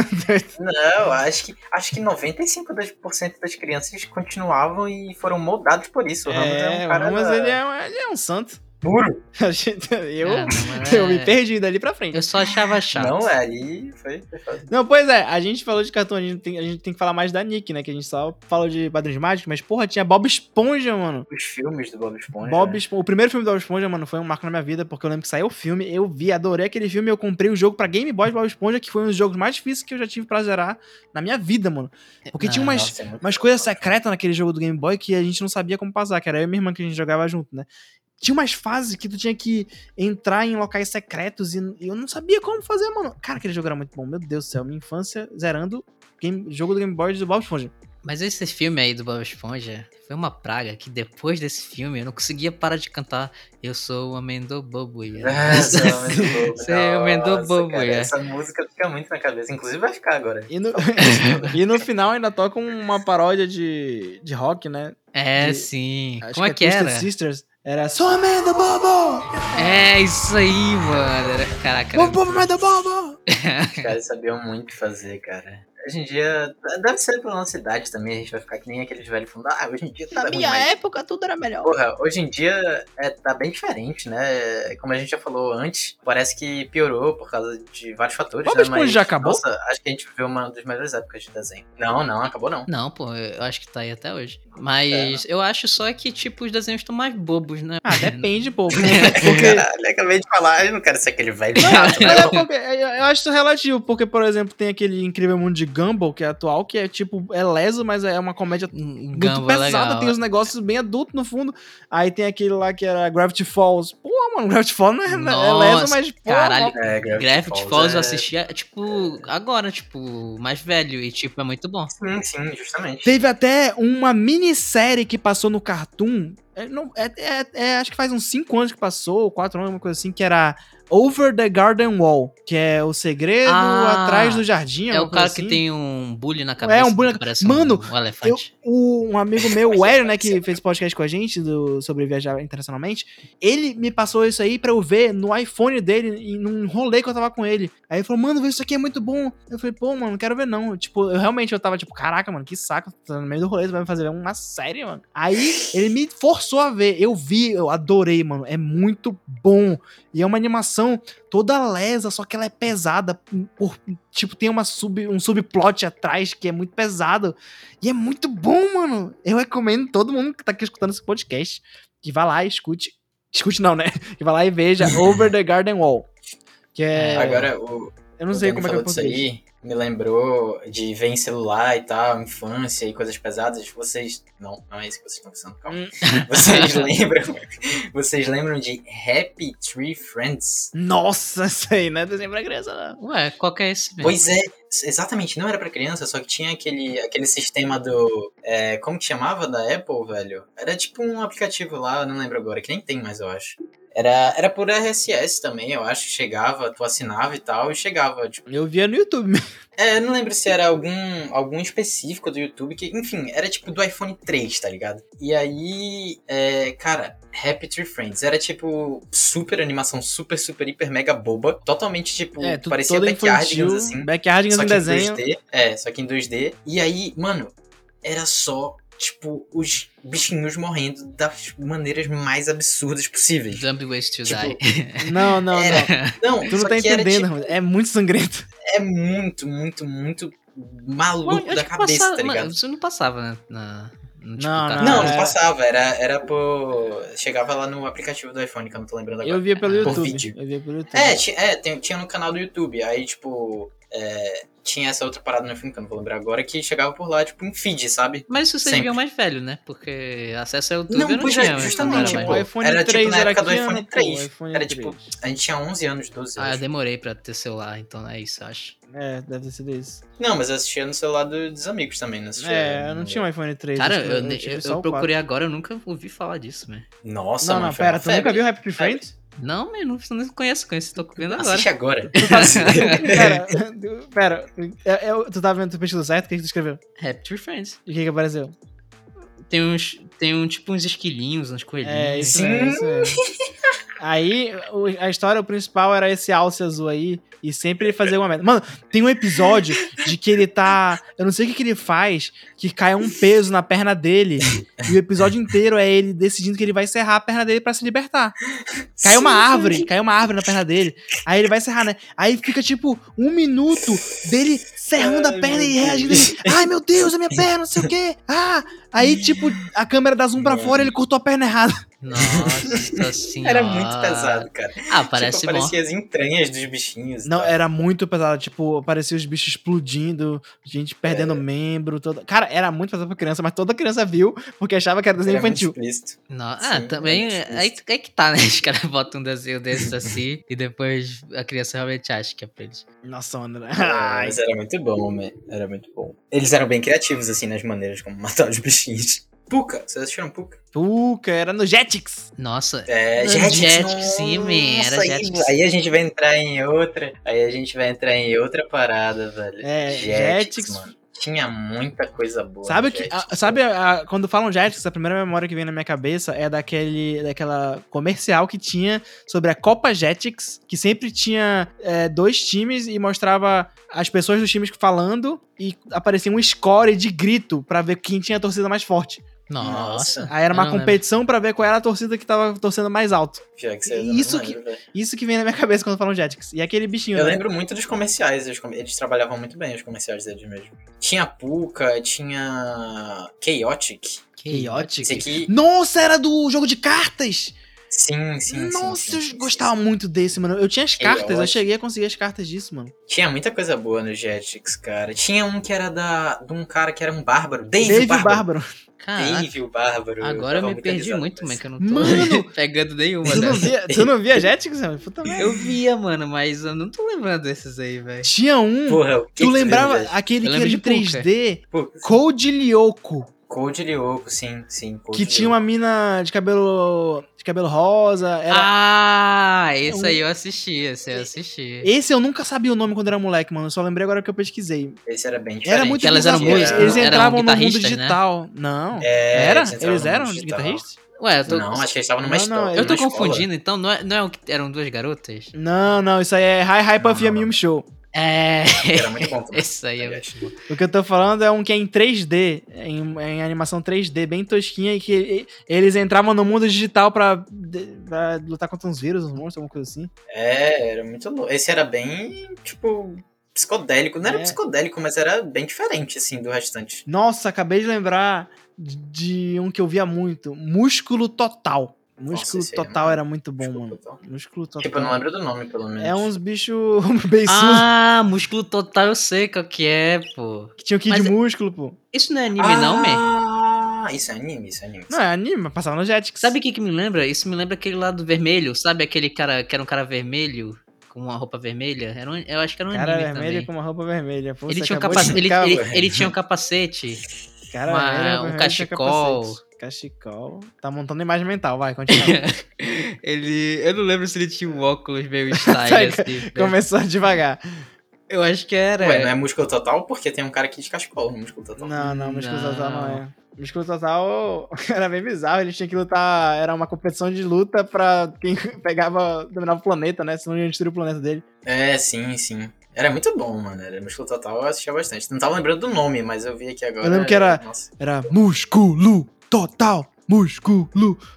Speaker 3: né? Não, acho que, acho que 95% das crianças continuavam e foram moldados por isso. O Ramos é,
Speaker 2: É,
Speaker 3: um cara.
Speaker 2: mas
Speaker 3: da-
Speaker 2: ele é, ele é um santo.
Speaker 3: Puro.
Speaker 2: A gente- Eu,
Speaker 1: Cara, É, não, mas
Speaker 2: eu me
Speaker 1: é-
Speaker 2: perdi dali pra frente.
Speaker 1: Eu só achava chato.
Speaker 3: Não, é, aí foi. foi foda.
Speaker 2: Não, pois é, a gente falou de cartão, a gente tem, a gente tem que falar mais da Nick, né? Que a gente só fala de Padrinhos Mágicos, mas porra, tinha Bob Esponja, mano.
Speaker 3: Os filmes do Bob Esponja.
Speaker 2: Bob
Speaker 1: é.
Speaker 3: né?
Speaker 2: Esponja, o primeiro filme do Bob Esponja, mano, foi um marco na minha vida, porque eu lembro que saiu o filme, eu vi, adorei aquele filme, eu comprei o jogo pra Game Boy de Bob Esponja, que foi um dos jogos mais difíceis que eu já tive pra zerar na minha vida, mano. Porque tinha
Speaker 1: Não,
Speaker 2: umas,
Speaker 3: Nossa, é muito
Speaker 2: umas
Speaker 3: bom.
Speaker 2: coisas secretas naquele jogo do Game Boy que a gente não sabia como passar, que era eu e minha irmã que a gente jogava junto, né? Tinha umas fases que tu tinha que entrar em locais secretos e e eu não sabia como fazer, mano. Cara, aquele jogo era muito bom. Meu Deus do céu, minha infância zerando game, jogo do Game Boy do Bob Esponja.
Speaker 1: Mas esse filme aí do Bob Esponja foi uma praga que depois desse filme eu não conseguia parar de cantar Eu sou o Amendo Bobo. e-
Speaker 3: Nossa, é muito bobo.
Speaker 1: Você emendou
Speaker 3: Nossa,
Speaker 1: bobo,
Speaker 3: cara,
Speaker 1: é.
Speaker 3: Essa música fica muito na cabeça. Inclusive vai ficar agora.
Speaker 2: E no, e no final ainda toca uma paródia de, de rock, né?
Speaker 1: É,
Speaker 2: De-
Speaker 1: sim.
Speaker 2: Acho
Speaker 1: Como é que
Speaker 2: Twisted
Speaker 1: era?
Speaker 2: Sisters. Era Sou a merda, Bobo!
Speaker 1: É, isso aí, mano. Era- Caraca.
Speaker 2: Bobo, Bobo, merda, Bobo!
Speaker 3: Os caras sabiam muito fazer, cara. Hoje em dia, deve ser pela nossa idade também, a gente vai ficar que nem aqueles velhos falando, ah, hoje em dia tá
Speaker 2: é,
Speaker 3: ruim, mas,
Speaker 2: época tudo era melhor.
Speaker 3: Porra, hoje em dia é, tá bem diferente, né? Como a gente já falou antes, parece que piorou por causa de vários fatores,
Speaker 2: Bob
Speaker 3: né?
Speaker 2: Esponja já acabou?
Speaker 3: Nossa, acho que a gente viveu uma das melhores épocas de desenho. Não, não, acabou não.
Speaker 1: Não, pô, eu acho que tá aí até hoje. Mas eu acho só que, tipo, os desenhos estão mais bobos, né?
Speaker 2: Ah, depende, pô. Porque
Speaker 3: Caralho, acabei de falar, eu não quero ser aquele velho chato,
Speaker 2: Mas é
Speaker 3: não.
Speaker 2: porque- eu eu acho isso relativo, porque, por exemplo, tem aquele incrível mundo de Gumball, que é atual, que é tipo, é leso, mas é uma comédia
Speaker 1: Um
Speaker 2: muito
Speaker 1: Gumball é
Speaker 2: pesada,
Speaker 1: legal.
Speaker 2: tem os negócios bem adultos no fundo. Aí tem aquele lá que era Gravity Falls. Pô, mano, Gravity Falls não é, é leso,
Speaker 1: Nossa,
Speaker 2: mas pô,
Speaker 1: caralho.
Speaker 3: É,
Speaker 1: Gravity Falls eu
Speaker 3: é-
Speaker 1: assistia, tipo, agora, tipo, mais velho. E, tipo, é muito bom.
Speaker 3: Sim, sim, justamente.
Speaker 2: Teve até uma minissérie que passou no Cartoon. É, não- é- é- é, acho que faz uns 5 anos que passou, ou 4 anos, alguma coisa assim, que era Over the Garden Wall, que é o segredo
Speaker 1: Ah,
Speaker 2: atrás do jardim.
Speaker 1: É o
Speaker 2: alguma
Speaker 1: cara
Speaker 2: coisa
Speaker 1: que
Speaker 2: assim.
Speaker 1: tem um bullying na cabeça.
Speaker 2: um bullying
Speaker 1: que
Speaker 2: na-
Speaker 1: parece um-
Speaker 2: Mano,
Speaker 1: um elefante.
Speaker 2: O- um amigo meu, o Hélio, né, que fez podcast com a gente do, sobre viajar internacionalmente, ele me passou isso aí pra eu ver no iPhone dele, em, num rolê que eu tava com ele. Aí ele falou, mano, vê isso aqui é muito bom. Eu falei, pô, mano, não quero ver não. Tipo, eu realmente eu tava tipo, caraca, mano, que saco, tá no meio do rolê, tu vai me fazer ver uma série, mano. Aí ele me forçou a ver, eu vi, eu adorei, mano, é muito bom. E é uma animação toda lesa, só que ela é pesada, por- tipo, tem uma sub, um subplot atrás que é muito pesado. E é muito bom, mano. Eu recomendo todo mundo que tá aqui escutando esse podcast que vá lá e escute. Escute não, né? Que vá lá e veja Over the Garden Wall. Que é.
Speaker 1: É,
Speaker 3: Agora, o,
Speaker 2: eu não
Speaker 3: o
Speaker 2: sei
Speaker 3: Dani
Speaker 2: como é que é
Speaker 3: falou
Speaker 2: o
Speaker 3: disso
Speaker 2: português.
Speaker 3: aí, me lembrou de ver em celular e tal, infância e coisas pesadas. Vocês. Não, não é isso que vocês estão pensando,
Speaker 2: Hum.
Speaker 3: calma. vocês lembram. Vocês lembram de Happy Tree Friends?
Speaker 2: Nossa, isso aí, né? Desenho pra criança, não.
Speaker 1: Ué, qual que é esse mesmo?
Speaker 3: Pois é, exatamente, não era pra criança, só que tinha aquele, aquele sistema do. é, como que chamava da Apple, velho? Era tipo um aplicativo lá, eu não lembro agora, que nem tem mais, eu acho. Era, era por RSS também, eu acho. Chegava, tu assinava e tal, e chegava, tipo.
Speaker 2: Eu via no YouTube mesmo.
Speaker 3: É, eu não lembro se era algum, algum específico do YouTube, que, enfim, era tipo do iPhone 3, tá ligado? E aí, é, cara, Happy Tree Friends era tipo super animação, super, super, hiper, mega boba. Totalmente tipo,
Speaker 2: É, tudo
Speaker 3: parecia
Speaker 2: todo infantil.
Speaker 3: Backyardigans
Speaker 2: Assim.
Speaker 3: assim.
Speaker 2: Backyardigans
Speaker 3: Só
Speaker 2: em
Speaker 3: que em
Speaker 2: desenho.
Speaker 3: 2D. É, só que em 2D. E aí, mano, era só, tipo, os bichinhos morrendo das maneiras mais absurdas possíveis.
Speaker 1: Dumb Ways to
Speaker 3: Tipo,
Speaker 1: Die.
Speaker 2: Não, não, não.
Speaker 3: Era- Não,
Speaker 2: Tu
Speaker 3: só
Speaker 2: não tá
Speaker 3: que era,
Speaker 2: entendendo,
Speaker 3: tipo,
Speaker 2: mano. É muito sangrento.
Speaker 3: é muito, muito, muito maluco
Speaker 1: Ué, acho
Speaker 3: da
Speaker 1: que
Speaker 3: cabeça,
Speaker 1: passava-
Speaker 3: tá
Speaker 1: mas
Speaker 3: ligado?
Speaker 1: Isso não passava né, na... no, tipo,
Speaker 2: Não,
Speaker 1: tá-
Speaker 3: Não,
Speaker 2: Ah,
Speaker 3: não
Speaker 2: é.
Speaker 3: passava, era, era por. Chegava lá no aplicativo do iPhone, que eu não tô lembrando agora.
Speaker 2: Eu via pelo
Speaker 3: Por
Speaker 2: YouTube.
Speaker 3: vídeo.
Speaker 2: Eu via pelo YouTube.
Speaker 3: É, ti- é, tem- tinha no canal do YouTube. Aí, tipo, é, tinha essa outra parada no filme, que eu não vou lembrar agora, que chegava por lá, tipo, um feed, sabe?
Speaker 1: Mas isso vocês
Speaker 3: Sempre.
Speaker 1: viam mais velho, né? Porque acesso ao YouTube
Speaker 3: Não,
Speaker 1: eu não
Speaker 3: pois é,
Speaker 1: tinha. mas
Speaker 3: justamente,
Speaker 1: quando eu
Speaker 3: tipo,
Speaker 1: era mais
Speaker 2: o
Speaker 1: velho.
Speaker 2: iPhone
Speaker 3: era
Speaker 2: 3
Speaker 3: tipo na
Speaker 2: era
Speaker 3: época do
Speaker 2: que
Speaker 3: iPhone
Speaker 2: ano, pô?
Speaker 3: 3.
Speaker 2: iPhone
Speaker 3: Era
Speaker 2: 3.
Speaker 3: tipo, a gente tinha 11 anos, 12
Speaker 1: Ah, eu
Speaker 3: anos.
Speaker 1: demorei pra ter celular, então é isso, eu acho.
Speaker 2: É, deve ter sido isso.
Speaker 3: Não, mas eu assistia no celular do- dos amigos também, não assistia.
Speaker 2: É, eu não tinha um iPhone 3.
Speaker 1: Cara,
Speaker 2: acho que
Speaker 1: eu, ne-
Speaker 2: tive
Speaker 1: eu-
Speaker 2: só
Speaker 1: eu
Speaker 2: o
Speaker 1: procurei né? agora, eu nunca ouvi falar disso, né?
Speaker 3: Nossa,
Speaker 2: Não,
Speaker 3: mano.
Speaker 2: não,
Speaker 3: foi
Speaker 2: pera,
Speaker 3: uma
Speaker 2: tu nunca
Speaker 3: febre.
Speaker 2: viu Happy Friends?
Speaker 1: Não, mas eu não, não conheço, conheço, tô vendo agora.
Speaker 3: Assiste agora.
Speaker 2: pera, tu- pera, é- é- tu tava vendo o peixe do site? O que que tu escreveu?
Speaker 1: Happy Tree Friends.
Speaker 2: E o que que apareceu?
Speaker 1: Tem uns, tem um, tipo uns esquilinhos, uns coelhinhos.
Speaker 2: É, isso é, isso é. Aí, o- a história principal era esse alce azul aí, e sempre ele fazia alguma merda. Mano, tem um episódio de que ele tá. Eu não sei o que, que ele faz, que cai um peso na perna dele, e o episódio inteiro é ele decidindo que ele vai serrar a perna dele pra se libertar. Caiu uma árvore, caiu uma árvore na perna dele. Aí ele vai serrar, né? Aí fica tipo um minuto dele serrando a perna e reagindo. ele, Ai meu Deus, a minha perna, não sei o quê. Ah! Aí, tipo, a câmera dá zoom pra fora, ele cortou a perna errada.
Speaker 1: Nossa senhora.
Speaker 3: Era muito pesado, cara.
Speaker 1: Ah, parece
Speaker 3: tipo,
Speaker 1: bom.
Speaker 3: aparecia as entranhas dos bichinhos. e
Speaker 2: Não, é,
Speaker 3: tal.
Speaker 2: era muito pesado. Tipo, aparecia os bichos explodindo, gente perdendo membro. Toda... Cara, era muito pesado pra criança, mas toda criança viu porque achava que era desenho
Speaker 3: Era muito
Speaker 2: infantil.
Speaker 3: explícito.
Speaker 1: Não, ah,
Speaker 3: Sim,
Speaker 1: também.
Speaker 3: é difícil.
Speaker 1: Aí, aí que tá, né? Os caras botam um desenho desses assim e depois a criança realmente acha que é pra eles.
Speaker 2: Nossa, mano. né?
Speaker 3: Ah, mas era muito bom, man. Era muito bom. Eles eram bem criativos, assim, nas maneiras como matar os bichinhos. Puka, vocês assistiram Puka?
Speaker 2: Puca, era no Jetix.
Speaker 1: Nossa,
Speaker 3: É,
Speaker 1: Não,
Speaker 3: Jetix,
Speaker 1: Jetix, sim, man, era
Speaker 3: nossa, aí-
Speaker 1: Jetix.
Speaker 3: Aí a gente vai entrar em outra. Aí a gente vai entrar em outra parada, velho.
Speaker 2: É,
Speaker 3: Jetix,
Speaker 2: Jetix.
Speaker 3: mano. Tinha muita coisa boa.
Speaker 2: Sabe,
Speaker 3: no
Speaker 2: que,
Speaker 3: Jetix.
Speaker 2: a- sabe a- a- quando falam Jetix, a primeira memória que vem na minha cabeça é daquele, daquela comercial que tinha sobre a Copa Jetix, que sempre tinha é, dois times e mostrava as pessoas dos times falando e aparecia um score de grito pra ver quem tinha a torcida mais forte.
Speaker 1: nossa.
Speaker 2: Aí era
Speaker 1: Eu
Speaker 2: uma
Speaker 1: não lembro.
Speaker 2: competição pra ver qual era a torcida que tava torcendo mais alto.
Speaker 3: Pior que vocês
Speaker 2: Isso
Speaker 3: não lembram, velho.
Speaker 2: Isso que vem na minha cabeça quando falam Jetix. E aquele bichinho,
Speaker 3: Eu
Speaker 2: né?
Speaker 3: lembro muito dos comerciais, eles, com- eles trabalhavam muito bem os comerciais deles mesmo. Tinha Puka, tinha Chaotic. Esse
Speaker 1: Chaotic.
Speaker 3: aqui,
Speaker 2: Nossa, era do jogo de cartas!
Speaker 3: sim, sim, sim.
Speaker 2: Nossa,
Speaker 3: sim,
Speaker 2: eu
Speaker 3: sim, sim,
Speaker 2: gostava
Speaker 3: sim.
Speaker 2: muito desse, mano. Eu tinha as
Speaker 3: Eu
Speaker 2: cartas, eu,
Speaker 3: acho.
Speaker 2: cheguei a conseguir as cartas disso, mano.
Speaker 3: Tinha muita coisa boa no Jetix, cara. Tinha um que era da, de um cara que era um bárbaro, Dave,
Speaker 2: Dave
Speaker 3: o Bárbaro.
Speaker 2: Bárbaro.
Speaker 1: Caraca,
Speaker 3: Dave o Bárbaro.
Speaker 1: agora eu
Speaker 3: dava
Speaker 1: me
Speaker 3: muita
Speaker 1: perdi
Speaker 3: risada
Speaker 1: muito,
Speaker 3: com
Speaker 1: mano,
Speaker 3: isso.
Speaker 1: que eu não tô
Speaker 2: Mano!
Speaker 1: pegando nenhuma
Speaker 2: Tu não
Speaker 1: dessa.
Speaker 2: via, tu não via Jetix, mano? Puta merda.
Speaker 1: Eu via, mano, mas eu não tô lembrando desses aí, velho.
Speaker 2: Tinha um,
Speaker 3: Porra, o que que
Speaker 2: tu lembrava
Speaker 3: lembra,
Speaker 2: aquele
Speaker 1: Eu
Speaker 2: que era de
Speaker 1: lembro de
Speaker 2: 3D,
Speaker 3: Puka?
Speaker 2: Code Lyoko.
Speaker 3: Cold Lyoko, sim, sim. Cold
Speaker 2: Que tinha uma mina de cabelo. de cabelo rosa. Era...
Speaker 1: Ah, esse
Speaker 2: É um-
Speaker 1: aí eu assisti, esse aí eu assisti.
Speaker 2: Esse eu nunca sabia o nome quando era moleque, mano. Eu só lembrei agora que eu pesquisei.
Speaker 3: Lyoko. Esse era bem diferente.
Speaker 2: Era muito
Speaker 1: elas eram
Speaker 2: bizarro, eles-
Speaker 1: músicos,
Speaker 2: Eles
Speaker 1: eram
Speaker 2: entravam no mundo
Speaker 1: guitarristas, né?
Speaker 2: digital. Não.
Speaker 3: É,
Speaker 2: era?
Speaker 3: eles entravam
Speaker 2: Eles
Speaker 3: no
Speaker 2: eram
Speaker 3: mundo digital.
Speaker 2: guitarristas?
Speaker 1: Ué, eu tô.
Speaker 3: Não, acho que eles estavam numa
Speaker 2: Não,
Speaker 3: história.
Speaker 2: não,
Speaker 1: eu tô
Speaker 3: numa escola.
Speaker 1: confundindo, então, não é, não é o que eram duas garotas?
Speaker 2: Não, não, isso aí é Hi Hi Puff
Speaker 3: Não, não,
Speaker 2: Yum Yum Show.
Speaker 1: É.
Speaker 3: Era muito bom também.
Speaker 1: Esse aí é
Speaker 3: Aliás.
Speaker 1: muito bom.
Speaker 2: O que eu tô falando é um que é em 3D, em, é em animação 3D, bem tosquinha, e que e- eles entravam no mundo digital pra, de- pra lutar contra uns vírus, uns monstros, alguma coisa assim.
Speaker 3: É, era muito louco. Esse era bem, tipo, psicodélico. Não era
Speaker 2: É.
Speaker 3: psicodélico, mas era bem diferente, assim, do restante.
Speaker 2: Nossa, acabei de lembrar de de um que eu via muito: Músculo Total. Músculo
Speaker 3: esse aí é
Speaker 2: Total
Speaker 3: muito-
Speaker 2: era muito bom,
Speaker 3: Tipo,
Speaker 2: mano.
Speaker 3: total.
Speaker 2: Músculo Total.
Speaker 3: Tipo, eu não lembro do nome, pelo menos.
Speaker 2: É uns bichos beiçudos
Speaker 1: Ah, músculo total eu sei qual que é, pô.
Speaker 2: que tinham que ir
Speaker 1: mas é-
Speaker 2: de músculo, pô.
Speaker 1: Isso não é anime, não, man?
Speaker 3: Ah, isso é anime, isso é anime.
Speaker 2: Não, é anime, mas passava no Jetix.
Speaker 1: Sabe o que, que me lembra? Isso me lembra aquele lado vermelho, sabe? Aquele cara que era um cara vermelho, com uma roupa vermelha. Era um- eu acho que era um
Speaker 2: Cara
Speaker 1: anime
Speaker 2: vermelho
Speaker 1: também.
Speaker 2: com uma roupa vermelha. Pô,
Speaker 1: Ele
Speaker 2: você
Speaker 1: tinha, um
Speaker 2: acabou de
Speaker 1: capa- ele,
Speaker 2: explicar,
Speaker 1: ele-
Speaker 2: mano.
Speaker 1: ele tinha um capacete.
Speaker 2: Cara, é,
Speaker 1: uma- um
Speaker 2: vermelho, vermelho,
Speaker 1: cachecol.
Speaker 2: tinha capacete. Cachecol. Tá montando imagem mental, vai, continua.
Speaker 1: ele. Eu não lembro se ele tinha um óculos meio style assim. né?
Speaker 2: Começou devagar.
Speaker 1: Eu acho que né? era.
Speaker 3: Ué, não é músculo total porque tem um cara que descascou no músculo total.
Speaker 2: Não, não, músculo
Speaker 1: Não.
Speaker 2: total não é. Músculo total era bem bizarro, eles tinham que lutar, era uma competição de luta pra quem pegava, dominava o planeta, né? Senão ia destruir o planeta dele.
Speaker 3: É, sim, sim. Era muito bom, mano. Era músculo total, eu assistia bastante. Não tava lembrando do nome, mas eu vi aqui agora.
Speaker 2: Eu lembro que era-
Speaker 3: Nossa,
Speaker 2: Era músculo total, músculo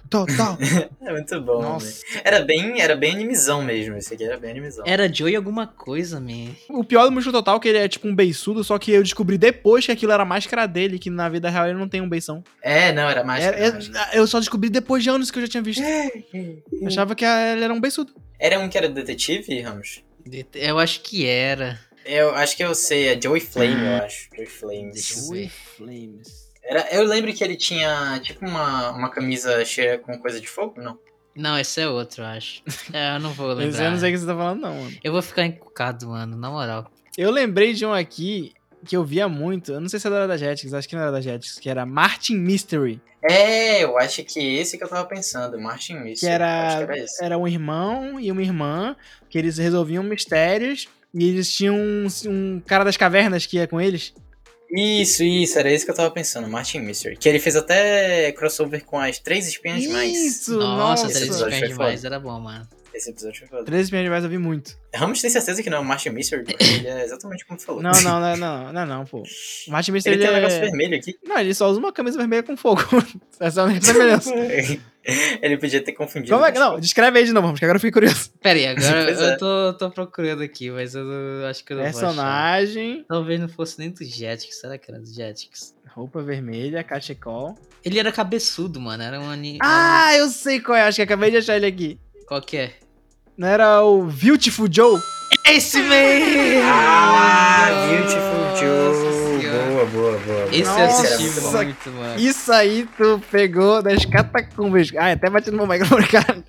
Speaker 2: total.
Speaker 3: é muito bom, né?
Speaker 2: Nossa. É.
Speaker 3: Era bem, era bem animizão mesmo. Esse aqui era bem animizão.
Speaker 1: Era Joey alguma coisa, man.
Speaker 2: O pior do músculo total é que ele é tipo um beiçudo, só que eu descobri depois que aquilo era a máscara dele, que na vida real ele não tem um beição.
Speaker 3: É, não, era mais.
Speaker 2: É- é- eu só descobri depois de anos que eu já tinha visto. Achava que ele era um beiçudo.
Speaker 3: Era um que era detetive, Ramos?
Speaker 1: Eu acho que era.
Speaker 3: Eu acho que eu sei, é Joey Flame, eu acho. Joey Flame.
Speaker 1: Deixa eu
Speaker 2: Joey
Speaker 1: ver.
Speaker 2: Flames.
Speaker 3: Era, eu lembro que ele tinha, tipo, uma, uma camisa cheia com coisa de fogo, não?
Speaker 1: Não, esse é outro, eu acho. É, eu não vou
Speaker 2: Mas eu
Speaker 1: lembrar.
Speaker 2: não sei o que você tá falando, não, mano.
Speaker 1: Eu vou ficar encucado, mano, na moral.
Speaker 2: Eu lembrei de um aqui que eu via muito. Eu não sei se era da Jetix, acho que não era da Jetix, que era Martin Mystery.
Speaker 3: É, eu acho que esse que eu tava pensando, Martin Mist.
Speaker 2: Que era-
Speaker 3: Acho que era esse.
Speaker 2: Era um irmão e uma irmã, que eles resolviam mistérios. E eles tinham um, um cara das cavernas que ia com eles. é.
Speaker 3: Isso, isso, era esse que eu tava pensando, Martin Mystery. Que ele fez até crossover com as três espinhas demais.
Speaker 2: Isso,
Speaker 1: Nossa,
Speaker 2: nossa.
Speaker 3: esse
Speaker 1: três
Speaker 3: episódio
Speaker 1: espinhas
Speaker 3: foi foda.
Speaker 1: demais, era bom, mano.
Speaker 3: Esse episódio foi foda.
Speaker 2: Três Espinhas Demais eu vi muito.
Speaker 3: Ramos tem certeza que não é o Martin Mystery, porque ele é exatamente como tu falou.
Speaker 2: Não, não, não, não, não, não, pô. O Martin Mystery,
Speaker 3: Ele tem um
Speaker 2: ele é-
Speaker 3: negócio vermelho aqui.
Speaker 2: Não, ele só usa uma camisa vermelha com fogo. Essa é a única semelhança.
Speaker 3: ele podia ter confundido.
Speaker 2: Como é que. Não, descreve aí de novo, Ramos, que agora eu fiquei curioso.
Speaker 1: Pera aí, agora
Speaker 3: Pois é.
Speaker 1: eu tô, tô procurando aqui, mas eu não- acho que eu não vou achar.
Speaker 2: Personagem,
Speaker 1: Talvez não fosse nem do Jetix, será que era do Jetix?
Speaker 2: roupa vermelha, cachecol.
Speaker 1: Ele era cabeçudo, mano, era um anime...
Speaker 2: Ah, eu sei qual é, acho que acabei de achar ele aqui.
Speaker 1: Qual que é?
Speaker 2: Não era o Beautiful Joe?
Speaker 1: É esse mesmo!
Speaker 3: Ah,
Speaker 1: Nossa
Speaker 3: Beautiful Joe.
Speaker 1: Senhora.
Speaker 3: Boa, boa, boa. boa.
Speaker 1: Esse
Speaker 2: Nossa.
Speaker 1: eu assisti
Speaker 3: Nossa.
Speaker 1: muito, mano.
Speaker 2: Isso aí tu pegou das catacumbas. Ah, até bati no meu microfone, cara.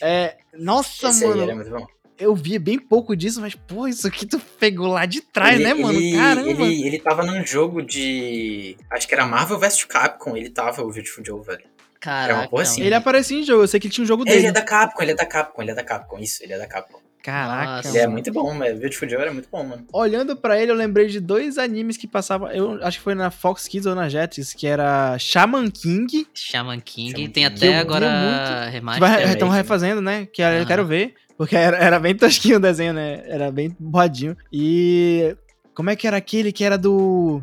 Speaker 2: É, nossa,
Speaker 3: Esse aí
Speaker 2: mano,
Speaker 3: era muito bom.
Speaker 2: eu vi bem pouco disso, mas, pô, isso aqui tu pegou lá de trás,
Speaker 3: Ele-
Speaker 2: né, mano?
Speaker 3: ele-
Speaker 2: Caramba.
Speaker 3: Ele, ele tava num jogo de. Acho que era Marvel vs Capcom. Ele tava o Beautiful Joe, velho.
Speaker 1: Caraca,
Speaker 3: boa assim.
Speaker 1: mano.
Speaker 2: Ele é- aparecia em jogo, eu sei que ele tinha um jogo
Speaker 3: Ele é
Speaker 2: dele.
Speaker 3: da Capcom, ele é da Capcom, ele é da Capcom. Isso, ele é da Capcom.
Speaker 2: Então. Caraca,
Speaker 1: Nossa.
Speaker 2: mano.
Speaker 3: Ele é muito bom, mas o Beautiful Joe era muito bom, mano.
Speaker 2: Olhando pra ele, eu lembrei de dois animes que passavam. Eu acho que foi na Fox Kids ou na Jetix, que era Shaman King,
Speaker 1: Shaman King,
Speaker 3: Shaman
Speaker 1: tem
Speaker 3: King.
Speaker 1: até
Speaker 2: Eu vi
Speaker 1: agora
Speaker 2: muito. que
Speaker 1: remaster.
Speaker 2: vai-
Speaker 1: né?
Speaker 2: estão refazendo, né? Que eu
Speaker 1: Aham.
Speaker 2: quero ver, porque era, era bem tosquinho o desenho, né? Era bem borradinho. E como é que era aquele que era do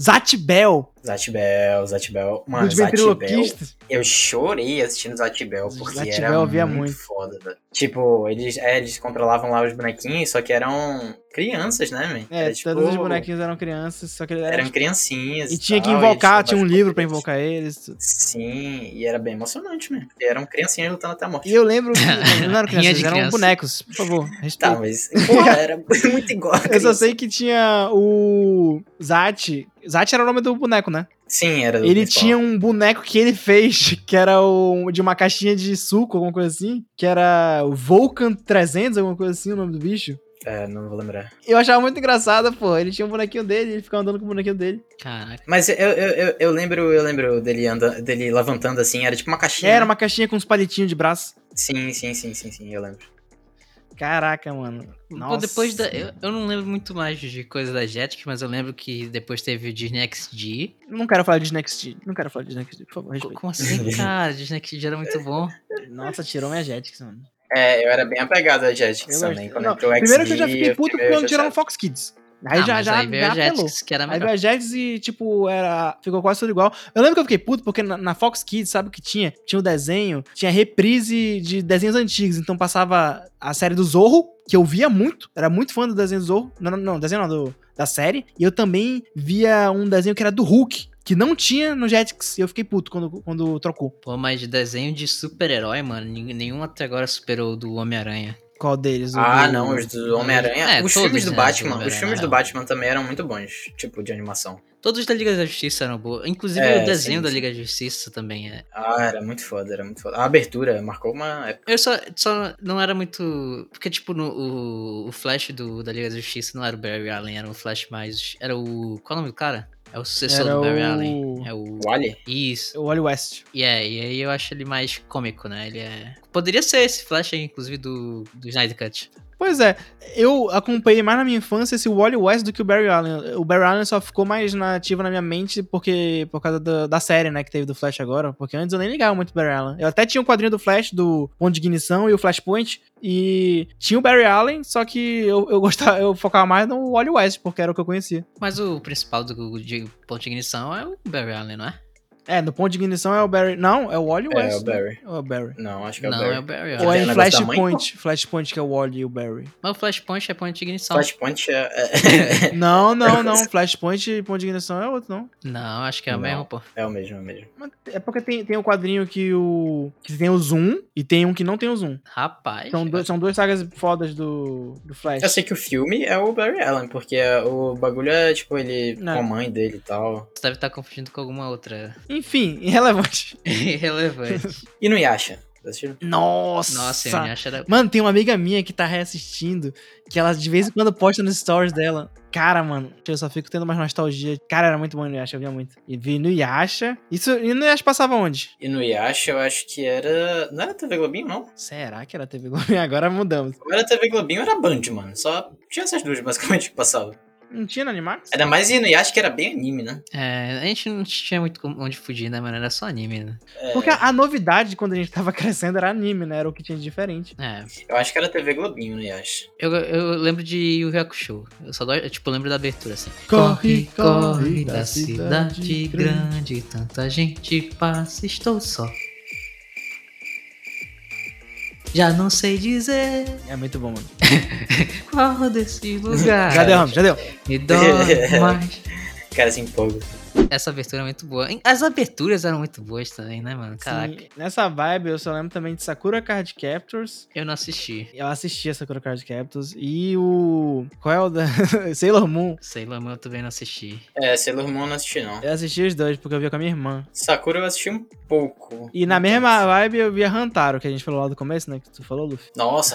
Speaker 2: Zat Bell,
Speaker 3: Zat Bell, Zat Bell. Mano,
Speaker 2: dos
Speaker 3: Zat Bell.
Speaker 2: ventriloquistas?
Speaker 3: Eu chorei assistindo Zat Bell, porque
Speaker 2: Zat
Speaker 3: era
Speaker 2: Bell eu via
Speaker 3: muito,
Speaker 2: muito.
Speaker 3: foda, velho. Tipo, eles, é, eles controlavam lá os bonequinhos, só que eram crianças, né, man?
Speaker 2: É,
Speaker 3: Era, tipo, um
Speaker 2: todos os bonequinhos eram crianças, só que ele era. tipo,
Speaker 3: Eram criancinhas.
Speaker 2: E tinha que
Speaker 3: tal,
Speaker 2: invocar,
Speaker 3: eles
Speaker 2: tinha um
Speaker 3: abaixavam
Speaker 2: livro pra
Speaker 3: eles.
Speaker 2: invocar eles.
Speaker 3: Sim, e era bem emocionante mesmo. Porque eram criancinhas lutando até a morte.
Speaker 2: E eu lembro que. Não eram
Speaker 1: Rinha de
Speaker 2: crianças, eram
Speaker 1: criança.
Speaker 2: bonecos. Por favor, respeita.
Speaker 3: Tá, mas. Porra, era muito igual. a
Speaker 2: Eu só
Speaker 3: criança.
Speaker 2: sei que tinha o Zat. Zat era o nome do boneco, né?
Speaker 3: Sim, era. do
Speaker 2: Ele
Speaker 3: principal.
Speaker 2: tinha um boneco que ele fez, que era o, de uma caixinha de suco, alguma coisa assim, que era o Vulcan 300, alguma coisa assim, o nome do bicho.
Speaker 3: É, não vou lembrar.
Speaker 2: Eu achava muito engraçado, pô. Ele tinha um bonequinho dele, ele ficava andando com o bonequinho dele.
Speaker 1: Caraca.
Speaker 3: Mas eu, eu, eu, eu lembro, eu lembro dele, anda, dele levantando assim, era tipo uma caixinha.
Speaker 1: né?
Speaker 2: Era uma caixinha com uns palitinhos de braço.
Speaker 3: Sim, sim, sim, sim, sim, eu lembro.
Speaker 2: Caraca, mano.
Speaker 1: Pô,
Speaker 2: Nossa.
Speaker 1: depois da. Eu, eu não lembro muito mais de coisa da Jetix, mas eu lembro que depois teve o Disney XD.
Speaker 2: Não quero falar de Next. Não quero falar de Next, por favor,
Speaker 1: Co-
Speaker 2: respeita.
Speaker 1: Como assim, cara? Disney XD era muito bom.
Speaker 2: Nossa, tirou minha Jetix, mano.
Speaker 3: É, eu era bem apegado a Jetix
Speaker 2: Eu
Speaker 3: também.
Speaker 2: gosto-
Speaker 3: Quando
Speaker 2: não,
Speaker 3: entrou o XD,
Speaker 2: Primeiro que eu já fiquei puto
Speaker 3: eu
Speaker 2: quando
Speaker 3: já
Speaker 2: tiraram
Speaker 3: sabia.
Speaker 2: Fox Kids. Aí
Speaker 1: Ah,
Speaker 2: já,
Speaker 1: mas
Speaker 2: já,
Speaker 1: aí veio
Speaker 2: já
Speaker 1: o
Speaker 2: apelou.
Speaker 1: Jetix, que era
Speaker 3: Tá
Speaker 2: Aí
Speaker 1: melhor.
Speaker 2: veio a Jetix e, tipo, era, ficou quase tudo igual. Eu lembro que eu fiquei puto, porque na, na Fox Kids, sabe o que tinha? Tinha o desenho, tinha reprise de desenhos antigos. Então passava a série do Zorro, que eu via muito. Era muito fã do desenho do Zorro. Não, não, não desenho não, do- da série. E eu também via um desenho que era do Hulk, que não tinha no Jetix. E eu fiquei puto quando, quando trocou.
Speaker 1: Pô, mas desenho de super-herói, mano, nin- nenhum até agora superou o do Homem-Aranha.
Speaker 2: Qual deles? O
Speaker 3: Ah,
Speaker 2: do-
Speaker 3: não, os do Homem-Aranha.
Speaker 1: É,
Speaker 3: os
Speaker 1: todos,
Speaker 3: filmes do
Speaker 1: né,
Speaker 3: Batman.
Speaker 1: do
Speaker 3: Os filmes
Speaker 1: Homem-Aranha.
Speaker 3: do Batman também eram muito bons, tipo, de animação.
Speaker 1: Todos da Liga da Justiça eram boas. Inclusive
Speaker 3: É,
Speaker 1: o desenho
Speaker 3: sim,
Speaker 1: da
Speaker 3: sim.
Speaker 1: Liga da Justiça também é.
Speaker 3: Ah, era muito foda, era muito foda. A abertura marcou uma época.
Speaker 1: Eu só, só não era muito. Porque, tipo, no, o, o Flash do, da Liga da Justiça não era o Barry Allen, era o Flash mais. Era o. Qual é o nome do cara? É o sucessor
Speaker 2: Era
Speaker 1: do Barry
Speaker 2: o-
Speaker 1: Allen. É o.
Speaker 3: O Ali?
Speaker 1: Isso.
Speaker 2: O Wally West.
Speaker 1: E é, e aí eu acho ele mais cômico, né? Ele é. Poderia ser esse Flash aí, inclusive, do, do Snyder Cut.
Speaker 2: Pois é, eu acompanhei mais na minha infância esse Wally West do que o Barry Allen. O Barry Allen só ficou mais nativo na minha mente porque por causa da, da série, né, que teve do Flash agora. Porque antes eu nem ligava muito o Barry Allen. Eu até tinha um quadrinho do Flash, do Ponto de Ignição e o Flashpoint. E tinha o Barry Allen, só que eu, eu gostava, eu focava mais no Wally West, porque era o que eu conhecia.
Speaker 1: Mas o principal do de Ponto de Ignição é o Barry Allen, não é?
Speaker 2: É, no ponto de ignição é o Barry. Não, é o Wally
Speaker 3: É, é o
Speaker 2: West. né?
Speaker 3: Barry.
Speaker 2: Ou é o Barry.
Speaker 3: Não, acho que é o
Speaker 1: Não,
Speaker 3: Barry.
Speaker 1: é o Barry.
Speaker 2: Ou
Speaker 1: ó.
Speaker 3: Oi.
Speaker 2: é
Speaker 3: é
Speaker 2: em
Speaker 3: o negócio da
Speaker 2: Flashpoint. Flashpoint que é o Wally e o Barry.
Speaker 1: Mas o Flashpoint é ponto de ignição.
Speaker 3: Flashpoint é, é,
Speaker 2: Não, não, não. Flashpoint e ponto de ignição é outro, não.
Speaker 1: Não, acho que é o
Speaker 3: Não.
Speaker 1: mesmo, pô.
Speaker 3: é o mesmo, é o mesmo.
Speaker 2: Mas É porque tem, tem um quadrinho que o. que tem o zoom e tem um que não tem o zoom.
Speaker 1: Rapaz.
Speaker 2: São, dois, são duas sagas fodas do, do Flash.
Speaker 3: Eu sei que o filme é o Barry Allen, porque é- o bagulho é, tipo, ele
Speaker 2: Não.
Speaker 3: com a mãe dele e tal.
Speaker 1: Você deve estar confundindo com alguma outra
Speaker 2: Enfim, irrelevante.
Speaker 1: irrelevante.
Speaker 3: E no Yasha? Assistiram?
Speaker 2: Nossa!
Speaker 1: Nossa, eu acho era...
Speaker 2: Mano, tem uma amiga minha que tá reassistindo, que ela de vez em quando posta nos stories dela. Cara, mano, eu só fico tendo mais nostalgia. Cara, era muito bom no Yasha, eu via muito. E vi no Yasha. Isso, e no Yasha passava onde?
Speaker 3: E no Yasha eu acho que era. Não era TV Globinho, não?
Speaker 2: Será que era TV Globo? Agora mudamos.
Speaker 3: Ou era TV Globinho ou era Band, mano. Só tinha essas duas basicamente que passavam.
Speaker 2: Não tinha no Animax?
Speaker 3: Ainda mais no Yasha que era bem anime, né?
Speaker 1: É, a gente não tinha muito como- onde fugir, né, mano? Era só anime, né?
Speaker 3: É,
Speaker 2: Porque a, a novidade quando a gente tava crescendo era anime, né? Era o que tinha de diferente.
Speaker 1: É.
Speaker 3: Eu acho que era TV Globinho no Yasha.
Speaker 1: Eu, eu lembro de Yu Yu Hakusho. Eu só dou, eu, tipo, lembro da abertura, assim.
Speaker 2: Corre, corre da cidade grande,
Speaker 1: tanta gente passa, estou só. Já não sei dizer
Speaker 2: É muito bom, mano.
Speaker 1: qual desse lugar.
Speaker 2: Já deu, Ramos, já deu.
Speaker 1: Me dói mais.
Speaker 3: O cara se empolga.
Speaker 1: Essa abertura é muito boa. As aberturas eram muito boas também, né, mano? Caraca.
Speaker 2: Sim, nessa vibe, eu só lembro também de Sakura Card Captors.
Speaker 1: Eu não assisti.
Speaker 2: Eu assisti a Sakura Card Captors. E o. Qual é o da. Sailor Moon.
Speaker 1: Sei lá, mas eu também não assisti.
Speaker 3: É, Sailor Moon eu não assisti, não.
Speaker 2: Eu assisti os dois, porque eu via com a minha irmã.
Speaker 3: Sakura eu assisti um pouco.
Speaker 2: E na
Speaker 3: Não
Speaker 2: mesma
Speaker 3: tanto.
Speaker 2: vibe eu via Hantaro, que a gente falou lá do começo, né? Que tu falou, Luffy.
Speaker 3: Nossa,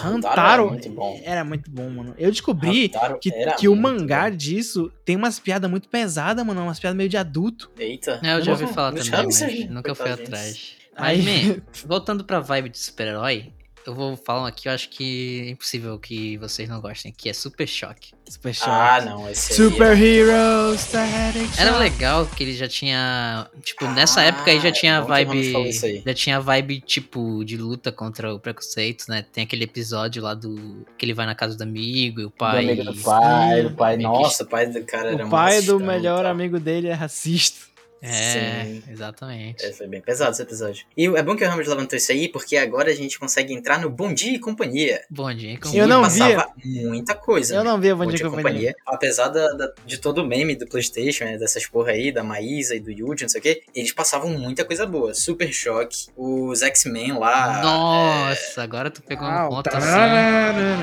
Speaker 2: Hantaro
Speaker 3: Hantaro é muito bom.
Speaker 2: era muito bom, mano. Eu descobri
Speaker 3: Hantaro
Speaker 2: que,
Speaker 3: era
Speaker 2: que o
Speaker 3: muito
Speaker 2: mangá
Speaker 3: bom.
Speaker 2: disso tem umas piadas muito pesadas, mano. Umas piadas meio de adulto.
Speaker 3: Eita.
Speaker 1: É, eu já
Speaker 3: Não,
Speaker 1: ouvi falar
Speaker 3: não
Speaker 1: também,
Speaker 3: chame
Speaker 1: mas
Speaker 3: essa gente,
Speaker 1: nunca fui
Speaker 3: coitadinhos.
Speaker 1: atrás.
Speaker 2: Aí-
Speaker 1: Mas, man, voltando pra vibe de super-herói, eu vou falar um aqui, que eu acho que é impossível que vocês não gostem, que é Super Choque.
Speaker 2: Super chato.
Speaker 3: Ah, não, esse aí
Speaker 2: Super
Speaker 3: é-
Speaker 2: Heroes, Static Shock.
Speaker 1: Era legal que ele já tinha, tipo, nessa
Speaker 3: Ah,
Speaker 1: época aí já tinha a
Speaker 3: bom que o Ramos
Speaker 1: vibe,
Speaker 3: falou isso aí.
Speaker 1: já tinha a vibe, tipo, de luta contra o preconceito, né? Tem aquele episódio lá do, que ele vai na casa do amigo e o
Speaker 3: Do
Speaker 1: pai...
Speaker 3: amigo do pai,
Speaker 1: Sim.
Speaker 3: do pai.
Speaker 1: Meio que-
Speaker 3: Nossa, o pai do cara era
Speaker 2: O
Speaker 3: muito
Speaker 2: pai do
Speaker 3: escroto e
Speaker 2: melhor
Speaker 3: tal.
Speaker 2: amigo dele é racista.
Speaker 1: É,
Speaker 3: Sim.
Speaker 1: exatamente.
Speaker 3: É, foi bem pesado esse episódio. E é bom que o Ramos levantou isso aí, porque agora a gente consegue entrar no Bom Dia e Companhia.
Speaker 1: Bom é dia, como...
Speaker 3: que
Speaker 2: Eu não
Speaker 3: passava muita coisa.
Speaker 2: Eu
Speaker 3: né?
Speaker 2: não via Bom
Speaker 3: Bom
Speaker 2: Dia
Speaker 3: Dia e
Speaker 2: Companhia.
Speaker 3: Companhia. Apesar da- da- de todo o meme do Playstation, né, dessas porra aí, da Maísa e do Yuji, não sei o que, eles passavam muita coisa boa. Super Choque, os X-Men lá.
Speaker 1: Nossa, agora tu pegou
Speaker 3: Ah,
Speaker 1: um ponto
Speaker 3: tá.
Speaker 1: assim.
Speaker 2: tarararara.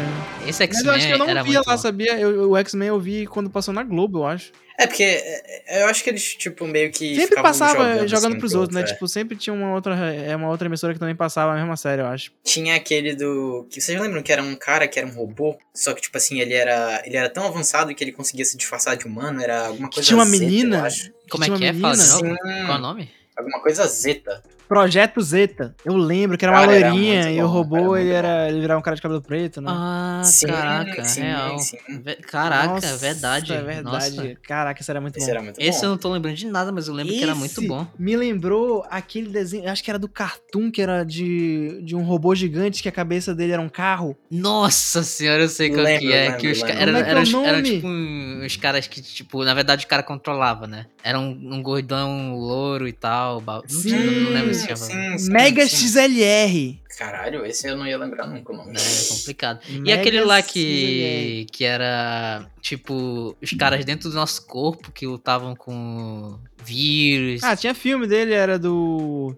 Speaker 1: Esse
Speaker 2: Ah, Mas eu acho que eu
Speaker 1: X-Men era
Speaker 2: não via
Speaker 1: muito
Speaker 2: lá,
Speaker 1: bom.
Speaker 2: sabia? Eu- o X-Men eu vi quando passou na Globo, eu acho.
Speaker 3: É porque é, é, eu acho que eles, tipo, meio que.
Speaker 2: sempre
Speaker 3: ficavam
Speaker 2: passava jogando,
Speaker 3: assim,
Speaker 2: pros
Speaker 3: pro
Speaker 2: outros, né?
Speaker 3: outro, é.
Speaker 2: Tipo, sempre tinha uma outra, é uma outra emissora que também passava a mesma série, eu acho.
Speaker 3: Tinha aquele do. Que vocês lembram que era um cara que era um robô? Só que, tipo assim, ele era. Ele era tão avançado que ele conseguia se disfarçar de humano, era alguma coisa
Speaker 2: tinha uma
Speaker 3: zeta, eu
Speaker 2: menina?
Speaker 3: acho.
Speaker 1: Como é
Speaker 2: tinha
Speaker 1: que
Speaker 2: uma
Speaker 1: é? Fala de
Speaker 2: menina?
Speaker 1: novo.
Speaker 3: Sim.
Speaker 1: Qual o nome?
Speaker 3: Alguma coisa zeta.
Speaker 2: Projeto Zeta. Eu lembro que era uma
Speaker 3: Cara, era
Speaker 2: loirinha
Speaker 3: muito
Speaker 2: e o
Speaker 3: bom,
Speaker 2: robô,
Speaker 3: era muito
Speaker 2: ele,
Speaker 3: bom.
Speaker 2: era, ele virava um cara de cabelo preto, né?
Speaker 1: Ah,
Speaker 3: Sim,
Speaker 1: caraca,
Speaker 3: sim,
Speaker 1: real.
Speaker 3: sim.
Speaker 1: Ve- Caraca,
Speaker 2: Nossa,
Speaker 1: verdade.
Speaker 2: É verdade.
Speaker 1: Nossa.
Speaker 2: Caraca, isso era muito
Speaker 3: Esse
Speaker 2: bom.
Speaker 3: era muito
Speaker 1: Esse eu
Speaker 3: bom.
Speaker 1: não tô lembrando de nada, mas eu lembro que era muito
Speaker 2: Esse
Speaker 1: bom.
Speaker 2: Me lembrou aquele desenho, acho que era do Cartoon, que era de, de um robô gigante que a cabeça dele era um carro.
Speaker 1: Nossa senhora, eu sei qual
Speaker 3: Lembro,
Speaker 1: que é.
Speaker 3: lembro,
Speaker 1: que os ca-
Speaker 3: lembro.
Speaker 1: era-
Speaker 2: Como é que é
Speaker 1: era
Speaker 2: o
Speaker 1: os- eram,
Speaker 2: nome?
Speaker 1: tipo um- os caras que, tipo, na verdade o cara controlava, né? Era um, um gordão louro e tal. ba- Não, sei, não- não lembro se chamava.
Speaker 3: Sim, sim,
Speaker 2: Mega
Speaker 3: sim.
Speaker 2: XLR.
Speaker 3: Caralho, esse eu não ia lembrar nunca o
Speaker 2: Né?
Speaker 3: nome.
Speaker 1: É complicado. E
Speaker 2: Mega
Speaker 1: aquele lá
Speaker 2: XLR.
Speaker 1: que, que era, tipo, os caras dentro do nosso corpo que lutavam com vírus.
Speaker 2: Ah, tinha filme dele, era do.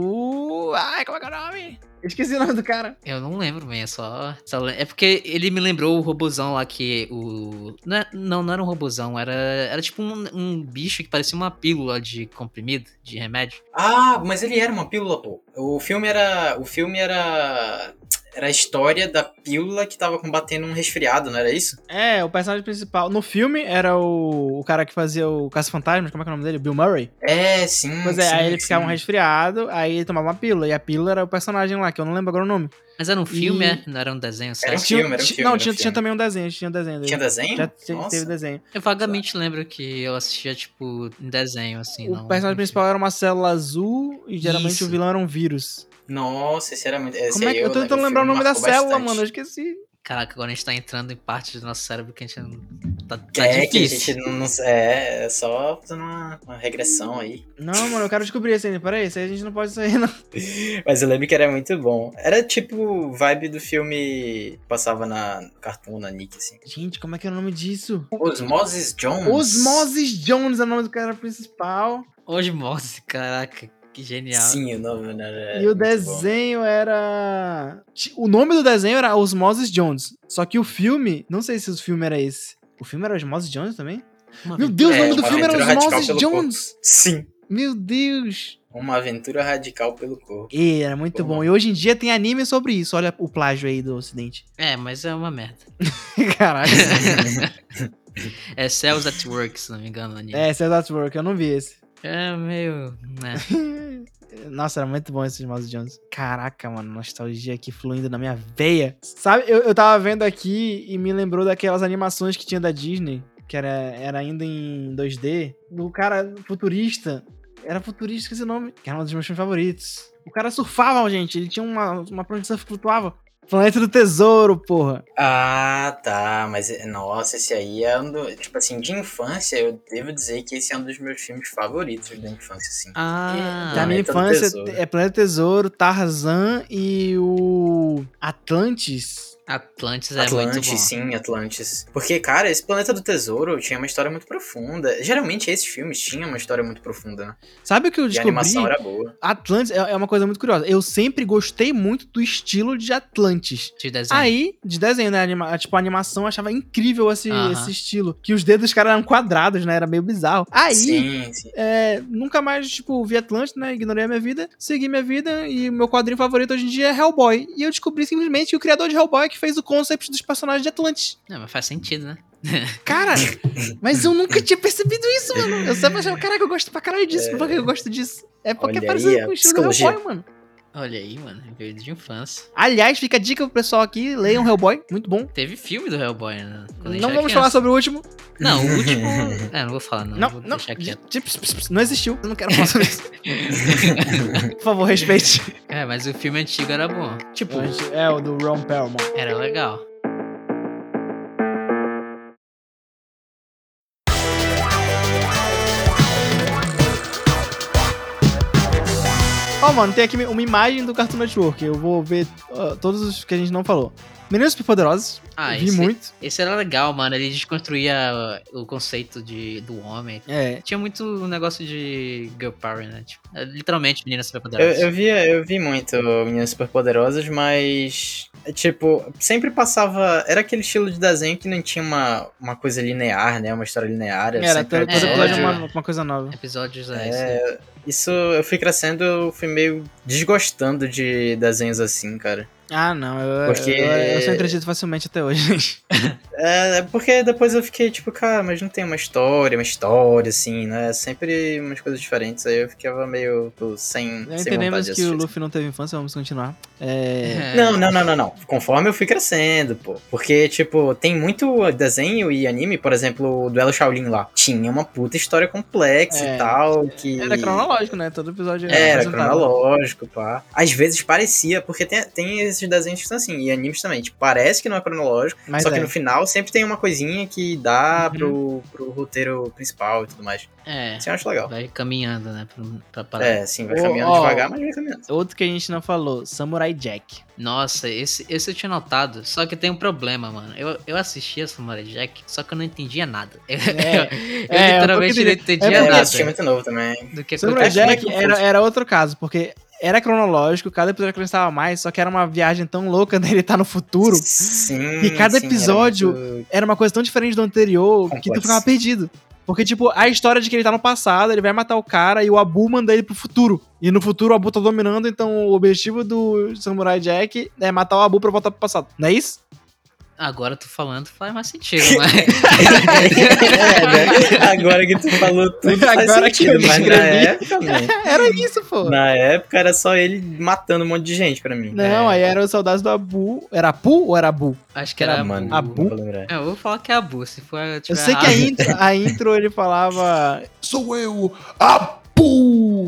Speaker 2: Do. Ai, como é que é o nome? Eu Esqueci o nome do cara.
Speaker 1: Eu não lembro, man, é só, só lem- É porque ele me lembrou o robozão lá que o. Não, é- não, não era um robozão, era, era tipo um, um bicho que parecia uma pílula de comprimido, de remédio.
Speaker 3: Ah, mas ele era uma pílula, pô. O filme era. O filme era. Era a história da pílula que tava combatendo um resfriado, não era isso?
Speaker 2: É, o personagem principal. No filme era o, o cara que fazia o Caça-Fantasmas, como é que é o nome dele? Bill Murray.
Speaker 3: É, sim.
Speaker 2: Pois é,
Speaker 3: sim,
Speaker 2: aí ele ficava um
Speaker 3: sim.
Speaker 2: resfriado, aí ele tomava uma pílula. E a pílula era o personagem lá, que eu não lembro agora o nome.
Speaker 1: Mas era um filme,
Speaker 2: E-
Speaker 1: é? Não era um desenho,
Speaker 3: Era um
Speaker 1: certo?
Speaker 2: Tinha-
Speaker 3: filme, era um
Speaker 2: ti-
Speaker 3: filme,
Speaker 2: não,
Speaker 3: era um
Speaker 2: tinha, tinha
Speaker 3: filme.
Speaker 2: também um desenho, tinha um desenho dele.
Speaker 3: Tinha desenho?
Speaker 2: Já te-
Speaker 3: Nossa.
Speaker 2: teve desenho.
Speaker 1: Eu vagamente lembro que eu assistia, tipo, um desenho, assim.
Speaker 2: o
Speaker 1: não-
Speaker 2: personagem principal era uma célula azul e geralmente
Speaker 1: Isso.
Speaker 2: o vilão era um vírus.
Speaker 3: Nossa, esse era muito. Esse
Speaker 2: Como é
Speaker 3: aí
Speaker 2: que eu tô tentando
Speaker 3: filme
Speaker 2: lembrar o nome da
Speaker 3: marcou
Speaker 2: célula,
Speaker 3: bastante.
Speaker 2: mano? Eu esqueci.
Speaker 1: Caraca, agora a gente tá entrando em partes do nosso cérebro que a gente não Tá, tá
Speaker 3: é que a
Speaker 1: difícil.
Speaker 3: gente não, não- É, é só fazendo uma, uma regressão aí.
Speaker 2: Não, mano, eu quero descobrir isso ainda. Peraí, isso aí a gente não pode sair, não.
Speaker 3: Mas eu lembro que era muito bom. Era tipo vibe do filme que passava na no Cartoon, na Nick, assim.
Speaker 2: Gente, como é que é o nome disso?
Speaker 3: Osmosis Jones.
Speaker 2: Osmosis Jones é o nome do cara principal.
Speaker 1: Osmose, caraca, que genial.
Speaker 3: Sim, o nome né, era
Speaker 2: e o
Speaker 3: muito
Speaker 2: desenho era. Ti- O nome do desenho era Osmosis Jones. Só que o filme. Não sei se o filme era esse. O filme era Osmosis Jones também?
Speaker 1: Uma
Speaker 2: Meu
Speaker 1: aventura-
Speaker 2: Deus,
Speaker 3: É,
Speaker 2: o nome do
Speaker 3: uma
Speaker 2: filme era
Speaker 3: aventura radical
Speaker 2: Osmosis
Speaker 3: pelo
Speaker 2: Jones!
Speaker 3: bom. Sim.
Speaker 2: Meu Deus!
Speaker 3: Uma aventura radical pelo corpo.
Speaker 2: E era muito
Speaker 3: Pô.
Speaker 2: bom. E hoje em dia tem anime sobre isso. Olha o plágio aí do Ocidente.
Speaker 1: É, mas é uma merda.
Speaker 2: Caralho.
Speaker 1: É Cells at Work, se não me engano, o anime.
Speaker 2: é, Cells at Work, eu não vi esse.
Speaker 1: É meio. né.
Speaker 2: Nossa, era muito bom esse Mouse Jones. Caraca, mano, nostalgia aqui fluindo na minha veia. Sabe, eu, eu tava vendo aqui e me lembrou daquelas animações que tinha da Disney, que era, era ainda em 2D, do cara futurista. Era futurista esse nome, que era um dos meus filmes favoritos. O cara surfava, gente, ele tinha uma, uma prancha de surf que flutuava. Planeta do Tesouro, porra.
Speaker 3: Ah, tá. Mas, eh, nossa, esse aí é um do... Tipo assim, de infância, eu devo dizer que esse é um dos meus filmes favoritos da infância, assim.
Speaker 1: Ah,
Speaker 2: da minha
Speaker 3: Planeta do
Speaker 2: infância
Speaker 3: Tesouro.
Speaker 2: é Planeta do Tesouro, Tarzan e o Atlantis.
Speaker 1: Atlantis é muito bom.
Speaker 3: Atlantis, sim, Atlantis. Porque, cara, esse Planeta do Tesouro tinha uma história muito profunda. Geralmente esses filmes tinham uma história muito profunda, né?
Speaker 2: Sabe o que eu
Speaker 3: E a
Speaker 2: descobri?
Speaker 3: animação era boa.
Speaker 2: Atlantis é é uma coisa muito curiosa. Eu sempre gostei muito do estilo de Atlantis.
Speaker 1: De desenho.
Speaker 2: Aí, de desenho, né? Anima, tipo, a animação eu achava incrível esse,
Speaker 1: Aham.
Speaker 2: esse estilo. Que os dedos dos caras eram quadrados, né? Era meio bizarro. Aí,
Speaker 3: Sim, sim.
Speaker 2: é, nunca mais, tipo, vi Atlantis, né? Ignorei a minha vida, segui minha vida e meu quadrinho favorito hoje em dia é Hellboy. E eu descobri simplesmente que o criador de Hellboy é que fez o concept dos personagens de Atlantis.
Speaker 1: Não, mas faz sentido, né?
Speaker 2: Cara, mas eu nunca tinha percebido isso, mano. Eu sempre achava, caraca, eu gosto pra caralho disso. Por que eu gosto disso? É porque
Speaker 3: Olha aí
Speaker 2: parece
Speaker 3: a
Speaker 2: com o estilo do
Speaker 3: psicologia.
Speaker 2: Hellboy, mano.
Speaker 1: Olha aí, mano. Veio de infância.
Speaker 2: Aliás, fica a dica pro pessoal aqui, leiam Hellboy, muito bom.
Speaker 1: Teve filme do Hellboy, né? Quando a gente
Speaker 2: Não
Speaker 1: era
Speaker 2: vamos falar
Speaker 1: criança.
Speaker 2: sobre o último.
Speaker 1: Não, o último. é, não vou falar, não.
Speaker 2: Não,
Speaker 1: vou
Speaker 2: não, Tipo,
Speaker 1: deixar quieto.
Speaker 2: de- pss, pss, pss, não existiu. Eu não quero falar sobre isso. Por favor, respeite.
Speaker 1: É, mas o filme antigo era bom. Tipo,
Speaker 2: É o do Ron Perlman.
Speaker 1: era legal.
Speaker 2: Ó, mano, tem aqui uma imagem do Cartoon Network. Eu vou ver ó, todos os que a gente não falou. Meninos Superpoderosos,
Speaker 1: Ah,
Speaker 2: vi
Speaker 1: esse,
Speaker 2: muito.
Speaker 1: esse era legal, mano. Ele desconstruía uh, o conceito de, do homem.
Speaker 2: É.
Speaker 1: Tinha muito um negócio de girl power, né? Tipo, é literalmente, menina
Speaker 3: Eu,
Speaker 1: superpoderosa.
Speaker 3: eu, via, eu vi muito Meninas Superpoderosas, mas, é tipo, sempre passava... Era aquele estilo de desenho que não tinha uma, uma coisa linear, né? Uma história linear. assim, era
Speaker 2: Era,
Speaker 3: sempre
Speaker 2: todo, todo
Speaker 1: é,
Speaker 2: episódio é
Speaker 1: é.
Speaker 2: uma, assim. uma coisa nova.
Speaker 1: Episódios é,
Speaker 3: É,
Speaker 1: isso.
Speaker 3: Isso, eu fui crescendo, eu fui meio desgostando de desenhos assim, cara.
Speaker 2: Ah, não. Eu,
Speaker 3: Porque-
Speaker 2: eu, eu sou entretido facilmente até hoje, gente.
Speaker 3: É, é porque depois eu fiquei tipo, cara, mas não tem uma história, uma história assim, né? Sempre umas coisas diferentes. Aí eu ficava meio tipo, sem,
Speaker 2: Já
Speaker 3: sem vontade
Speaker 2: Entendemos
Speaker 3: de
Speaker 2: que o
Speaker 3: assistir.
Speaker 2: Luffy não teve infância, vamos continuar. É.
Speaker 1: É.
Speaker 3: Não, não, não, não, não. Conforme eu fui crescendo, pô. Porque, tipo, tem muito desenho e anime, por exemplo, o Duelo Shaolin lá. Tinha uma puta história complexa
Speaker 2: É.
Speaker 3: e tal, que...
Speaker 2: Era cronológico, né? Todo episódio
Speaker 3: Era
Speaker 2: apresentado.
Speaker 3: cronológico, pá. Às vezes parecia, porque tem, tem esses desenhos que são assim, e animes também. Tipo, parece que não é cronológico,
Speaker 2: Mas
Speaker 3: só
Speaker 2: é. Uhum.
Speaker 3: que no final sempre tem uma coisinha que dá pro, pro roteiro principal e tudo mais.
Speaker 1: É,
Speaker 3: Isso eu acho legal.
Speaker 1: vai caminhando, né? Pra, pra parar.
Speaker 3: É, sim, vai
Speaker 2: Ô,
Speaker 3: caminhando
Speaker 2: ó.
Speaker 3: devagar, mas vai caminhando.
Speaker 2: Outro que a gente não falou, Samurai Jack.
Speaker 1: Nossa, esse, esse eu tinha notado. Só que tem um problema, mano. Eu, eu assistia Samurai Jack, só que eu não entendia nada. Eu, eu
Speaker 2: é,
Speaker 1: literalmente
Speaker 2: eu
Speaker 1: não
Speaker 2: tô
Speaker 1: entendia
Speaker 2: É
Speaker 3: É, eu
Speaker 2: verdade.
Speaker 1: nada
Speaker 3: assisti muito novo também.
Speaker 1: do que
Speaker 2: Samurai
Speaker 1: acontecia.
Speaker 2: Jack era, era outro caso, porque era cronológico, cada episódio acrescentava mais, só que era uma viagem tão louca dele estar no futuro.
Speaker 3: Sim.
Speaker 2: E cada
Speaker 3: sim,
Speaker 2: episódio
Speaker 3: era muito-
Speaker 2: Era uma coisa tão diferente do anterior que tu
Speaker 3: Complexo.
Speaker 2: ficava perdido. Porque, tipo, a história de que ele tá no passado, ele vai matar o cara e o Abu manda ele pro futuro. E no futuro o Abu tá dominando, então o objetivo do Samurai Jack é matar o Abu pra voltar pro passado. Não é isso?
Speaker 1: Agora eu tô falando, faz mais sentido, mas.
Speaker 3: É, né? Agora que tu falou tudo, faz
Speaker 2: Agora que eu
Speaker 3: sentido, mas na
Speaker 2: escrevi. tá
Speaker 3: época, né?
Speaker 2: Era isso, pô.
Speaker 3: Na época era só ele matando um monte de gente pra mim. É,
Speaker 2: Não, aí era os soldados do Abu. Era Apu ou era Abu?
Speaker 1: Acho que era.
Speaker 3: Ah, mano,
Speaker 1: a
Speaker 2: a
Speaker 3: não
Speaker 2: Bu-
Speaker 3: vou lembrar.
Speaker 1: É, eu vou falar que é a Bu, se for.
Speaker 2: Eu sei que é a intro, a intro ele falava.
Speaker 5: Sou eu, Apu!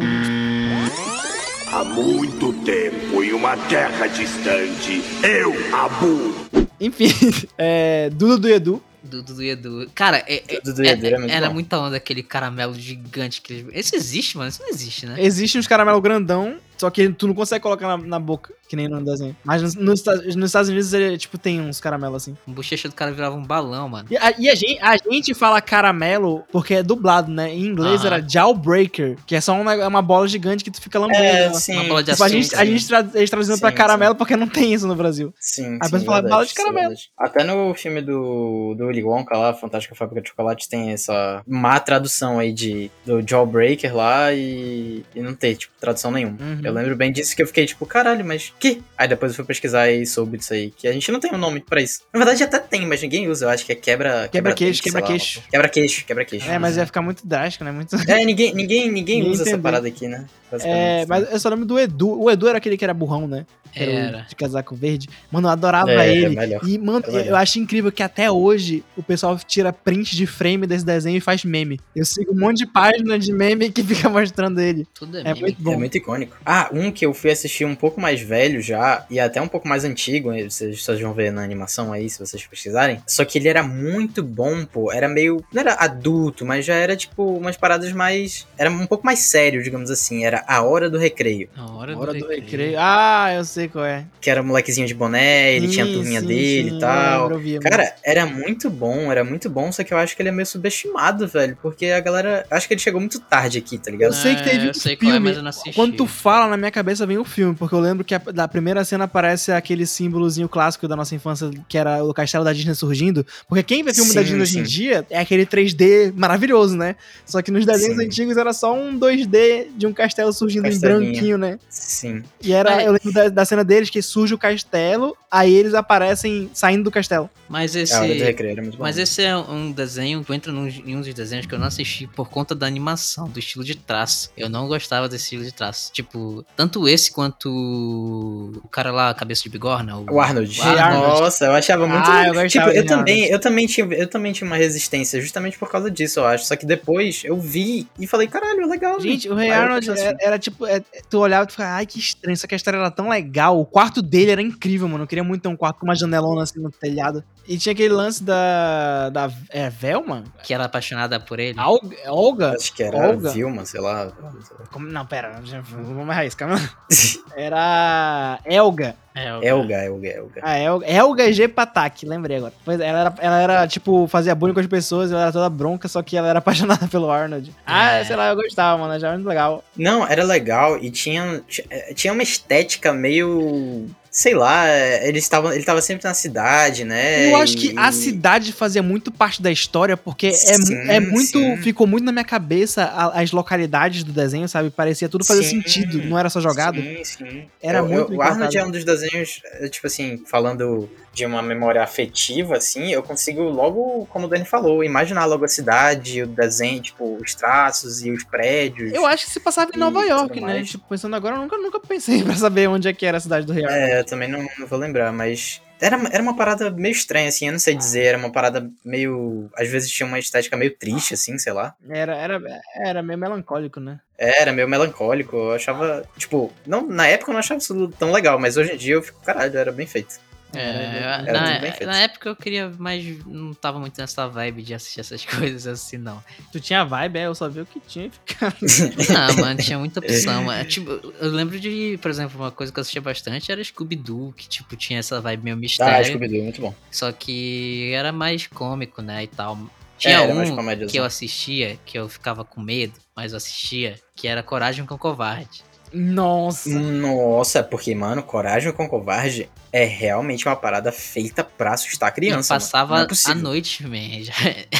Speaker 5: Há muito tempo, em uma terra distante, eu, Abu,
Speaker 2: Enfim, é, Dudu do Edu.
Speaker 1: Do Dudu e Edu. Cara, é- é-
Speaker 3: Tudo do Edu era
Speaker 1: é-
Speaker 3: muito
Speaker 1: era
Speaker 3: bom.
Speaker 1: muita onda aquele caramelo gigante que eles. Isso existe, mano? Isso não existe, né?
Speaker 2: Existem uns caramelo grandão, só que tu não consegue colocar na, na boca, que nem no desenho. Mas nos, nos Estados- nos Estados Unidos, ele, tipo, tem uns caramelos assim.
Speaker 1: O bochecha do cara virava um balão, mano.
Speaker 2: E a, e a gente, a gente fala caramelo porque é dublado, né? Em inglês
Speaker 1: Aham.
Speaker 2: era jawbreaker, que é só uma, é uma bola gigante que tu fica lambendo.
Speaker 3: É,
Speaker 2: ela.
Speaker 3: sim.
Speaker 1: Uma bola de né?
Speaker 2: Tipo, a
Speaker 1: sim,
Speaker 2: gente, a
Speaker 1: sim.
Speaker 2: gente tra- eles traduzindo pra
Speaker 3: Sim,
Speaker 2: caramelo porque não tem isso no Brasil.
Speaker 3: Sim,
Speaker 2: Aí
Speaker 3: sim,
Speaker 2: você fala,
Speaker 3: verdade,
Speaker 2: bala de caramelo.
Speaker 3: verdade. Até no filme do, do Willy Wonka lá, Fantástica Fábrica de Chocolate, tem essa má tradução aí de, do Jawbreaker lá e, e não tem, tipo, tradução nenhuma.
Speaker 2: Uhum.
Speaker 3: Eu lembro bem disso que eu fiquei tipo, caralho, mas que? Aí depois eu fui pesquisar e soube disso aí, que a gente não tem um nome pra isso. Na verdade até tem, mas ninguém usa, eu acho que é quebra...
Speaker 2: Quebra-queixo,
Speaker 3: sei lá,
Speaker 2: quebra-queixo.
Speaker 3: Quebra-queixo, quebra-queixo.
Speaker 2: É, mas ia ficar muito drástico, né? Muito...
Speaker 3: É, ninguém, ninguém, ninguém
Speaker 2: Ninguém
Speaker 3: usa essa
Speaker 2: entendeu.
Speaker 3: parada aqui, né?
Speaker 2: É,
Speaker 3: Basicamente, né?
Speaker 2: mas eu só lembro do Edu. O Edu era aquele que era burrão, né? Que o
Speaker 1: Era.
Speaker 2: de casaco verde. Mano, eu adorava
Speaker 3: É, é
Speaker 2: ele.
Speaker 3: melhor.
Speaker 2: E, mano,
Speaker 3: É
Speaker 2: eu,
Speaker 3: melhor.
Speaker 2: acho incrível que até hoje o pessoal tira print de frame desse desenho e faz meme. Eu sigo um monte de página de meme que fica mostrando ele.
Speaker 1: Tudo é,
Speaker 2: É
Speaker 1: meme.
Speaker 2: muito
Speaker 3: É
Speaker 2: bom.
Speaker 3: muito icônico. Ah, um que eu fui assistir um pouco mais velho já, e até um pouco mais antigo, eh, vocês, vocês vão ver na animação aí, se vocês pesquisarem. Só que ele era muito bom, pô. Era meio. Não era adulto, mas já era, tipo, umas paradas mais. Era um pouco mais sério, digamos assim. Era A Hora do Recreio.
Speaker 1: A hora,
Speaker 2: Hora do
Speaker 1: recreio.
Speaker 2: recreio. Ah, eu sei qual é.
Speaker 3: Que era o molequezinho de boné, ele tinha a
Speaker 2: Sim,
Speaker 3: turminha
Speaker 2: sim,
Speaker 3: dele
Speaker 2: sim,
Speaker 3: e
Speaker 2: eu
Speaker 3: tal.
Speaker 2: lembro, eu via, mano.
Speaker 3: Cara, era muito bom, era muito bom, só que eu acho que ele é meio subestimado, velho. Porque a galera. Acho que ele chegou muito tarde aqui, tá
Speaker 2: eu
Speaker 3: ligado?
Speaker 2: sei que
Speaker 1: É,
Speaker 2: teve
Speaker 1: eu
Speaker 2: um
Speaker 1: sei qual é,
Speaker 2: filme.
Speaker 1: mas eu não assisti.
Speaker 2: Quando tu fala, na minha cabeça vem o filme, porque eu lembro que a, da primeira cena aparece aquele símbolozinho clássico da nossa infância, que era o castelo da Disney surgindo. Porque quem vê filme da
Speaker 3: Sim,
Speaker 2: Disney hoje em
Speaker 3: sim.
Speaker 2: dia é aquele 3D maravilhoso, né? Só que nos desenhos
Speaker 3: Sim.
Speaker 2: antigos era só um 2D de um castelo surgindo em
Speaker 3: Castelinho.
Speaker 2: branquinho, né?
Speaker 3: Sim.
Speaker 2: E era,
Speaker 1: Mas-
Speaker 2: eu lembro da, da cena deles que surge o castelo, aí eles aparecem saindo do castelo.
Speaker 1: Mas esse.
Speaker 3: A Hora do Recreio era muito bom.
Speaker 1: Mas esse é um desenho que entra num, em um dos desenhos que eu não assisti por conta da animação, do estilo de traço. Eu não gostava desse estilo de traço. Tipo, tanto esse quanto o cara lá, cabeça de bigorna. O...
Speaker 3: O Arnold.
Speaker 1: O Arnold.
Speaker 3: Nossa, eu achava muito.
Speaker 2: Ah, eu gostava
Speaker 3: tipo, eu
Speaker 2: de
Speaker 3: também,
Speaker 2: Arnold.
Speaker 3: eu também tinha, eu também tinha uma resistência justamente por causa disso, eu acho. Só que depois eu vi e falei, caralho, é legal.
Speaker 2: Gente, o Rei
Speaker 3: Aí eu
Speaker 2: Arnold
Speaker 3: pensei
Speaker 2: era, era tipo, é- tu olhava e tu ficava, ai que estranho, essa castelo era tão legal. O quarto dele era incrível, mano. Eu queria muito ter um quarto com uma janelona assim no telhado. E tinha aquele lance da. da é, Velma?
Speaker 1: Que era apaixonada por ele.
Speaker 2: Alga? Olga?
Speaker 3: Acho que era
Speaker 2: Olga.
Speaker 3: Vilma, sei lá.
Speaker 2: É, Como- não, pera, já- vamos errar isso, calma. Era. Elga.
Speaker 1: É, o-
Speaker 3: Elga, Elga, Elga.
Speaker 2: A Elga, Elga G. Patak, lembrei agora. Pois é, ela era, ela era, tipo, fazia bullying com as pessoas, ela era toda bronca, só que ela era apaixonada pelo Arnold. Ah,
Speaker 1: É.
Speaker 2: sei lá, eu gostava, mano, achava muito legal.
Speaker 3: Não, era legal e tinha, tinha uma estética meio. Sei lá, eles estavam, ele tava sempre na cidade, né?
Speaker 2: eu acho que a
Speaker 3: E-
Speaker 2: cidade fazia muito parte da história, porque é, mu-
Speaker 3: Sim,
Speaker 2: é muito.
Speaker 3: sim.
Speaker 2: Ficou muito na minha cabeça a- as localidades do desenho, sabe? Parecia tudo fazer
Speaker 3: Sim.
Speaker 2: sentido, não era só jogado.
Speaker 3: Sim, sim.
Speaker 2: Era
Speaker 3: Eu- eu-
Speaker 2: muito
Speaker 3: O Arnold
Speaker 2: engraçado.
Speaker 3: é um dos desenhos, eh, tipo assim, falando de uma memória afetiva, assim, eu consigo logo, como o Dani falou, imaginar logo a cidade, o desenho, tipo, os traços e os prédios.
Speaker 2: Eu acho que se passava em
Speaker 3: E
Speaker 2: Nova
Speaker 3: tudo
Speaker 2: York, né?
Speaker 3: mais.
Speaker 2: Tipo, pensando agora, eu nunca, nunca pensei pra saber onde é que era a cidade do Rio.
Speaker 3: É, eu também não, não vou lembrar, mas. Era, era uma parada meio estranha, assim, eu não sei dizer, era uma parada meio. Às vezes tinha uma estética meio triste, assim, sei lá.
Speaker 2: Era, era, era meio melancólico, né?
Speaker 3: Era meio melancólico, eu achava. Tipo, não, na época eu não achava isso tão legal, mas hoje em dia eu fico, caralho, era bem feito.
Speaker 1: É,
Speaker 2: Era
Speaker 3: tudo bem
Speaker 1: na,
Speaker 3: feito.
Speaker 1: na época eu queria, mas não tava muito nessa vibe de assistir essas coisas assim, não.
Speaker 2: Tu tinha vibe, é, eu só vi o que tinha.
Speaker 1: Ah, mano, tinha muita opção. mano. Tipo, eu lembro de, por exemplo, uma coisa que eu assistia bastante era Scooby-Doo, que tipo, tinha essa vibe meio
Speaker 3: Ah,
Speaker 1: mistério.
Speaker 3: Scooby-Doo, muito bom.
Speaker 1: Só que era mais cômico, né? E tal. Tinha
Speaker 3: É, era mais
Speaker 1: um
Speaker 3: comédia, assim.
Speaker 1: que eu assistia, que eu ficava com medo, mas eu assistia, que era Coragem com Covarde.
Speaker 2: Nossa.
Speaker 3: Hum. Nossa, porque, mano, Coragem com Covarde é realmente uma parada feita pra assustar a
Speaker 1: e
Speaker 3: criança. mano.
Speaker 1: passava
Speaker 3: não é
Speaker 1: a
Speaker 3: possível.
Speaker 1: noite, man. já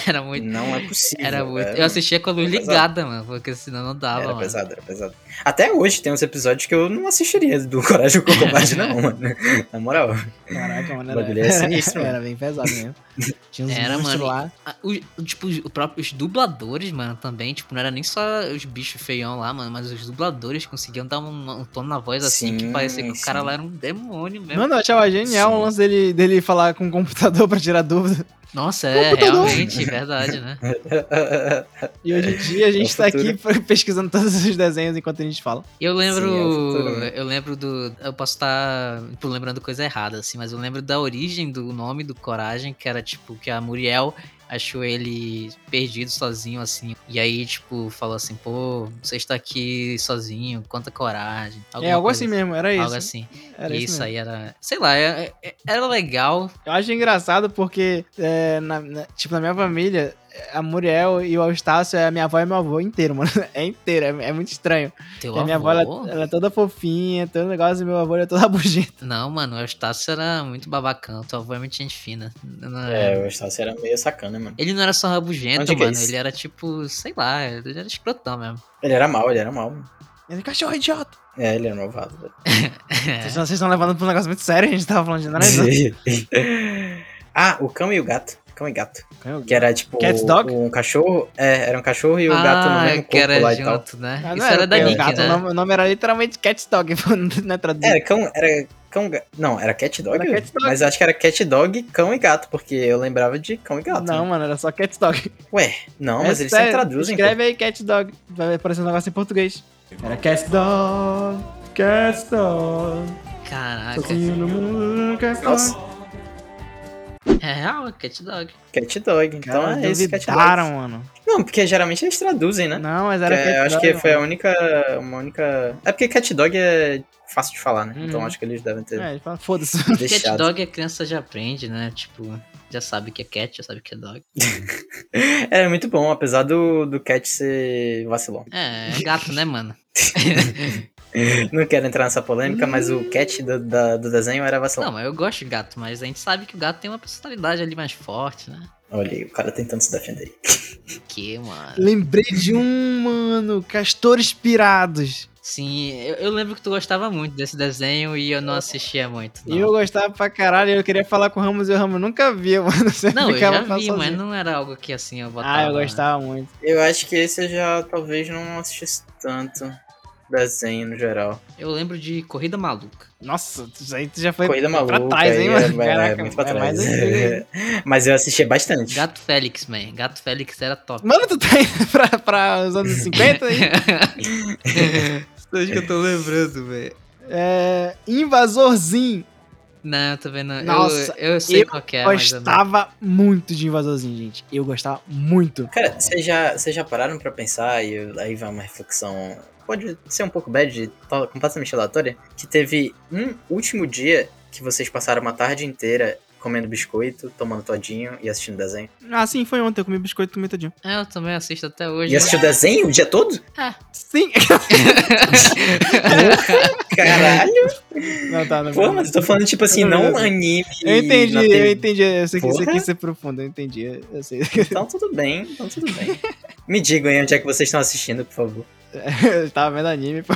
Speaker 1: era muito.
Speaker 3: Não é possível.
Speaker 1: Era muito.
Speaker 3: velho.
Speaker 1: Eu assistia com a luz
Speaker 3: era pesado.
Speaker 1: ligada, mano, porque senão não dava,
Speaker 3: Era
Speaker 1: mano.
Speaker 3: pesado, era pesado. Até hoje tem uns episódios que eu não assistiria do Coragem com Covarde, não, mano. Na moral.
Speaker 2: Caraca, mano,
Speaker 3: O
Speaker 2: era,
Speaker 3: bagulho é sinistro, mano.
Speaker 2: era bem pesado mesmo. Tinha uns
Speaker 1: Era,
Speaker 2: era,
Speaker 1: mano,
Speaker 2: lá.
Speaker 1: Ah, o- o- tipo, os os próprios dubladores, mano, também, tipo, não era nem só os bichos feião lá, mano, mas os dubladores conseguiam dar um, um tom na voz assim que
Speaker 3: Sim,
Speaker 1: parecia que o cara
Speaker 3: sim.
Speaker 1: lá era um demônio mesmo.
Speaker 2: Mano, eu achava genial o lance dele, dele falar com o computador pra tirar dúvida.
Speaker 1: Nossa, é realmente, verdade, né?
Speaker 2: E hoje em dia a gente
Speaker 3: É o
Speaker 2: tá
Speaker 3: futuro.
Speaker 2: aqui pesquisando todos os desenhos enquanto a gente fala.
Speaker 1: Eu lembro.
Speaker 3: Sim, é o futuro, né?
Speaker 1: eu lembro do. Eu posso estar tipo, lembrando coisa errada, assim, mas eu lembro da origem do nome do Coragem, que era tipo que a Muriel achou ele perdido sozinho, assim. E aí, tipo, falou assim, pô, você está aqui sozinho, quanta coragem.
Speaker 2: é,
Speaker 1: alguma
Speaker 2: algo
Speaker 1: coisa
Speaker 2: assim mesmo, era isso.
Speaker 1: Algo assim.
Speaker 2: Era
Speaker 1: e
Speaker 2: isso,
Speaker 1: isso,
Speaker 2: mesmo.
Speaker 1: aí era. Sei lá, é- é- era legal.
Speaker 2: Eu acho engraçado porque, é, na- na- tipo, na minha família, a Muriel e o Eustácio é a minha avó e meu avô inteiro, mano. É inteiro, é, é muito estranho.
Speaker 1: Teu
Speaker 2: a minha
Speaker 1: avô?
Speaker 2: avó, ela, ela é toda fofinha, todo negócio, e meu avô ele é toda bugenta.
Speaker 1: Não, mano, o Eustácio era muito babacão. Tua avó é muito gente fina. Não-
Speaker 3: É, o Estácio era meio sacana, mano.
Speaker 1: Ele não era só rabugento,
Speaker 3: Onde que é
Speaker 1: mano.
Speaker 3: isso?
Speaker 1: ele era tipo, sei lá, ele era escrotão mesmo.
Speaker 3: Ele era mal, ele era mal. mano.
Speaker 2: Ele, cachorro idiota.
Speaker 3: É, ele era malvado.
Speaker 1: É.
Speaker 2: Vocês vocês estão levando pra um negócio muito sério, a gente tava falando de nada.
Speaker 3: É.
Speaker 2: não.
Speaker 3: ah, o cão e o gato. Cão e gato.
Speaker 2: Cão e
Speaker 3: Que era tipo.
Speaker 2: Cat's dog?
Speaker 3: Um cachorro. É, era um cachorro e o gato no mesmo
Speaker 1: Ah, que era
Speaker 3: corpo lá e tal.
Speaker 1: junto, né?
Speaker 2: Ah, não
Speaker 1: Isso era, da
Speaker 2: o
Speaker 1: Nick,
Speaker 2: gato,
Speaker 1: né?
Speaker 2: O nome, o nome era literalmente Cat Dog, não é traduzido.
Speaker 3: Era cão. Era cão. ga- Não, era cat dog.
Speaker 2: Era cat dog.
Speaker 3: Mas acho que era cat dog, cão e gato, porque eu lembrava de cão e gato.
Speaker 2: não,
Speaker 3: né?
Speaker 2: mano, era só Cat Dog.
Speaker 3: Ué, não, mas
Speaker 2: É
Speaker 3: eles
Speaker 2: sério,
Speaker 3: sempre traduzem. pô.
Speaker 2: Escreve aí Cat Dog, vai aparecer um negócio em português. Era Cat Dog, Cat Dog,
Speaker 1: Caraca,
Speaker 2: sozinho no mundo, Cat
Speaker 3: Nossa.
Speaker 2: Dog.
Speaker 1: é real, é cat dog.
Speaker 3: Cat dog. Então
Speaker 2: Cara,
Speaker 3: é esse cat
Speaker 2: duvidaram,
Speaker 3: dog.
Speaker 2: mano.
Speaker 3: Não, porque geralmente eles traduzem, né?
Speaker 2: Não, mas era
Speaker 3: Que é,
Speaker 2: Cat
Speaker 3: acho
Speaker 2: Dog.
Speaker 3: que foi a única, uma única. É porque cat dog é fácil de falar, né? Então
Speaker 2: Uhum.
Speaker 3: acho que eles devem ter
Speaker 2: É, ele fala, foda-se.
Speaker 1: Cat
Speaker 3: deixado.
Speaker 1: dog a criança já aprende, né? Tipo, já sabe que é cat, já sabe que é dog.
Speaker 3: É muito bom, apesar do, do cat ser vacilão.
Speaker 1: É, é gato, né, mano?
Speaker 3: Não quero entrar nessa polêmica, mas o cat do, da- do desenho era vacilão.
Speaker 1: Não, mas eu gosto de gato, mas a gente sabe que o gato tem uma personalidade ali mais forte, né?
Speaker 3: Olha aí, o cara tentando se defender.
Speaker 1: Que, mano.
Speaker 2: Lembrei de um, mano, Castores Pirados.
Speaker 1: Sim, eu, eu lembro que tu gostava muito desse desenho e eu não assistia muito. Não,
Speaker 2: E eu gostava pra caralho, eu queria falar com o Ramos e o Ramos nunca via, mano. Sempre
Speaker 1: não eu
Speaker 2: ficava
Speaker 1: já vi,
Speaker 2: sozinho.
Speaker 1: mas não era algo que assim eu botava.
Speaker 2: Ah, eu
Speaker 1: né?
Speaker 2: gostava muito.
Speaker 3: Eu acho que esse eu já talvez não assistisse tanto desenho no geral.
Speaker 1: Eu lembro de Corrida Maluca.
Speaker 2: Nossa, isso aí tu já foi
Speaker 3: Corrida maluca.
Speaker 2: pra trás, hein,
Speaker 3: aí
Speaker 2: mano?
Speaker 3: É, é,
Speaker 2: Caraca,
Speaker 3: muito pra
Speaker 2: é
Speaker 3: trás.
Speaker 2: mais antigo.
Speaker 3: mas eu assistia bastante.
Speaker 1: Gato Félix, man. Gato Félix era top.
Speaker 2: Mano, tu tá indo pra, pra os anos 50 aí?
Speaker 1: Acho que eu tô lembrando, velho.
Speaker 2: É, Invasorzinho.
Speaker 1: Não, eu também não.
Speaker 2: Nossa,
Speaker 1: eu, eu sei
Speaker 2: eu
Speaker 1: qual que é, mas eu não-
Speaker 2: gostava muito de Invasorzinho, gente. Eu gostava muito.
Speaker 3: Cara, vocês já, vocês já pararam pra pensar, e eu- aí vai uma reflexão. Pode ser um pouco bad, tá completamente aleatória. Que teve um último dia que vocês passaram uma tarde inteira comendo biscoito, tomando todinho e assistindo desenho.
Speaker 2: Ah, sim, foi ontem, eu comi biscoito comi todinho.
Speaker 1: É, eu também assisto até hoje. né?
Speaker 3: E assistiu desenho o dia todo?
Speaker 2: Sim.
Speaker 3: Caralho!
Speaker 2: Não, tá, não.
Speaker 3: Pô, mas eu tô falando tipo assim, não anime.
Speaker 2: Eu entendi,
Speaker 3: na TV.
Speaker 2: eu entendi. Eu sei que isso
Speaker 3: Porra.
Speaker 2: aqui é profundo, eu entendi. eu- Eu sei.
Speaker 3: Então tudo bem, então tudo bem. Me digam aí onde é que vocês estão assistindo, por favor.
Speaker 2: Eu tava vendo anime. pô.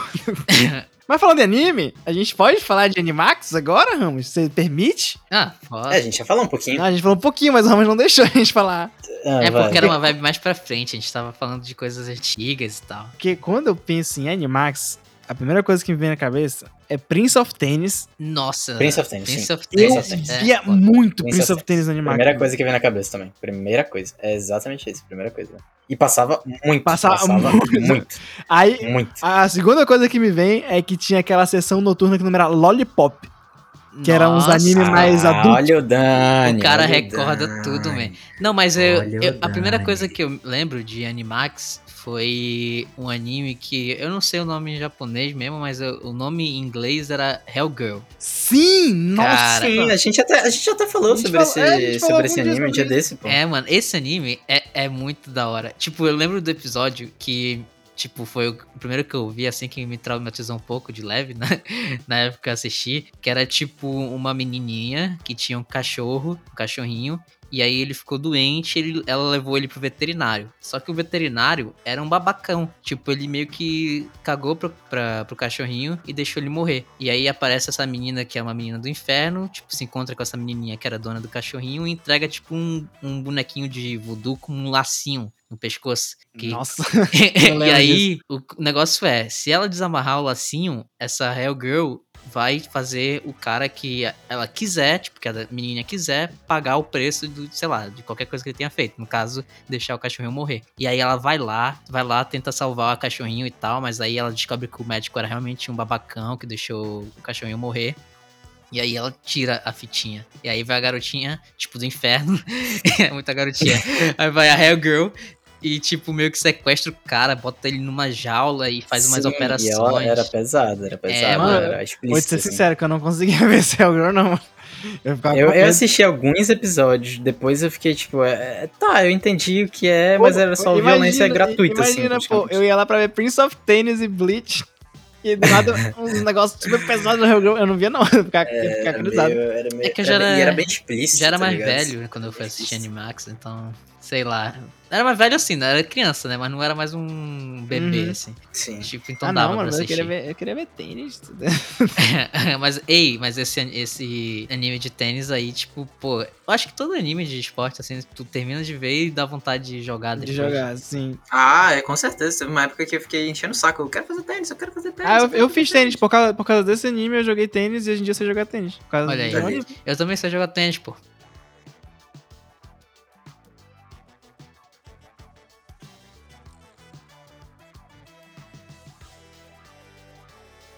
Speaker 2: Mas falando de anime, a gente pode falar de Animax agora, Ramos? Você permite?
Speaker 1: Ah,
Speaker 3: É,
Speaker 1: foda.
Speaker 3: a gente já falou um pouquinho.
Speaker 2: Ah, a gente falou um pouquinho, mas o Ramos não deixou a gente falar.
Speaker 3: Ah,
Speaker 1: É
Speaker 3: vai.
Speaker 1: porque era uma vibe mais pra frente, a gente tava falando de coisas antigas e tal.
Speaker 2: Porque quando eu penso em Animax, a primeira coisa que me vem na cabeça é Prince of Tennis.
Speaker 1: Nossa.
Speaker 3: Prince of Tennis,
Speaker 1: Prince
Speaker 3: sim.
Speaker 1: of
Speaker 2: Eu
Speaker 1: Tennis.
Speaker 3: of Tennis.
Speaker 1: é,
Speaker 2: via
Speaker 1: foda.
Speaker 2: muito
Speaker 3: Prince
Speaker 2: Prince
Speaker 3: of
Speaker 2: of Tennis no Animax.
Speaker 3: Primeira coisa que vem na cabeça também. Primeira coisa. É exatamente isso. Primeira coisa. E passava muito.
Speaker 2: Passava muito.
Speaker 3: muito.
Speaker 2: Aí,
Speaker 3: muito.
Speaker 2: a segunda coisa que me vem é que tinha aquela sessão noturna que não era Lollipop, que era uns
Speaker 1: Nossa.
Speaker 2: animes mais adultos.
Speaker 3: Ah, Olha o Dani.
Speaker 1: O cara
Speaker 3: olha
Speaker 1: recorda
Speaker 3: Dani.
Speaker 1: tudo, man. Não, mas eu,
Speaker 3: Olha o
Speaker 1: eu- a primeira
Speaker 3: Dani.
Speaker 1: coisa que eu lembro de Animax foi um anime que eu não sei o nome em japonês mesmo, mas eu- o nome em inglês era Hellgirl.
Speaker 2: Sim, nossa.
Speaker 1: Cara.
Speaker 3: Sim, a gente até, a gente até falou
Speaker 2: A gente
Speaker 3: sobre
Speaker 2: falou-
Speaker 3: esse,
Speaker 2: é, a gente falou
Speaker 3: sobre esse
Speaker 2: algum dia
Speaker 3: anime um dia
Speaker 2: sobre
Speaker 3: desse, pô.
Speaker 1: É, mano, esse anime é, é muito da hora. Tipo, eu lembro do episódio que, tipo, foi o primeiro que eu vi, assim, que me traumatizou um pouco de leve, né? Na época que eu assisti, que era tipo uma menininha que tinha um cachorro, um cachorrinho, e aí ele ficou doente, ele- ela levou ele pro veterinário. Só que o veterinário era um babacão. Tipo, ele meio que cagou pro, pra- pro cachorrinho e deixou ele morrer. E aí aparece essa menina que é uma menina do inferno, tipo, se encontra com essa menininha que era dona do cachorrinho e entrega, tipo, um, um bonequinho de voodoo com um lacinho no pescoço. Que
Speaker 2: Nossa.
Speaker 1: e
Speaker 2: lembro
Speaker 1: aí, o c- negócio é, se ela desamarrar o lacinho, essa Hell Girl vai fazer o cara que ela quiser, tipo, que a menina quiser, pagar o preço do, sei lá, de qualquer coisa que ele tenha feito. No caso, deixar o cachorrinho morrer. E aí ela vai lá, vai lá, tenta salvar o cachorrinho e tal, mas aí ela descobre que o médico era realmente um babacão que deixou o cachorrinho morrer. E aí ela tira a fitinha. E aí vai a garotinha, tipo, do inferno. é muita garotinha. aí vai a Hell Girl e, tipo, meio que sequestra o cara, bota ele numa jaula e faz umas
Speaker 3: Sim,
Speaker 1: operações. É,
Speaker 3: E ela era pesada, era pesada,
Speaker 1: mano,
Speaker 2: Vou
Speaker 3: era
Speaker 2: te
Speaker 3: explícita.
Speaker 2: ser
Speaker 3: assim.
Speaker 2: sincero que eu não conseguia ver Cell Girl, não. mano. Eu ficava
Speaker 3: Eu,
Speaker 2: com
Speaker 3: eu
Speaker 2: medo.
Speaker 3: assisti alguns episódios, depois eu fiquei tipo, é, é, tá, eu entendi o que é, mas era só
Speaker 2: Imagina-
Speaker 3: violência gratuita,
Speaker 2: imagina,
Speaker 3: assim.
Speaker 2: pô, eu ia lá pra ver Prince of Tennis e Bleach. E do nada, uns negócios super pesados no Hellgirl. Eu não via, não. Eu ficava, eu ficava
Speaker 3: era meio,
Speaker 2: cruzado.
Speaker 3: era meio,
Speaker 1: É que eu já
Speaker 3: era,
Speaker 1: era-
Speaker 3: e era bem explícito.
Speaker 1: Já era
Speaker 3: tá
Speaker 1: mais
Speaker 3: ligado?
Speaker 1: velho né, quando eu fui assistir Animax, então, sei lá. Era mais velho assim, né? Era criança, né? Mas não era mais um bebê,
Speaker 2: Uhum.
Speaker 1: assim.
Speaker 3: Sim.
Speaker 1: Tipo, então
Speaker 2: Ah,
Speaker 1: dava
Speaker 2: não,
Speaker 1: pra
Speaker 2: mano, mas eu
Speaker 1: assistir.
Speaker 2: queria, ver, eu queria ver tênis.
Speaker 1: mas, ei, mas esse, esse anime de tênis aí, tipo, pô, eu acho que todo anime de esporte, assim, tu termina de ver e dá vontade de jogar
Speaker 2: De
Speaker 1: depois.
Speaker 2: jogar, sim.
Speaker 3: Ah, é com certeza. Teve uma época que eu fiquei enchendo o saco. Eu quero fazer tênis, eu quero fazer tênis.
Speaker 2: Ah, eu,
Speaker 3: quero
Speaker 2: eu
Speaker 3: fazer
Speaker 2: fiz tênis. Por causa, por causa desse anime, eu joguei tênis e hoje em dia eu sei jogar tênis. Por causa
Speaker 1: Olha aí.
Speaker 2: de um anime.
Speaker 1: Eu também sei jogar tênis, pô.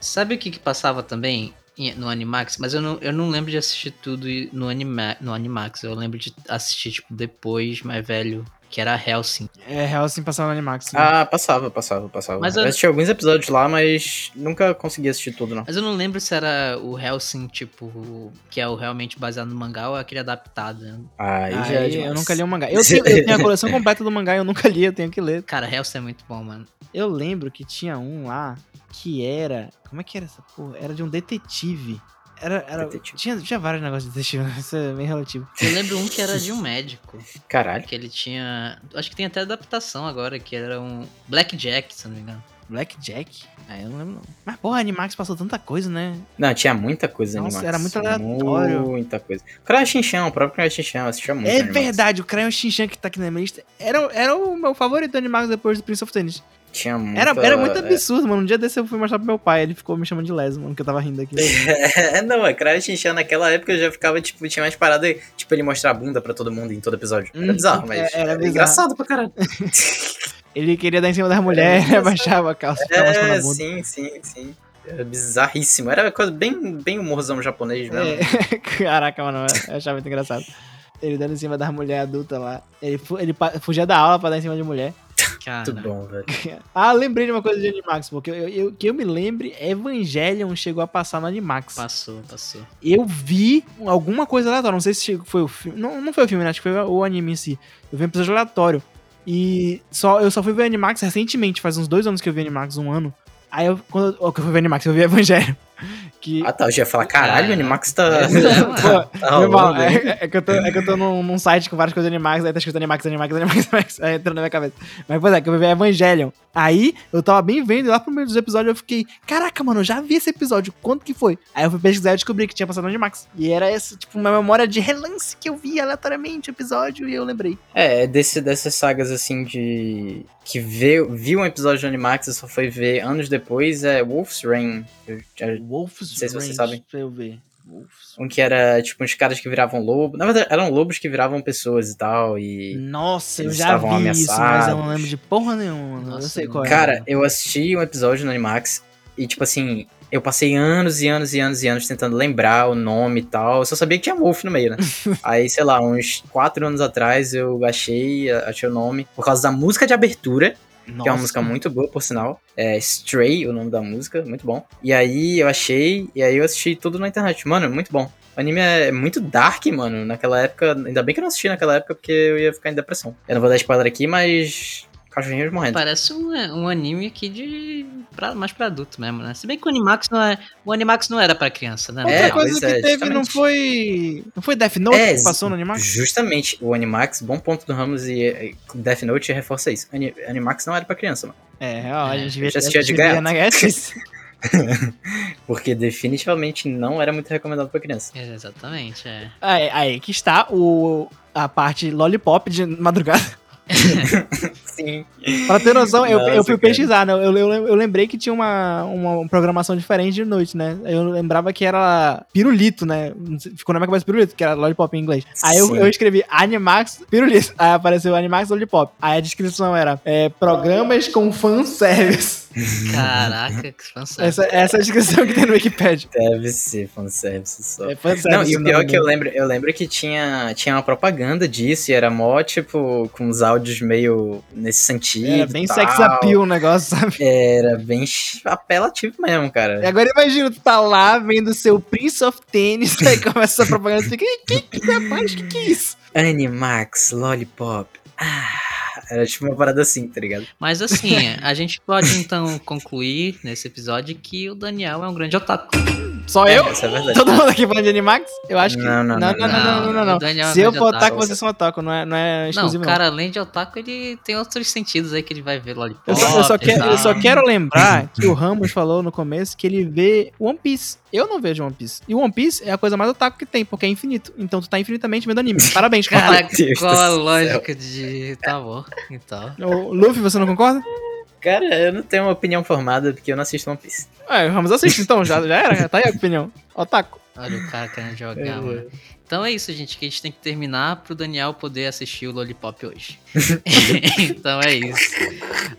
Speaker 1: Sabe o que que passava também em- no Animax? Mas eu não, eu não lembro de assistir tudo e- no, anima, no Animax. Eu lembro de assistir, tipo, depois, mais velho, que era Helsing.
Speaker 2: É real assim passar no Animax. sim.
Speaker 3: Ah, passava, passava, passava.
Speaker 1: Mas
Speaker 3: eu...
Speaker 1: eu-
Speaker 3: assisti alguns episódios lá, mas nunca consegui assistir tudo, não.
Speaker 1: Mas eu não lembro se era o Helsing, tipo, que é o realmente baseado no mangá ou é aquele adaptado. né?
Speaker 3: Aí,
Speaker 2: Aí
Speaker 3: já é
Speaker 2: eu
Speaker 3: demais.
Speaker 2: nunca li um o mangá. Eu tenho, eu tenho a coleção completa do mangá e eu nunca li, eu tenho que ler.
Speaker 1: Cara, Helsing é muito bom, mano.
Speaker 2: Eu lembro que tinha um lá que era. Como é que era essa porra? Era de um detetive. Era. era
Speaker 3: Detetive.
Speaker 2: Tinha, tinha vários negócios de detetive, isso é bem relativo.
Speaker 1: Eu lembro um que era de um médico.
Speaker 3: Caralho.
Speaker 1: Que ele tinha. Acho que tem até adaptação agora, que era um. Blackjack, se eu não me engano.
Speaker 2: Blackjack? Ah, eu não lembro não. Mas porra, Animax passou tanta coisa, né?
Speaker 3: Não, tinha muita coisa
Speaker 2: Nossa,
Speaker 3: Animax.
Speaker 2: era muito aleatório.
Speaker 3: Muita coisa. Crash Chinchão, o próprio Crash Chinchão, assistia muito.
Speaker 2: é
Speaker 3: Animax.
Speaker 2: verdade, o Crayon Shinchan que tá aqui na minha lista era, era o meu favorito do Animax depois do Prince of Tennis.
Speaker 3: Tinha muita...
Speaker 2: Era, era muito
Speaker 3: é.
Speaker 2: absurdo, mano. Um dia desse eu fui mostrar pro meu pai, ele ficou me chamando de leso, mano, que eu tava rindo aqui.
Speaker 3: É, não, é Crash Chinchão naquela época eu já ficava, tipo, tinha mais parada, tipo, ele mostrar a bunda pra todo mundo em todo episódio. Era
Speaker 2: Hum,
Speaker 3: bizarro, mas
Speaker 2: é, era
Speaker 3: era
Speaker 2: bizarro.
Speaker 3: engraçado pra caralho.
Speaker 2: Ele queria dar em cima das mulheres, ele abaixava a calça, ficava mostrando a
Speaker 3: É,
Speaker 2: bunda.
Speaker 3: sim, sim, sim. Era bizarríssimo. Era coisa bem, bem humorzão japonês mesmo.
Speaker 2: É, Caraca, mano, eu achava muito engraçado. Ele dando em cima das mulheres adultas lá. Ele, fu- ele pa- fugia da aula pra dar em cima de mulher.
Speaker 1: Cara.
Speaker 3: Muito bom, velho.
Speaker 2: Ah, lembrei de uma coisa de Animax, porque eu, eu- eu- que eu me lembre, Evangelion chegou a passar no Animax.
Speaker 1: Passou, passou.
Speaker 2: Eu vi alguma coisa aleatória, não sei se chegou- foi o filme. Não, não foi o filme, né? Acho que foi o anime em si. Eu vi um episódio aleatório. E só, eu só fui ver Animax recentemente, faz uns dois anos que eu vi Animax, um ano. Aí eu, quando eu, oh, que eu fui ver Animax, eu vi Evangelho. Que.
Speaker 3: Ah tá, eu já ia falar, caralho, o
Speaker 2: É,
Speaker 3: Animax tá.
Speaker 1: Não,
Speaker 3: tá
Speaker 2: Foi mal,
Speaker 3: rolando, hein?
Speaker 2: é, é que eu tô, é que eu tô num, num site com várias coisas de Animax, aí tá escrito Animax, Animax, Animax, Animax, aí entrou na minha cabeça. Mas, pois é, que eu vi Evangelion. Aí, eu tava bem vendo, e lá pro meio dos episódios eu fiquei, caraca, mano, eu já vi esse episódio, quanto que foi? Aí eu fui pesquisar e descobri que tinha passado no Animax. E era essa, tipo, uma memória de relance que eu vi aleatoriamente o episódio, e eu lembrei.
Speaker 3: É, desse, dessas sagas assim de. que vê, viu um episódio de Animax e só foi ver anos depois é Wolf's Rain. Eu- eu-
Speaker 2: Wolf's
Speaker 3: Não sei se vocês
Speaker 2: Rage,
Speaker 3: sabem.
Speaker 2: Pra eu ver. Wolf's...
Speaker 3: Um que era tipo uns caras que viravam lobo. Na verdade, eram lobos que viravam pessoas e tal. E.
Speaker 2: Nossa, eu
Speaker 3: Eles
Speaker 2: já
Speaker 3: estavam
Speaker 2: vi isso, mas eu não
Speaker 3: ameaçados.
Speaker 2: lembro de porra nenhuma. eu
Speaker 1: Nossa,
Speaker 2: sei qual é.
Speaker 3: Cara, eu assisti um episódio no Animax e, tipo assim, eu passei anos e anos e anos e anos tentando lembrar o nome e tal. Eu só sabia que tinha Wolf no meio, né? Aí, sei lá, uns quatro anos atrás eu achei, achei o nome por causa da música de abertura. Que é uma música muito boa, por sinal. É Stray, o nome da música, muito bom. E aí eu achei, e aí eu assisti tudo na internet. Mano, muito bom. O anime é muito dark, mano. Naquela época, ainda bem que eu não assisti naquela época, porque eu ia ficar em depressão. Eu não vou dar spoiler aqui, mas. Cachorrinhos morrendo.
Speaker 1: Parece um, um anime aqui de. pra- mais pra adulto mesmo, né? Se bem que o Animax não é. O Animax não era pra criança, né?
Speaker 2: Outra
Speaker 3: É,
Speaker 2: coisa
Speaker 3: pois
Speaker 2: que
Speaker 3: é,
Speaker 2: teve não
Speaker 3: justamente.
Speaker 2: foi. Não foi Death Note
Speaker 3: É,
Speaker 2: que passou no Animax?
Speaker 3: Justamente, o Animax, bom ponto do Ramos e e Death Note reforça isso. Ani- Animax não era pra criança, mano.
Speaker 2: É, ó, a gente vê
Speaker 3: Eu já assistia de gato.
Speaker 2: na Gatsby.
Speaker 3: Porque definitivamente não era muito recomendado pra criança.
Speaker 1: É, exatamente, é.
Speaker 2: aí, aí que está o, a parte lollipop de madrugada.
Speaker 3: Sim.
Speaker 2: Pra ter noção, eu, eu
Speaker 3: Nossa,
Speaker 2: fui
Speaker 3: cara.
Speaker 2: pesquisar, né? Eu, eu, eu lembrei que tinha uma, uma programação diferente de noite, né? Eu lembrava que era pirulito, né? Não sei- Ficou na minha cabeça pirulito, que era lollipop em inglês. Aí eu,
Speaker 3: Sim.
Speaker 2: eu escrevi Animax pirulito. Aí apareceu Animax lollipop. Aí a descrição era é, programas com fanservice.
Speaker 1: Caraca, que expansão.
Speaker 2: Essa, essa é a descrição que tem no Wikipedia.
Speaker 3: Deve ser fanservice só.
Speaker 2: É fanservice.
Speaker 3: Não, e o
Speaker 2: nome
Speaker 3: pior é que eu
Speaker 2: do-
Speaker 3: lembro, eu lembro que tinha, tinha uma propaganda disso e era mó, tipo, com uns áudios meio nesse sentido.
Speaker 2: Era É, bem
Speaker 3: e tal.
Speaker 2: sex appeal o negócio, sabe?
Speaker 3: Era bem ch- apelativo mesmo,
Speaker 2: E
Speaker 3: cara.
Speaker 2: agora imagina, tu tá lá vendo seu Prince of Tennis, aí começa essa propaganda, tu fica, "Ih, que, que rapaz, que que é isso?
Speaker 3: Animax, Lollipop. Ah, era tipo uma parada assim, tá ligado?
Speaker 1: Mas assim, a gente pode então concluir nesse episódio que o Daniel é um grande otaku.
Speaker 2: Só eu?
Speaker 3: Essa é a verdade.
Speaker 2: Todo mundo aqui falando de Animax? Eu acho que.
Speaker 3: Não, não,
Speaker 2: não,
Speaker 3: não,
Speaker 2: não, não, não, não, não,
Speaker 1: o Daniel é
Speaker 2: Se eu
Speaker 1: grande
Speaker 2: for otaku,
Speaker 1: otaku.
Speaker 2: vocês são otaku, não é, não é
Speaker 1: Não,
Speaker 2: exclusivo.
Speaker 1: o
Speaker 2: Não,
Speaker 1: cara, além de otaku, ele tem outros sentidos aí que ele vai ver Lollipop.
Speaker 2: Eu só, eu só
Speaker 1: e
Speaker 2: quero, eu
Speaker 1: tal.
Speaker 2: só quero lembrar que o Ramos falou no começo que ele vê One Piece. Eu não vejo One Piece. E One Piece é a coisa mais otaku que tem, porque é infinito. Então tu tá infinitamente vendo anime. Parabéns, cara.
Speaker 1: Caraca,
Speaker 3: Deus do
Speaker 1: qual a
Speaker 3: céu.
Speaker 1: lógica de. Tá bom, então.
Speaker 2: Ô, Luffy, você não concorda?
Speaker 3: Cara, eu não tenho uma opinião formada porque eu não assisto One Piece.
Speaker 2: É, o Ramos assiste, então. Já, já era, já tá aí a opinião. Otaku.
Speaker 1: Olha o cara querendo jogar, mano. Então é isso, gente, que a gente tem que terminar pro Daniel poder assistir o Lollipop hoje. então é isso.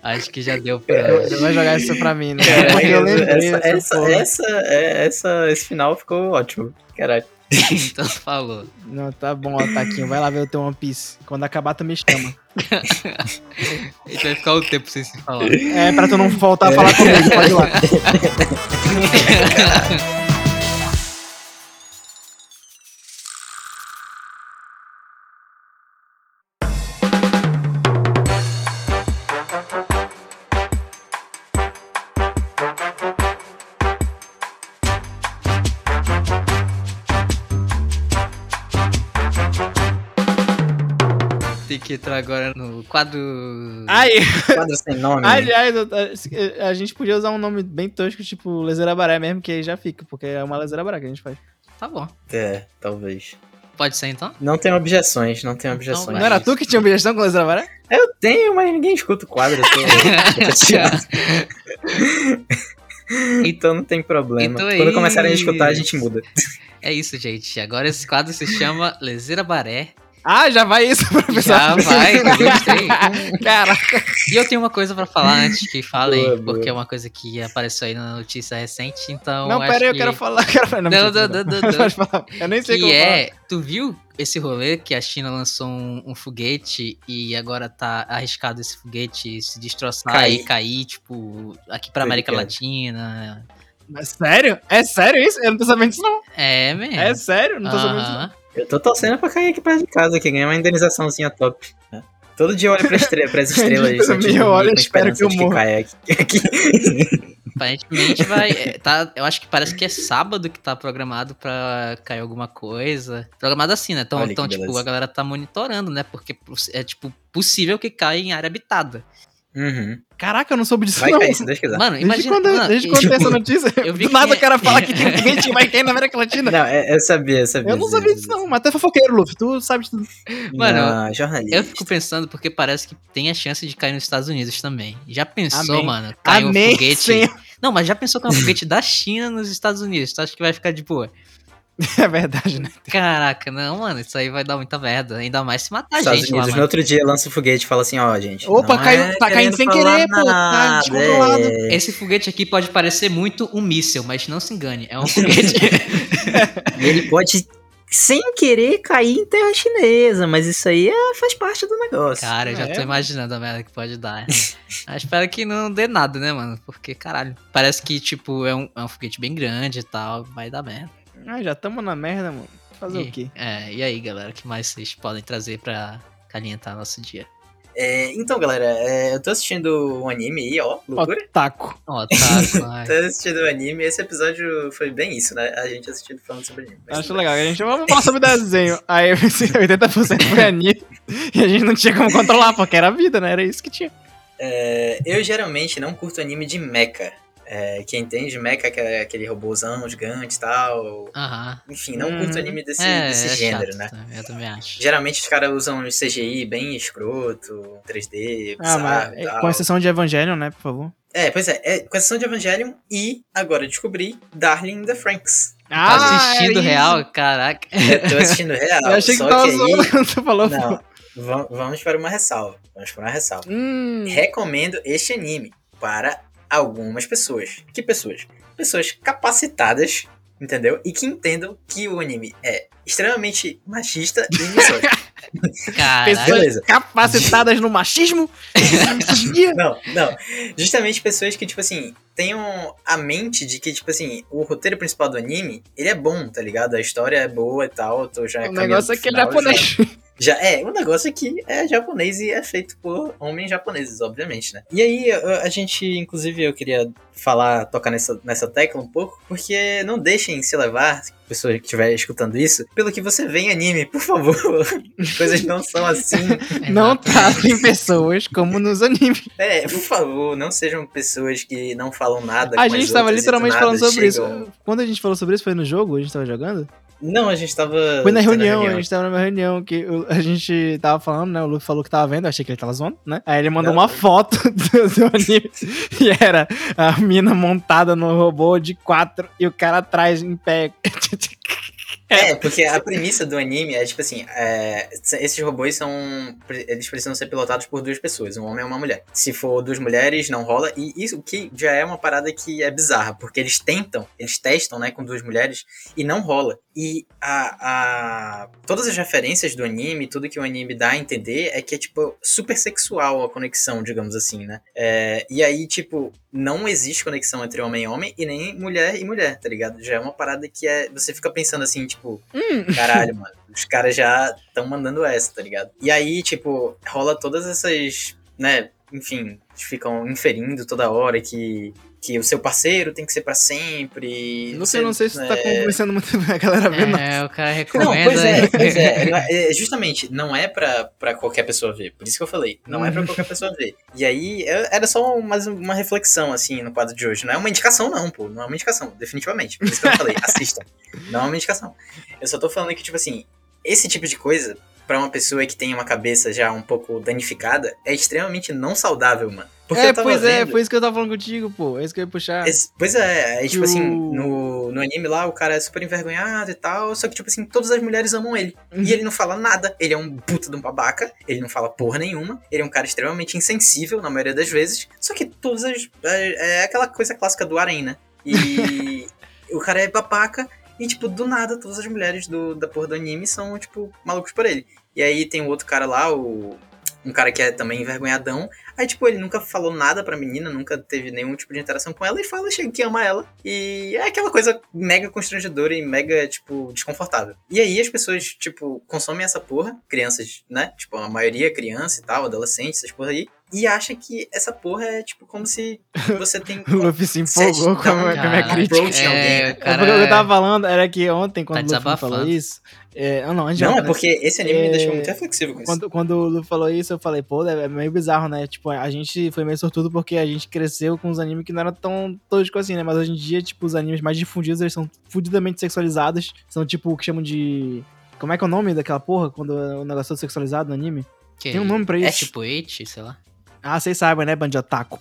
Speaker 1: Acho que já deu
Speaker 3: É,
Speaker 1: pra.
Speaker 2: Você vai jogar isso pra mim, né?
Speaker 1: É,
Speaker 2: Porque eu
Speaker 3: Caralho,
Speaker 2: lembrei.
Speaker 3: essa,
Speaker 2: dessa
Speaker 3: essa,
Speaker 2: porra.
Speaker 3: essa, é- essa- esse final ficou ótimo. Caralho.
Speaker 1: Então falou.
Speaker 2: Não, tá bom, Otaquinho. Vai lá ver o teu One Piece. Quando acabar, tu me chama.
Speaker 1: A gente vai ficar o tempo sem se falar.
Speaker 2: É, pra tu não voltar a
Speaker 1: É.
Speaker 2: falar comigo, pode ir lá.
Speaker 1: Tem que entrar agora no quadro.
Speaker 2: Ai,
Speaker 3: Quadro sem nome.
Speaker 2: aliás, eu- a, a gente podia usar um nome bem tosco, tipo Leserabaré mesmo, que aí já fica, porque é uma Leserabaré que a gente faz.
Speaker 1: Tá bom.
Speaker 3: É, talvez.
Speaker 1: Pode ser então?
Speaker 3: Não tem objeções, não tem objeções.
Speaker 1: vai.
Speaker 2: Não era tu que tinha objeção com Leserabaré?
Speaker 3: Eu tenho, mas ninguém escuta o quadro. Eu tô, eu tô chateado. então não tem problema.
Speaker 1: Então é
Speaker 3: Quando começarem a escutar, a
Speaker 1: isso.
Speaker 3: gente muda.
Speaker 1: É isso, gente. Agora esse quadro se chama Lezeira Baré.
Speaker 2: Ah, já vai isso,
Speaker 1: Já
Speaker 2: professor.
Speaker 1: vai, um, eu gostei.
Speaker 2: Cara,
Speaker 1: E eu tenho uma coisa pra falar antes que falem,
Speaker 3: Boa, boa.
Speaker 1: porque é uma coisa que apareceu aí na notícia recente, então.
Speaker 2: não,
Speaker 1: acho
Speaker 2: pera aí, eu
Speaker 1: que-
Speaker 2: quero falar. eu Quero... falar- Não,
Speaker 1: Não,
Speaker 2: mentira,
Speaker 1: não, não, não,
Speaker 2: pode
Speaker 1: não.
Speaker 2: falar. Eu nem sei
Speaker 1: Que
Speaker 2: como falar.
Speaker 1: é, tu viu esse rolê que a China lançou um, um foguete e agora tá arriscado esse foguete se destroçar
Speaker 3: Cair.
Speaker 1: e cair, tipo, aqui pra
Speaker 3: Sei
Speaker 1: América
Speaker 3: que é.
Speaker 1: Latina.
Speaker 2: Mas sério? É sério isso? Eu não tô sabendo disso, não.
Speaker 1: É, mesmo.
Speaker 2: É sério? Não tô sabendo disso, não.
Speaker 1: Aham.
Speaker 3: Eu tô torcendo pra cair aqui perto de casa, que ganhar uma indenizaçãozinha top. né? Todo dia eu olho pra estrela, pras estrelas.
Speaker 2: Eu
Speaker 3: só, tipo,
Speaker 2: me olho,
Speaker 3: com
Speaker 2: espero
Speaker 3: esperança
Speaker 2: que eu
Speaker 3: de
Speaker 2: morra.
Speaker 3: caia aqui. aqui.
Speaker 1: Aparentemente vai. é, tá, eu acho que parece que é sábado que tá programado pra cair alguma coisa. Programado assim, né? Então,
Speaker 3: Olha que
Speaker 1: então tipo,
Speaker 3: beleza.
Speaker 1: a galera tá monitorando, né? Porque poss- é, tipo, possível que caia em área habitada.
Speaker 3: Uhum.
Speaker 2: Ah. Caraca, eu não soube disso,
Speaker 3: Vai
Speaker 2: não.
Speaker 3: cair, se Deus quiser.
Speaker 1: Mano,
Speaker 2: Desde
Speaker 1: imagina.
Speaker 2: quando,
Speaker 1: mano,
Speaker 2: desde
Speaker 1: e,
Speaker 2: quando tem
Speaker 1: tipo,
Speaker 2: essa notícia?
Speaker 1: eu vi
Speaker 2: Do
Speaker 1: que é,
Speaker 2: nada
Speaker 1: tinha-
Speaker 2: o cara fala que tem um foguete e vai cair na América Latina.
Speaker 3: Não, é- eu sabia, eu sabia.
Speaker 2: Eu não sabia disso, não. Mas tu é fofoqueiro, Luffy. Tu sabe de tudo.
Speaker 1: Mano,
Speaker 3: Não, jornalista.
Speaker 1: Eu fico pensando porque parece que tem a chance de cair nos Estados Unidos também. Já pensou,
Speaker 2: Amém.
Speaker 1: mano? Cai um
Speaker 2: Amém,
Speaker 1: foguete.
Speaker 2: Senhor.
Speaker 1: Não, mas já pensou que é um foguete da China nos Estados Unidos? Tu acha que vai ficar de boa?
Speaker 2: É verdade, né?
Speaker 1: Caraca, não, mano, isso aí vai dar muita merda. Ainda mais se matar
Speaker 3: Estados
Speaker 1: gente lá,
Speaker 3: Unidos, no
Speaker 1: mano.
Speaker 3: outro dia lança o foguete e fala assim, ó, gente.
Speaker 2: Opa,
Speaker 3: não
Speaker 2: caiu-
Speaker 3: é
Speaker 2: tá caindo
Speaker 3: querendo
Speaker 2: sem
Speaker 3: falar
Speaker 2: querer, pô, tá
Speaker 3: nada,
Speaker 2: descontrolado.
Speaker 3: é.
Speaker 1: Esse foguete aqui pode parecer muito um míssel, mas não se engane, é um foguete.
Speaker 3: E ele pode, sem querer, cair em terra chinesa, mas isso aí é- faz parte do negócio.
Speaker 1: Cara, eu já
Speaker 2: É,
Speaker 1: tô imaginando a merda que pode dar. Mas espero que não dê nada, né, mano? Porque, caralho, parece que, tipo, é um, é um foguete bem grande e tal, vai dar merda.
Speaker 2: Ah, já tamo na merda, mano. Fazer
Speaker 1: E-
Speaker 2: o quê?
Speaker 1: É, e aí, galera, o que mais vocês podem trazer pra calientar nosso dia?
Speaker 3: É, então, galera, é, eu tô assistindo um anime aí, ó, loucura.
Speaker 2: Otaku.
Speaker 1: Ó, tá,
Speaker 3: Tô assistindo um anime, esse episódio foi bem isso, né? A gente assistindo falando sobre anime. mas
Speaker 2: Acho
Speaker 3: tudo
Speaker 2: legal. A gente vamos falar sobre desenho. Aí eu pensei, 80% foi anime. E a gente não tinha como controlar, porque era vida, né? Era isso que tinha.
Speaker 3: É, eu geralmente não curto anime de mecha. É, quem entende, Mecha, que é aquele robôzão gigante e tal.
Speaker 1: Aham.
Speaker 3: Enfim, não
Speaker 2: Hum.
Speaker 3: curto anime desse,
Speaker 1: É,
Speaker 3: desse
Speaker 1: é
Speaker 3: gênero,
Speaker 1: chato,
Speaker 3: né?
Speaker 1: né? Eu também acho.
Speaker 3: Geralmente os caras usam um CGI bem escroto, um 3D,
Speaker 2: Ah,
Speaker 3: bizarro
Speaker 2: mas
Speaker 3: e
Speaker 2: é,
Speaker 3: tal.
Speaker 2: com exceção de Evangelion, né, por favor.
Speaker 3: É, pois é, é, com exceção de Evangelion e, agora descobri, Darling in the Franks.
Speaker 1: Tá
Speaker 2: era
Speaker 1: assistindo
Speaker 2: Ah, é isso.
Speaker 1: real, caraca.
Speaker 3: Tô assistindo real,
Speaker 2: Eu achei que
Speaker 3: só
Speaker 2: tava
Speaker 3: que aí...
Speaker 2: zoando quando tu falou.
Speaker 3: Não, va- vamos para uma ressalva. Vamos para uma ressalva.
Speaker 2: Hum,
Speaker 3: Recomendo este anime para algumas pessoas. Que pessoas? Pessoas capacitadas, entendeu? E que entendam que o anime é extremamente machista e misógino.
Speaker 1: Caraca.
Speaker 3: Pessoa- beleza.
Speaker 2: pessoas capacitadas no machismo.
Speaker 3: Não, não. Justamente pessoas que, tipo assim, tenham a mente de que, tipo assim, o roteiro principal do anime, ele é bom, tá ligado? A história é boa e tal. eu Tô já
Speaker 2: o
Speaker 3: caminhando
Speaker 2: negócio
Speaker 3: pro
Speaker 2: é que ele é
Speaker 3: final, já-
Speaker 2: japonês.
Speaker 3: Já, é, o negócio aqui é japonês e é feito por homens japoneses, obviamente, né? E aí, a, a gente, inclusive, eu queria falar, tocar nessa, nessa tecla um pouco, porque não deixem se levar, pessoa que estiver escutando isso, pelo que você vê em anime, por favor. As coisas não são assim.
Speaker 2: Não
Speaker 1: Exato.
Speaker 2: tratem pessoas como nos animes.
Speaker 3: É, por favor, não sejam pessoas que não falam nada.
Speaker 2: A
Speaker 3: com
Speaker 2: gente
Speaker 3: as
Speaker 2: tava
Speaker 3: outras e do
Speaker 2: literalmente
Speaker 3: nada
Speaker 2: falando sobre isso.
Speaker 3: chegam-
Speaker 2: Quando a gente falou sobre isso, foi no jogo? A gente tava jogando?
Speaker 3: Não, a gente tava.
Speaker 2: Foi na
Speaker 3: tendo
Speaker 2: reunião, a gente tava numa reunião que o- a gente tava falando, né? O Luke falou que tava vendo, eu achei que ele tava zoando, né? Aí ele mandou
Speaker 3: Não.
Speaker 2: uma foto do, do anime e era a mina montada no robô de quatro e o cara atrás em pé.
Speaker 3: É, porque a premissa do anime é tipo assim: é, esses robôs são. Eles precisam ser pilotados por duas pessoas, um homem e uma mulher. Se for duas mulheres, não rola. E isso que já é uma parada que é bizarra, porque eles tentam, eles testam, né, com duas mulheres e não rola. E a, a- todas as referências do anime, tudo que o anime dá a entender é que é tipo super sexual a conexão, digamos assim, né? É, e aí, tipo, não existe conexão entre homem e homem e nem mulher e mulher, tá ligado? Já é uma parada que é. Você fica pensando assim, tipo, caralho, mano, os caras já estão mandando essa, tá ligado? E aí, tipo, rola todas essas, né? Enfim, eles ficam inferindo toda hora que, que o seu parceiro tem que ser pra sempre.
Speaker 2: Não sei, não sei se tu tá
Speaker 3: né?
Speaker 2: convencendo muito bem a galera tá vendo.
Speaker 1: É, o cara
Speaker 3: Não,
Speaker 1: recomenda.
Speaker 3: pois é,
Speaker 1: aí.
Speaker 3: pois é. Não é- é, Justamente, não é pra, pra qualquer pessoa ver. Por isso que eu falei, não é
Speaker 2: Uhum.
Speaker 3: pra qualquer pessoa ver. E aí, é- era só mais uma reflexão, assim, no quadro de hoje. Não é uma indicação, não, pô. Não é uma indicação, definitivamente. Por isso que eu falei, assistam. Não é uma indicação. Eu só tô falando que, tipo assim, esse tipo de coisa, pra uma pessoa que tem uma cabeça já um pouco danificada, é extremamente não saudável, mano. Porque
Speaker 2: É,
Speaker 3: eu tava
Speaker 2: pois é,
Speaker 3: vendo-
Speaker 2: foi isso que eu tava falando contigo, pô. É isso que eu ia puxar.
Speaker 3: Esse- Pois é, aí, tipo
Speaker 2: Que
Speaker 3: assim,
Speaker 2: o-
Speaker 3: no, no anime lá, o cara é super envergonhado e tal, só que, tipo assim, todas as mulheres amam ele.
Speaker 2: Uhum.
Speaker 3: E ele não fala nada, ele é um puta de um babaca, ele não fala porra nenhuma, ele é um cara extremamente insensível na maioria das vezes, só que todas as. É, é aquela coisa clássica do Arém, né? E o cara é babaca, e, tipo, do nada, todas as mulheres do, da porra do anime são, tipo, malucos por ele. E aí tem o outro cara lá, o. Um cara que é também envergonhadão, Aí, tipo, ele nunca falou nada pra menina, nunca teve nenhum tipo de interação com ela e fala chega que ama ela. E é aquela coisa mega constrangedora e mega, tipo, desconfortável. E aí as pessoas, tipo, consomem essa porra, crianças, né? Tipo, a maioria é criança e tal, adolescente, essas porra aí. E acha que essa porra é, tipo, como se você tem.
Speaker 2: O Luffy se empolgou
Speaker 3: então,
Speaker 2: com a minha, com a minha
Speaker 1: Caraca,
Speaker 2: crítica.
Speaker 3: approach em alguém,
Speaker 1: é,
Speaker 3: né?
Speaker 1: o
Speaker 2: É
Speaker 1: cara...
Speaker 2: porque o que eu tava falando era que ontem, quando o Luffy
Speaker 1: desabafando.
Speaker 2: falou isso. É, ah, não, a gente já-
Speaker 3: Não, é porque esse anime me
Speaker 2: É,
Speaker 3: deixou muito reflexivo com isso.
Speaker 2: Quando, quando o Lu falou isso, eu falei, pô, é meio bizarro, né? Tipo, a gente foi meio sortudo porque a gente cresceu com os animes que não eram tão toscos assim, né? Mas hoje em dia, tipo, os animes mais difundidos, eles são fudidamente sexualizados. São, tipo, o que chamam de... Como é que é o nome daquela porra quando o negócio é sexualizado no anime?
Speaker 1: Que-
Speaker 2: Tem um nome pra
Speaker 1: É
Speaker 2: isso?
Speaker 1: tipo it, sei lá.
Speaker 2: Ah, vocês sabem, né, bandiotaco?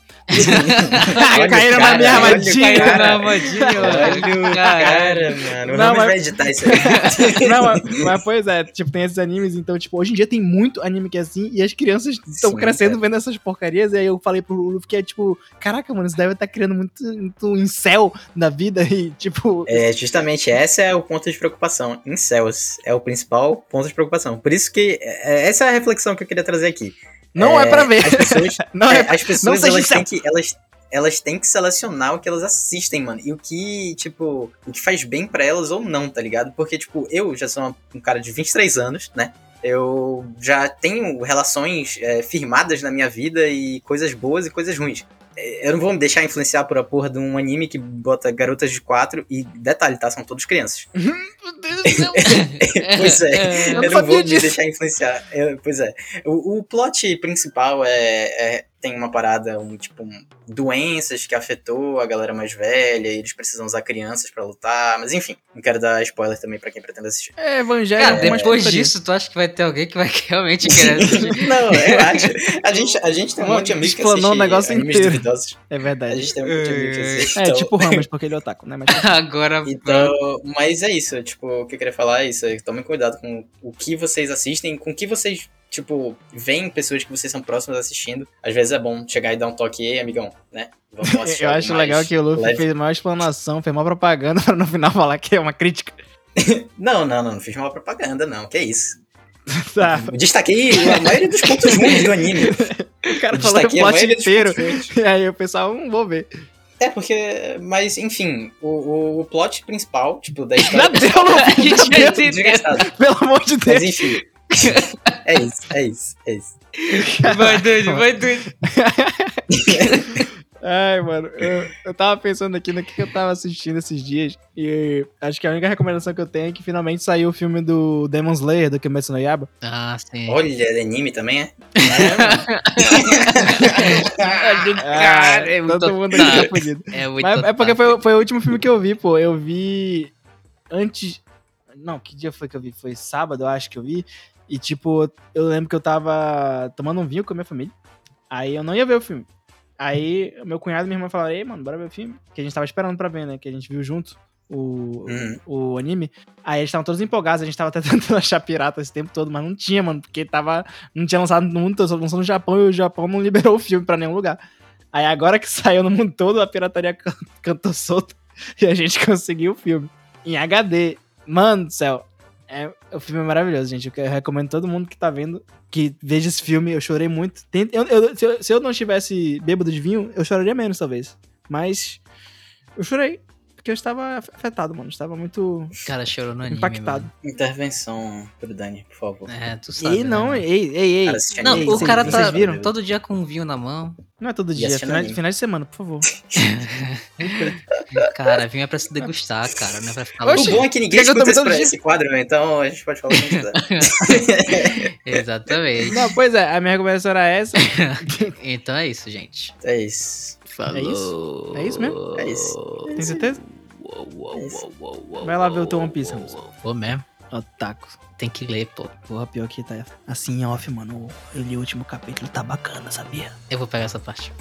Speaker 3: Olha o
Speaker 2: Caíram na
Speaker 3: cara,
Speaker 2: minha
Speaker 3: olha o
Speaker 2: armadilha!
Speaker 3: cara.
Speaker 1: armadilha,
Speaker 3: Olha o cara, mano. O
Speaker 2: Não,
Speaker 3: Ramos
Speaker 2: mas-
Speaker 3: vai editar isso aí.
Speaker 2: Não, mas, mas pois é, tipo, tem esses animes, então, tipo, hoje em dia tem muito anime que é assim, e as crianças estão
Speaker 3: Sim, é.
Speaker 2: crescendo vendo essas porcarias, e aí eu falei pro Luffy que é tipo, caraca, mano, isso deve estar criando muito, muito incel na vida, e tipo,
Speaker 3: É, justamente esse é o ponto de preocupação. Em céus, é o principal ponto de preocupação. Por isso que é, essa é a reflexão que eu queria trazer aqui.
Speaker 2: não é, pra ver,
Speaker 3: As pessoas,
Speaker 2: não
Speaker 3: é,
Speaker 2: é,
Speaker 3: as pessoas
Speaker 2: seja
Speaker 3: elas,
Speaker 2: céu.
Speaker 3: têm que, elas, elas têm que selecionar o que elas assistem, mano. E o que, tipo, o que faz bem pra elas ou não, tá ligado? Porque, tipo, eu já sou uma- um cara de 23 anos, né? Eu já tenho relações é, firmadas na minha vida e coisas boas e coisas ruins. É, Eu não vou me deixar influenciar por a porra de um anime que bota garotas de quatro e detalhe, tá? São todos crianças.
Speaker 2: Uhum.
Speaker 1: Meu Deus do céu.
Speaker 3: Pois é,
Speaker 2: Eu não
Speaker 3: eu não
Speaker 2: sabia
Speaker 3: vou me
Speaker 2: disso.
Speaker 3: deixar influenciar. Eu- pois é. O, o plot principal é, é tem uma parada, um, tipo, um, doenças que afetou a galera mais velha, e eles precisam usar crianças pra lutar, mas enfim, não quero dar spoiler também pra quem pretende assistir.
Speaker 2: É, Evangelho.
Speaker 1: Cara,
Speaker 2: é uma
Speaker 1: depois
Speaker 2: putaria.
Speaker 1: disso, tu acha que vai ter alguém que vai realmente querer assistir?
Speaker 3: não, relaxa. A gente, a gente tem um monte de amigos que
Speaker 2: Explanou
Speaker 3: assistem
Speaker 2: o negócio
Speaker 3: animes
Speaker 2: inteiro.
Speaker 3: duvidosos.
Speaker 2: É
Speaker 3: A
Speaker 2: verdade.
Speaker 3: gente tem um monte de amigos que assistem.
Speaker 2: É, tipo o Ramos, porque ele é otaku, né? Mas
Speaker 1: Agora,
Speaker 3: Então,
Speaker 2: Uhum.
Speaker 3: mas é isso, tipo, o que eu queria falar é isso, é, tomem cuidado com o que vocês assistem, com o que vocês, tipo, veem pessoas que vocês são próximas assistindo. Às vezes é bom chegar e dar um toque, ei, amigão, né? Vamos assistir
Speaker 2: eu
Speaker 3: algo
Speaker 2: acho
Speaker 3: mais
Speaker 2: legal que o Luffy
Speaker 3: leve."
Speaker 2: fez uma explanação, fez uma propaganda pra no final falar que é uma crítica.
Speaker 3: Não, não, não, não fiz uma propaganda, não, que isso.
Speaker 2: Tá,
Speaker 3: Destaquei a maioria dos pontos ruins do anime.
Speaker 2: o cara falou o
Speaker 3: Destaquei a é
Speaker 2: plot
Speaker 3: maioria dos
Speaker 2: inteiro.
Speaker 3: pontos ruins.
Speaker 2: E aí o pessoal, hum, vou ver.
Speaker 3: É, porque, mas, enfim, o, o, o plot principal, tipo, da história... é
Speaker 2: Já deu, Luffy,
Speaker 1: A gente
Speaker 2: já
Speaker 1: já
Speaker 2: deu,
Speaker 1: entendeu.
Speaker 3: Desgraçado.
Speaker 2: pelo amor de Deus.
Speaker 3: Mas enfim. É isso, é isso, é isso.
Speaker 1: vai, Dude, vai, Dude.
Speaker 2: Ai, mano, eu, eu tava pensando aqui no que, que eu tava assistindo esses dias. E acho que a única recomendação que eu tenho é que finalmente saiu o filme do Demon Slayer, do Kimetsu no Yaba.
Speaker 1: Ah, sim.
Speaker 3: Olha, anime também, é?
Speaker 1: Cara, é muito
Speaker 2: Ah, todo mundo
Speaker 1: otário.
Speaker 2: aqui tá fudido.
Speaker 1: Ah, É muito
Speaker 2: Mas é
Speaker 1: otário.
Speaker 2: porque foi, foi o último filme que eu vi, pô. Eu vi antes. Não, que dia foi que eu vi? Foi sábado, eu acho que eu vi. E, tipo, eu lembro que eu tava tomando um vinho com a minha família. Aí eu não ia ver o filme. Aí meu cunhado e minha irmã falaram: Ei, mano, bora ver o filme. Que a gente tava esperando pra ver, né? Que a gente viu junto o,
Speaker 3: Uhum.
Speaker 2: o anime. Aí eles estavam todos empolgados, a gente tava até tentando achar pirata esse tempo todo, mas não tinha, mano, porque tava. Não tinha lançado no mundo todo, só lançou no Japão e o Japão não liberou o filme pra nenhum lugar. Aí agora que saiu no mundo todo, a pirataria can- cantou solto e a gente conseguiu o filme. Em HD. Mano do céu. É, o filme é maravilhoso, gente. Eu que- eu recomendo todo mundo que tá vendo que veja esse filme. Eu chorei muito. Tem- eu- eu- se, eu, se eu não estivesse bêbado de vinho, eu choraria menos, talvez. Mas eu chorei. Porque eu estava af- afetado, mano. Eu estava muito
Speaker 1: Cara, chorou no anime.
Speaker 2: impactado.
Speaker 3: Intervenção pro Dani, por favor.
Speaker 1: mano. É, tu sabe.
Speaker 2: ei, não,
Speaker 1: né?
Speaker 2: ei, ei, ei.
Speaker 3: Cara, assim, assiste
Speaker 1: Não,
Speaker 3: anime,
Speaker 1: o
Speaker 3: sim,
Speaker 1: cara
Speaker 3: sim,
Speaker 1: tá
Speaker 2: vocês viram?
Speaker 1: todo dia com um vinho na mão.
Speaker 2: Não é todo
Speaker 3: E
Speaker 2: dia, é
Speaker 3: assistindo
Speaker 2: final,
Speaker 3: anime.
Speaker 2: final de semana, por favor.
Speaker 1: Cara, vinho é pra se degustar, cara. Não é pra ficar
Speaker 3: O
Speaker 1: louco.
Speaker 3: bom é que ninguém
Speaker 2: Quer que eu
Speaker 3: escuta
Speaker 2: tome
Speaker 3: esse,
Speaker 2: todo
Speaker 3: pra-
Speaker 2: dia?
Speaker 3: esse quadro, né? então a gente pode falar o que quiser.
Speaker 1: Exatamente.
Speaker 2: Não, pois é, a minha recomendação era essa.
Speaker 1: Então é isso, gente.
Speaker 3: É isso.
Speaker 1: Falou.
Speaker 2: É isso mesmo?
Speaker 3: É
Speaker 2: Tem certeza?
Speaker 1: Uou, uou,
Speaker 3: É isso.
Speaker 1: uou, uou, uou,
Speaker 2: Vai lá ver o teu
Speaker 1: uou,
Speaker 2: One Piece,
Speaker 1: uou,
Speaker 2: Ramos.
Speaker 1: uou. Vou mesmo.
Speaker 2: Otaku.
Speaker 1: Tem que ler, pô.
Speaker 2: Porra, pior que tá assim em off, mano. Eu li o último capítulo, tá bacana, sabia?
Speaker 1: Eu vou pegar essa parte.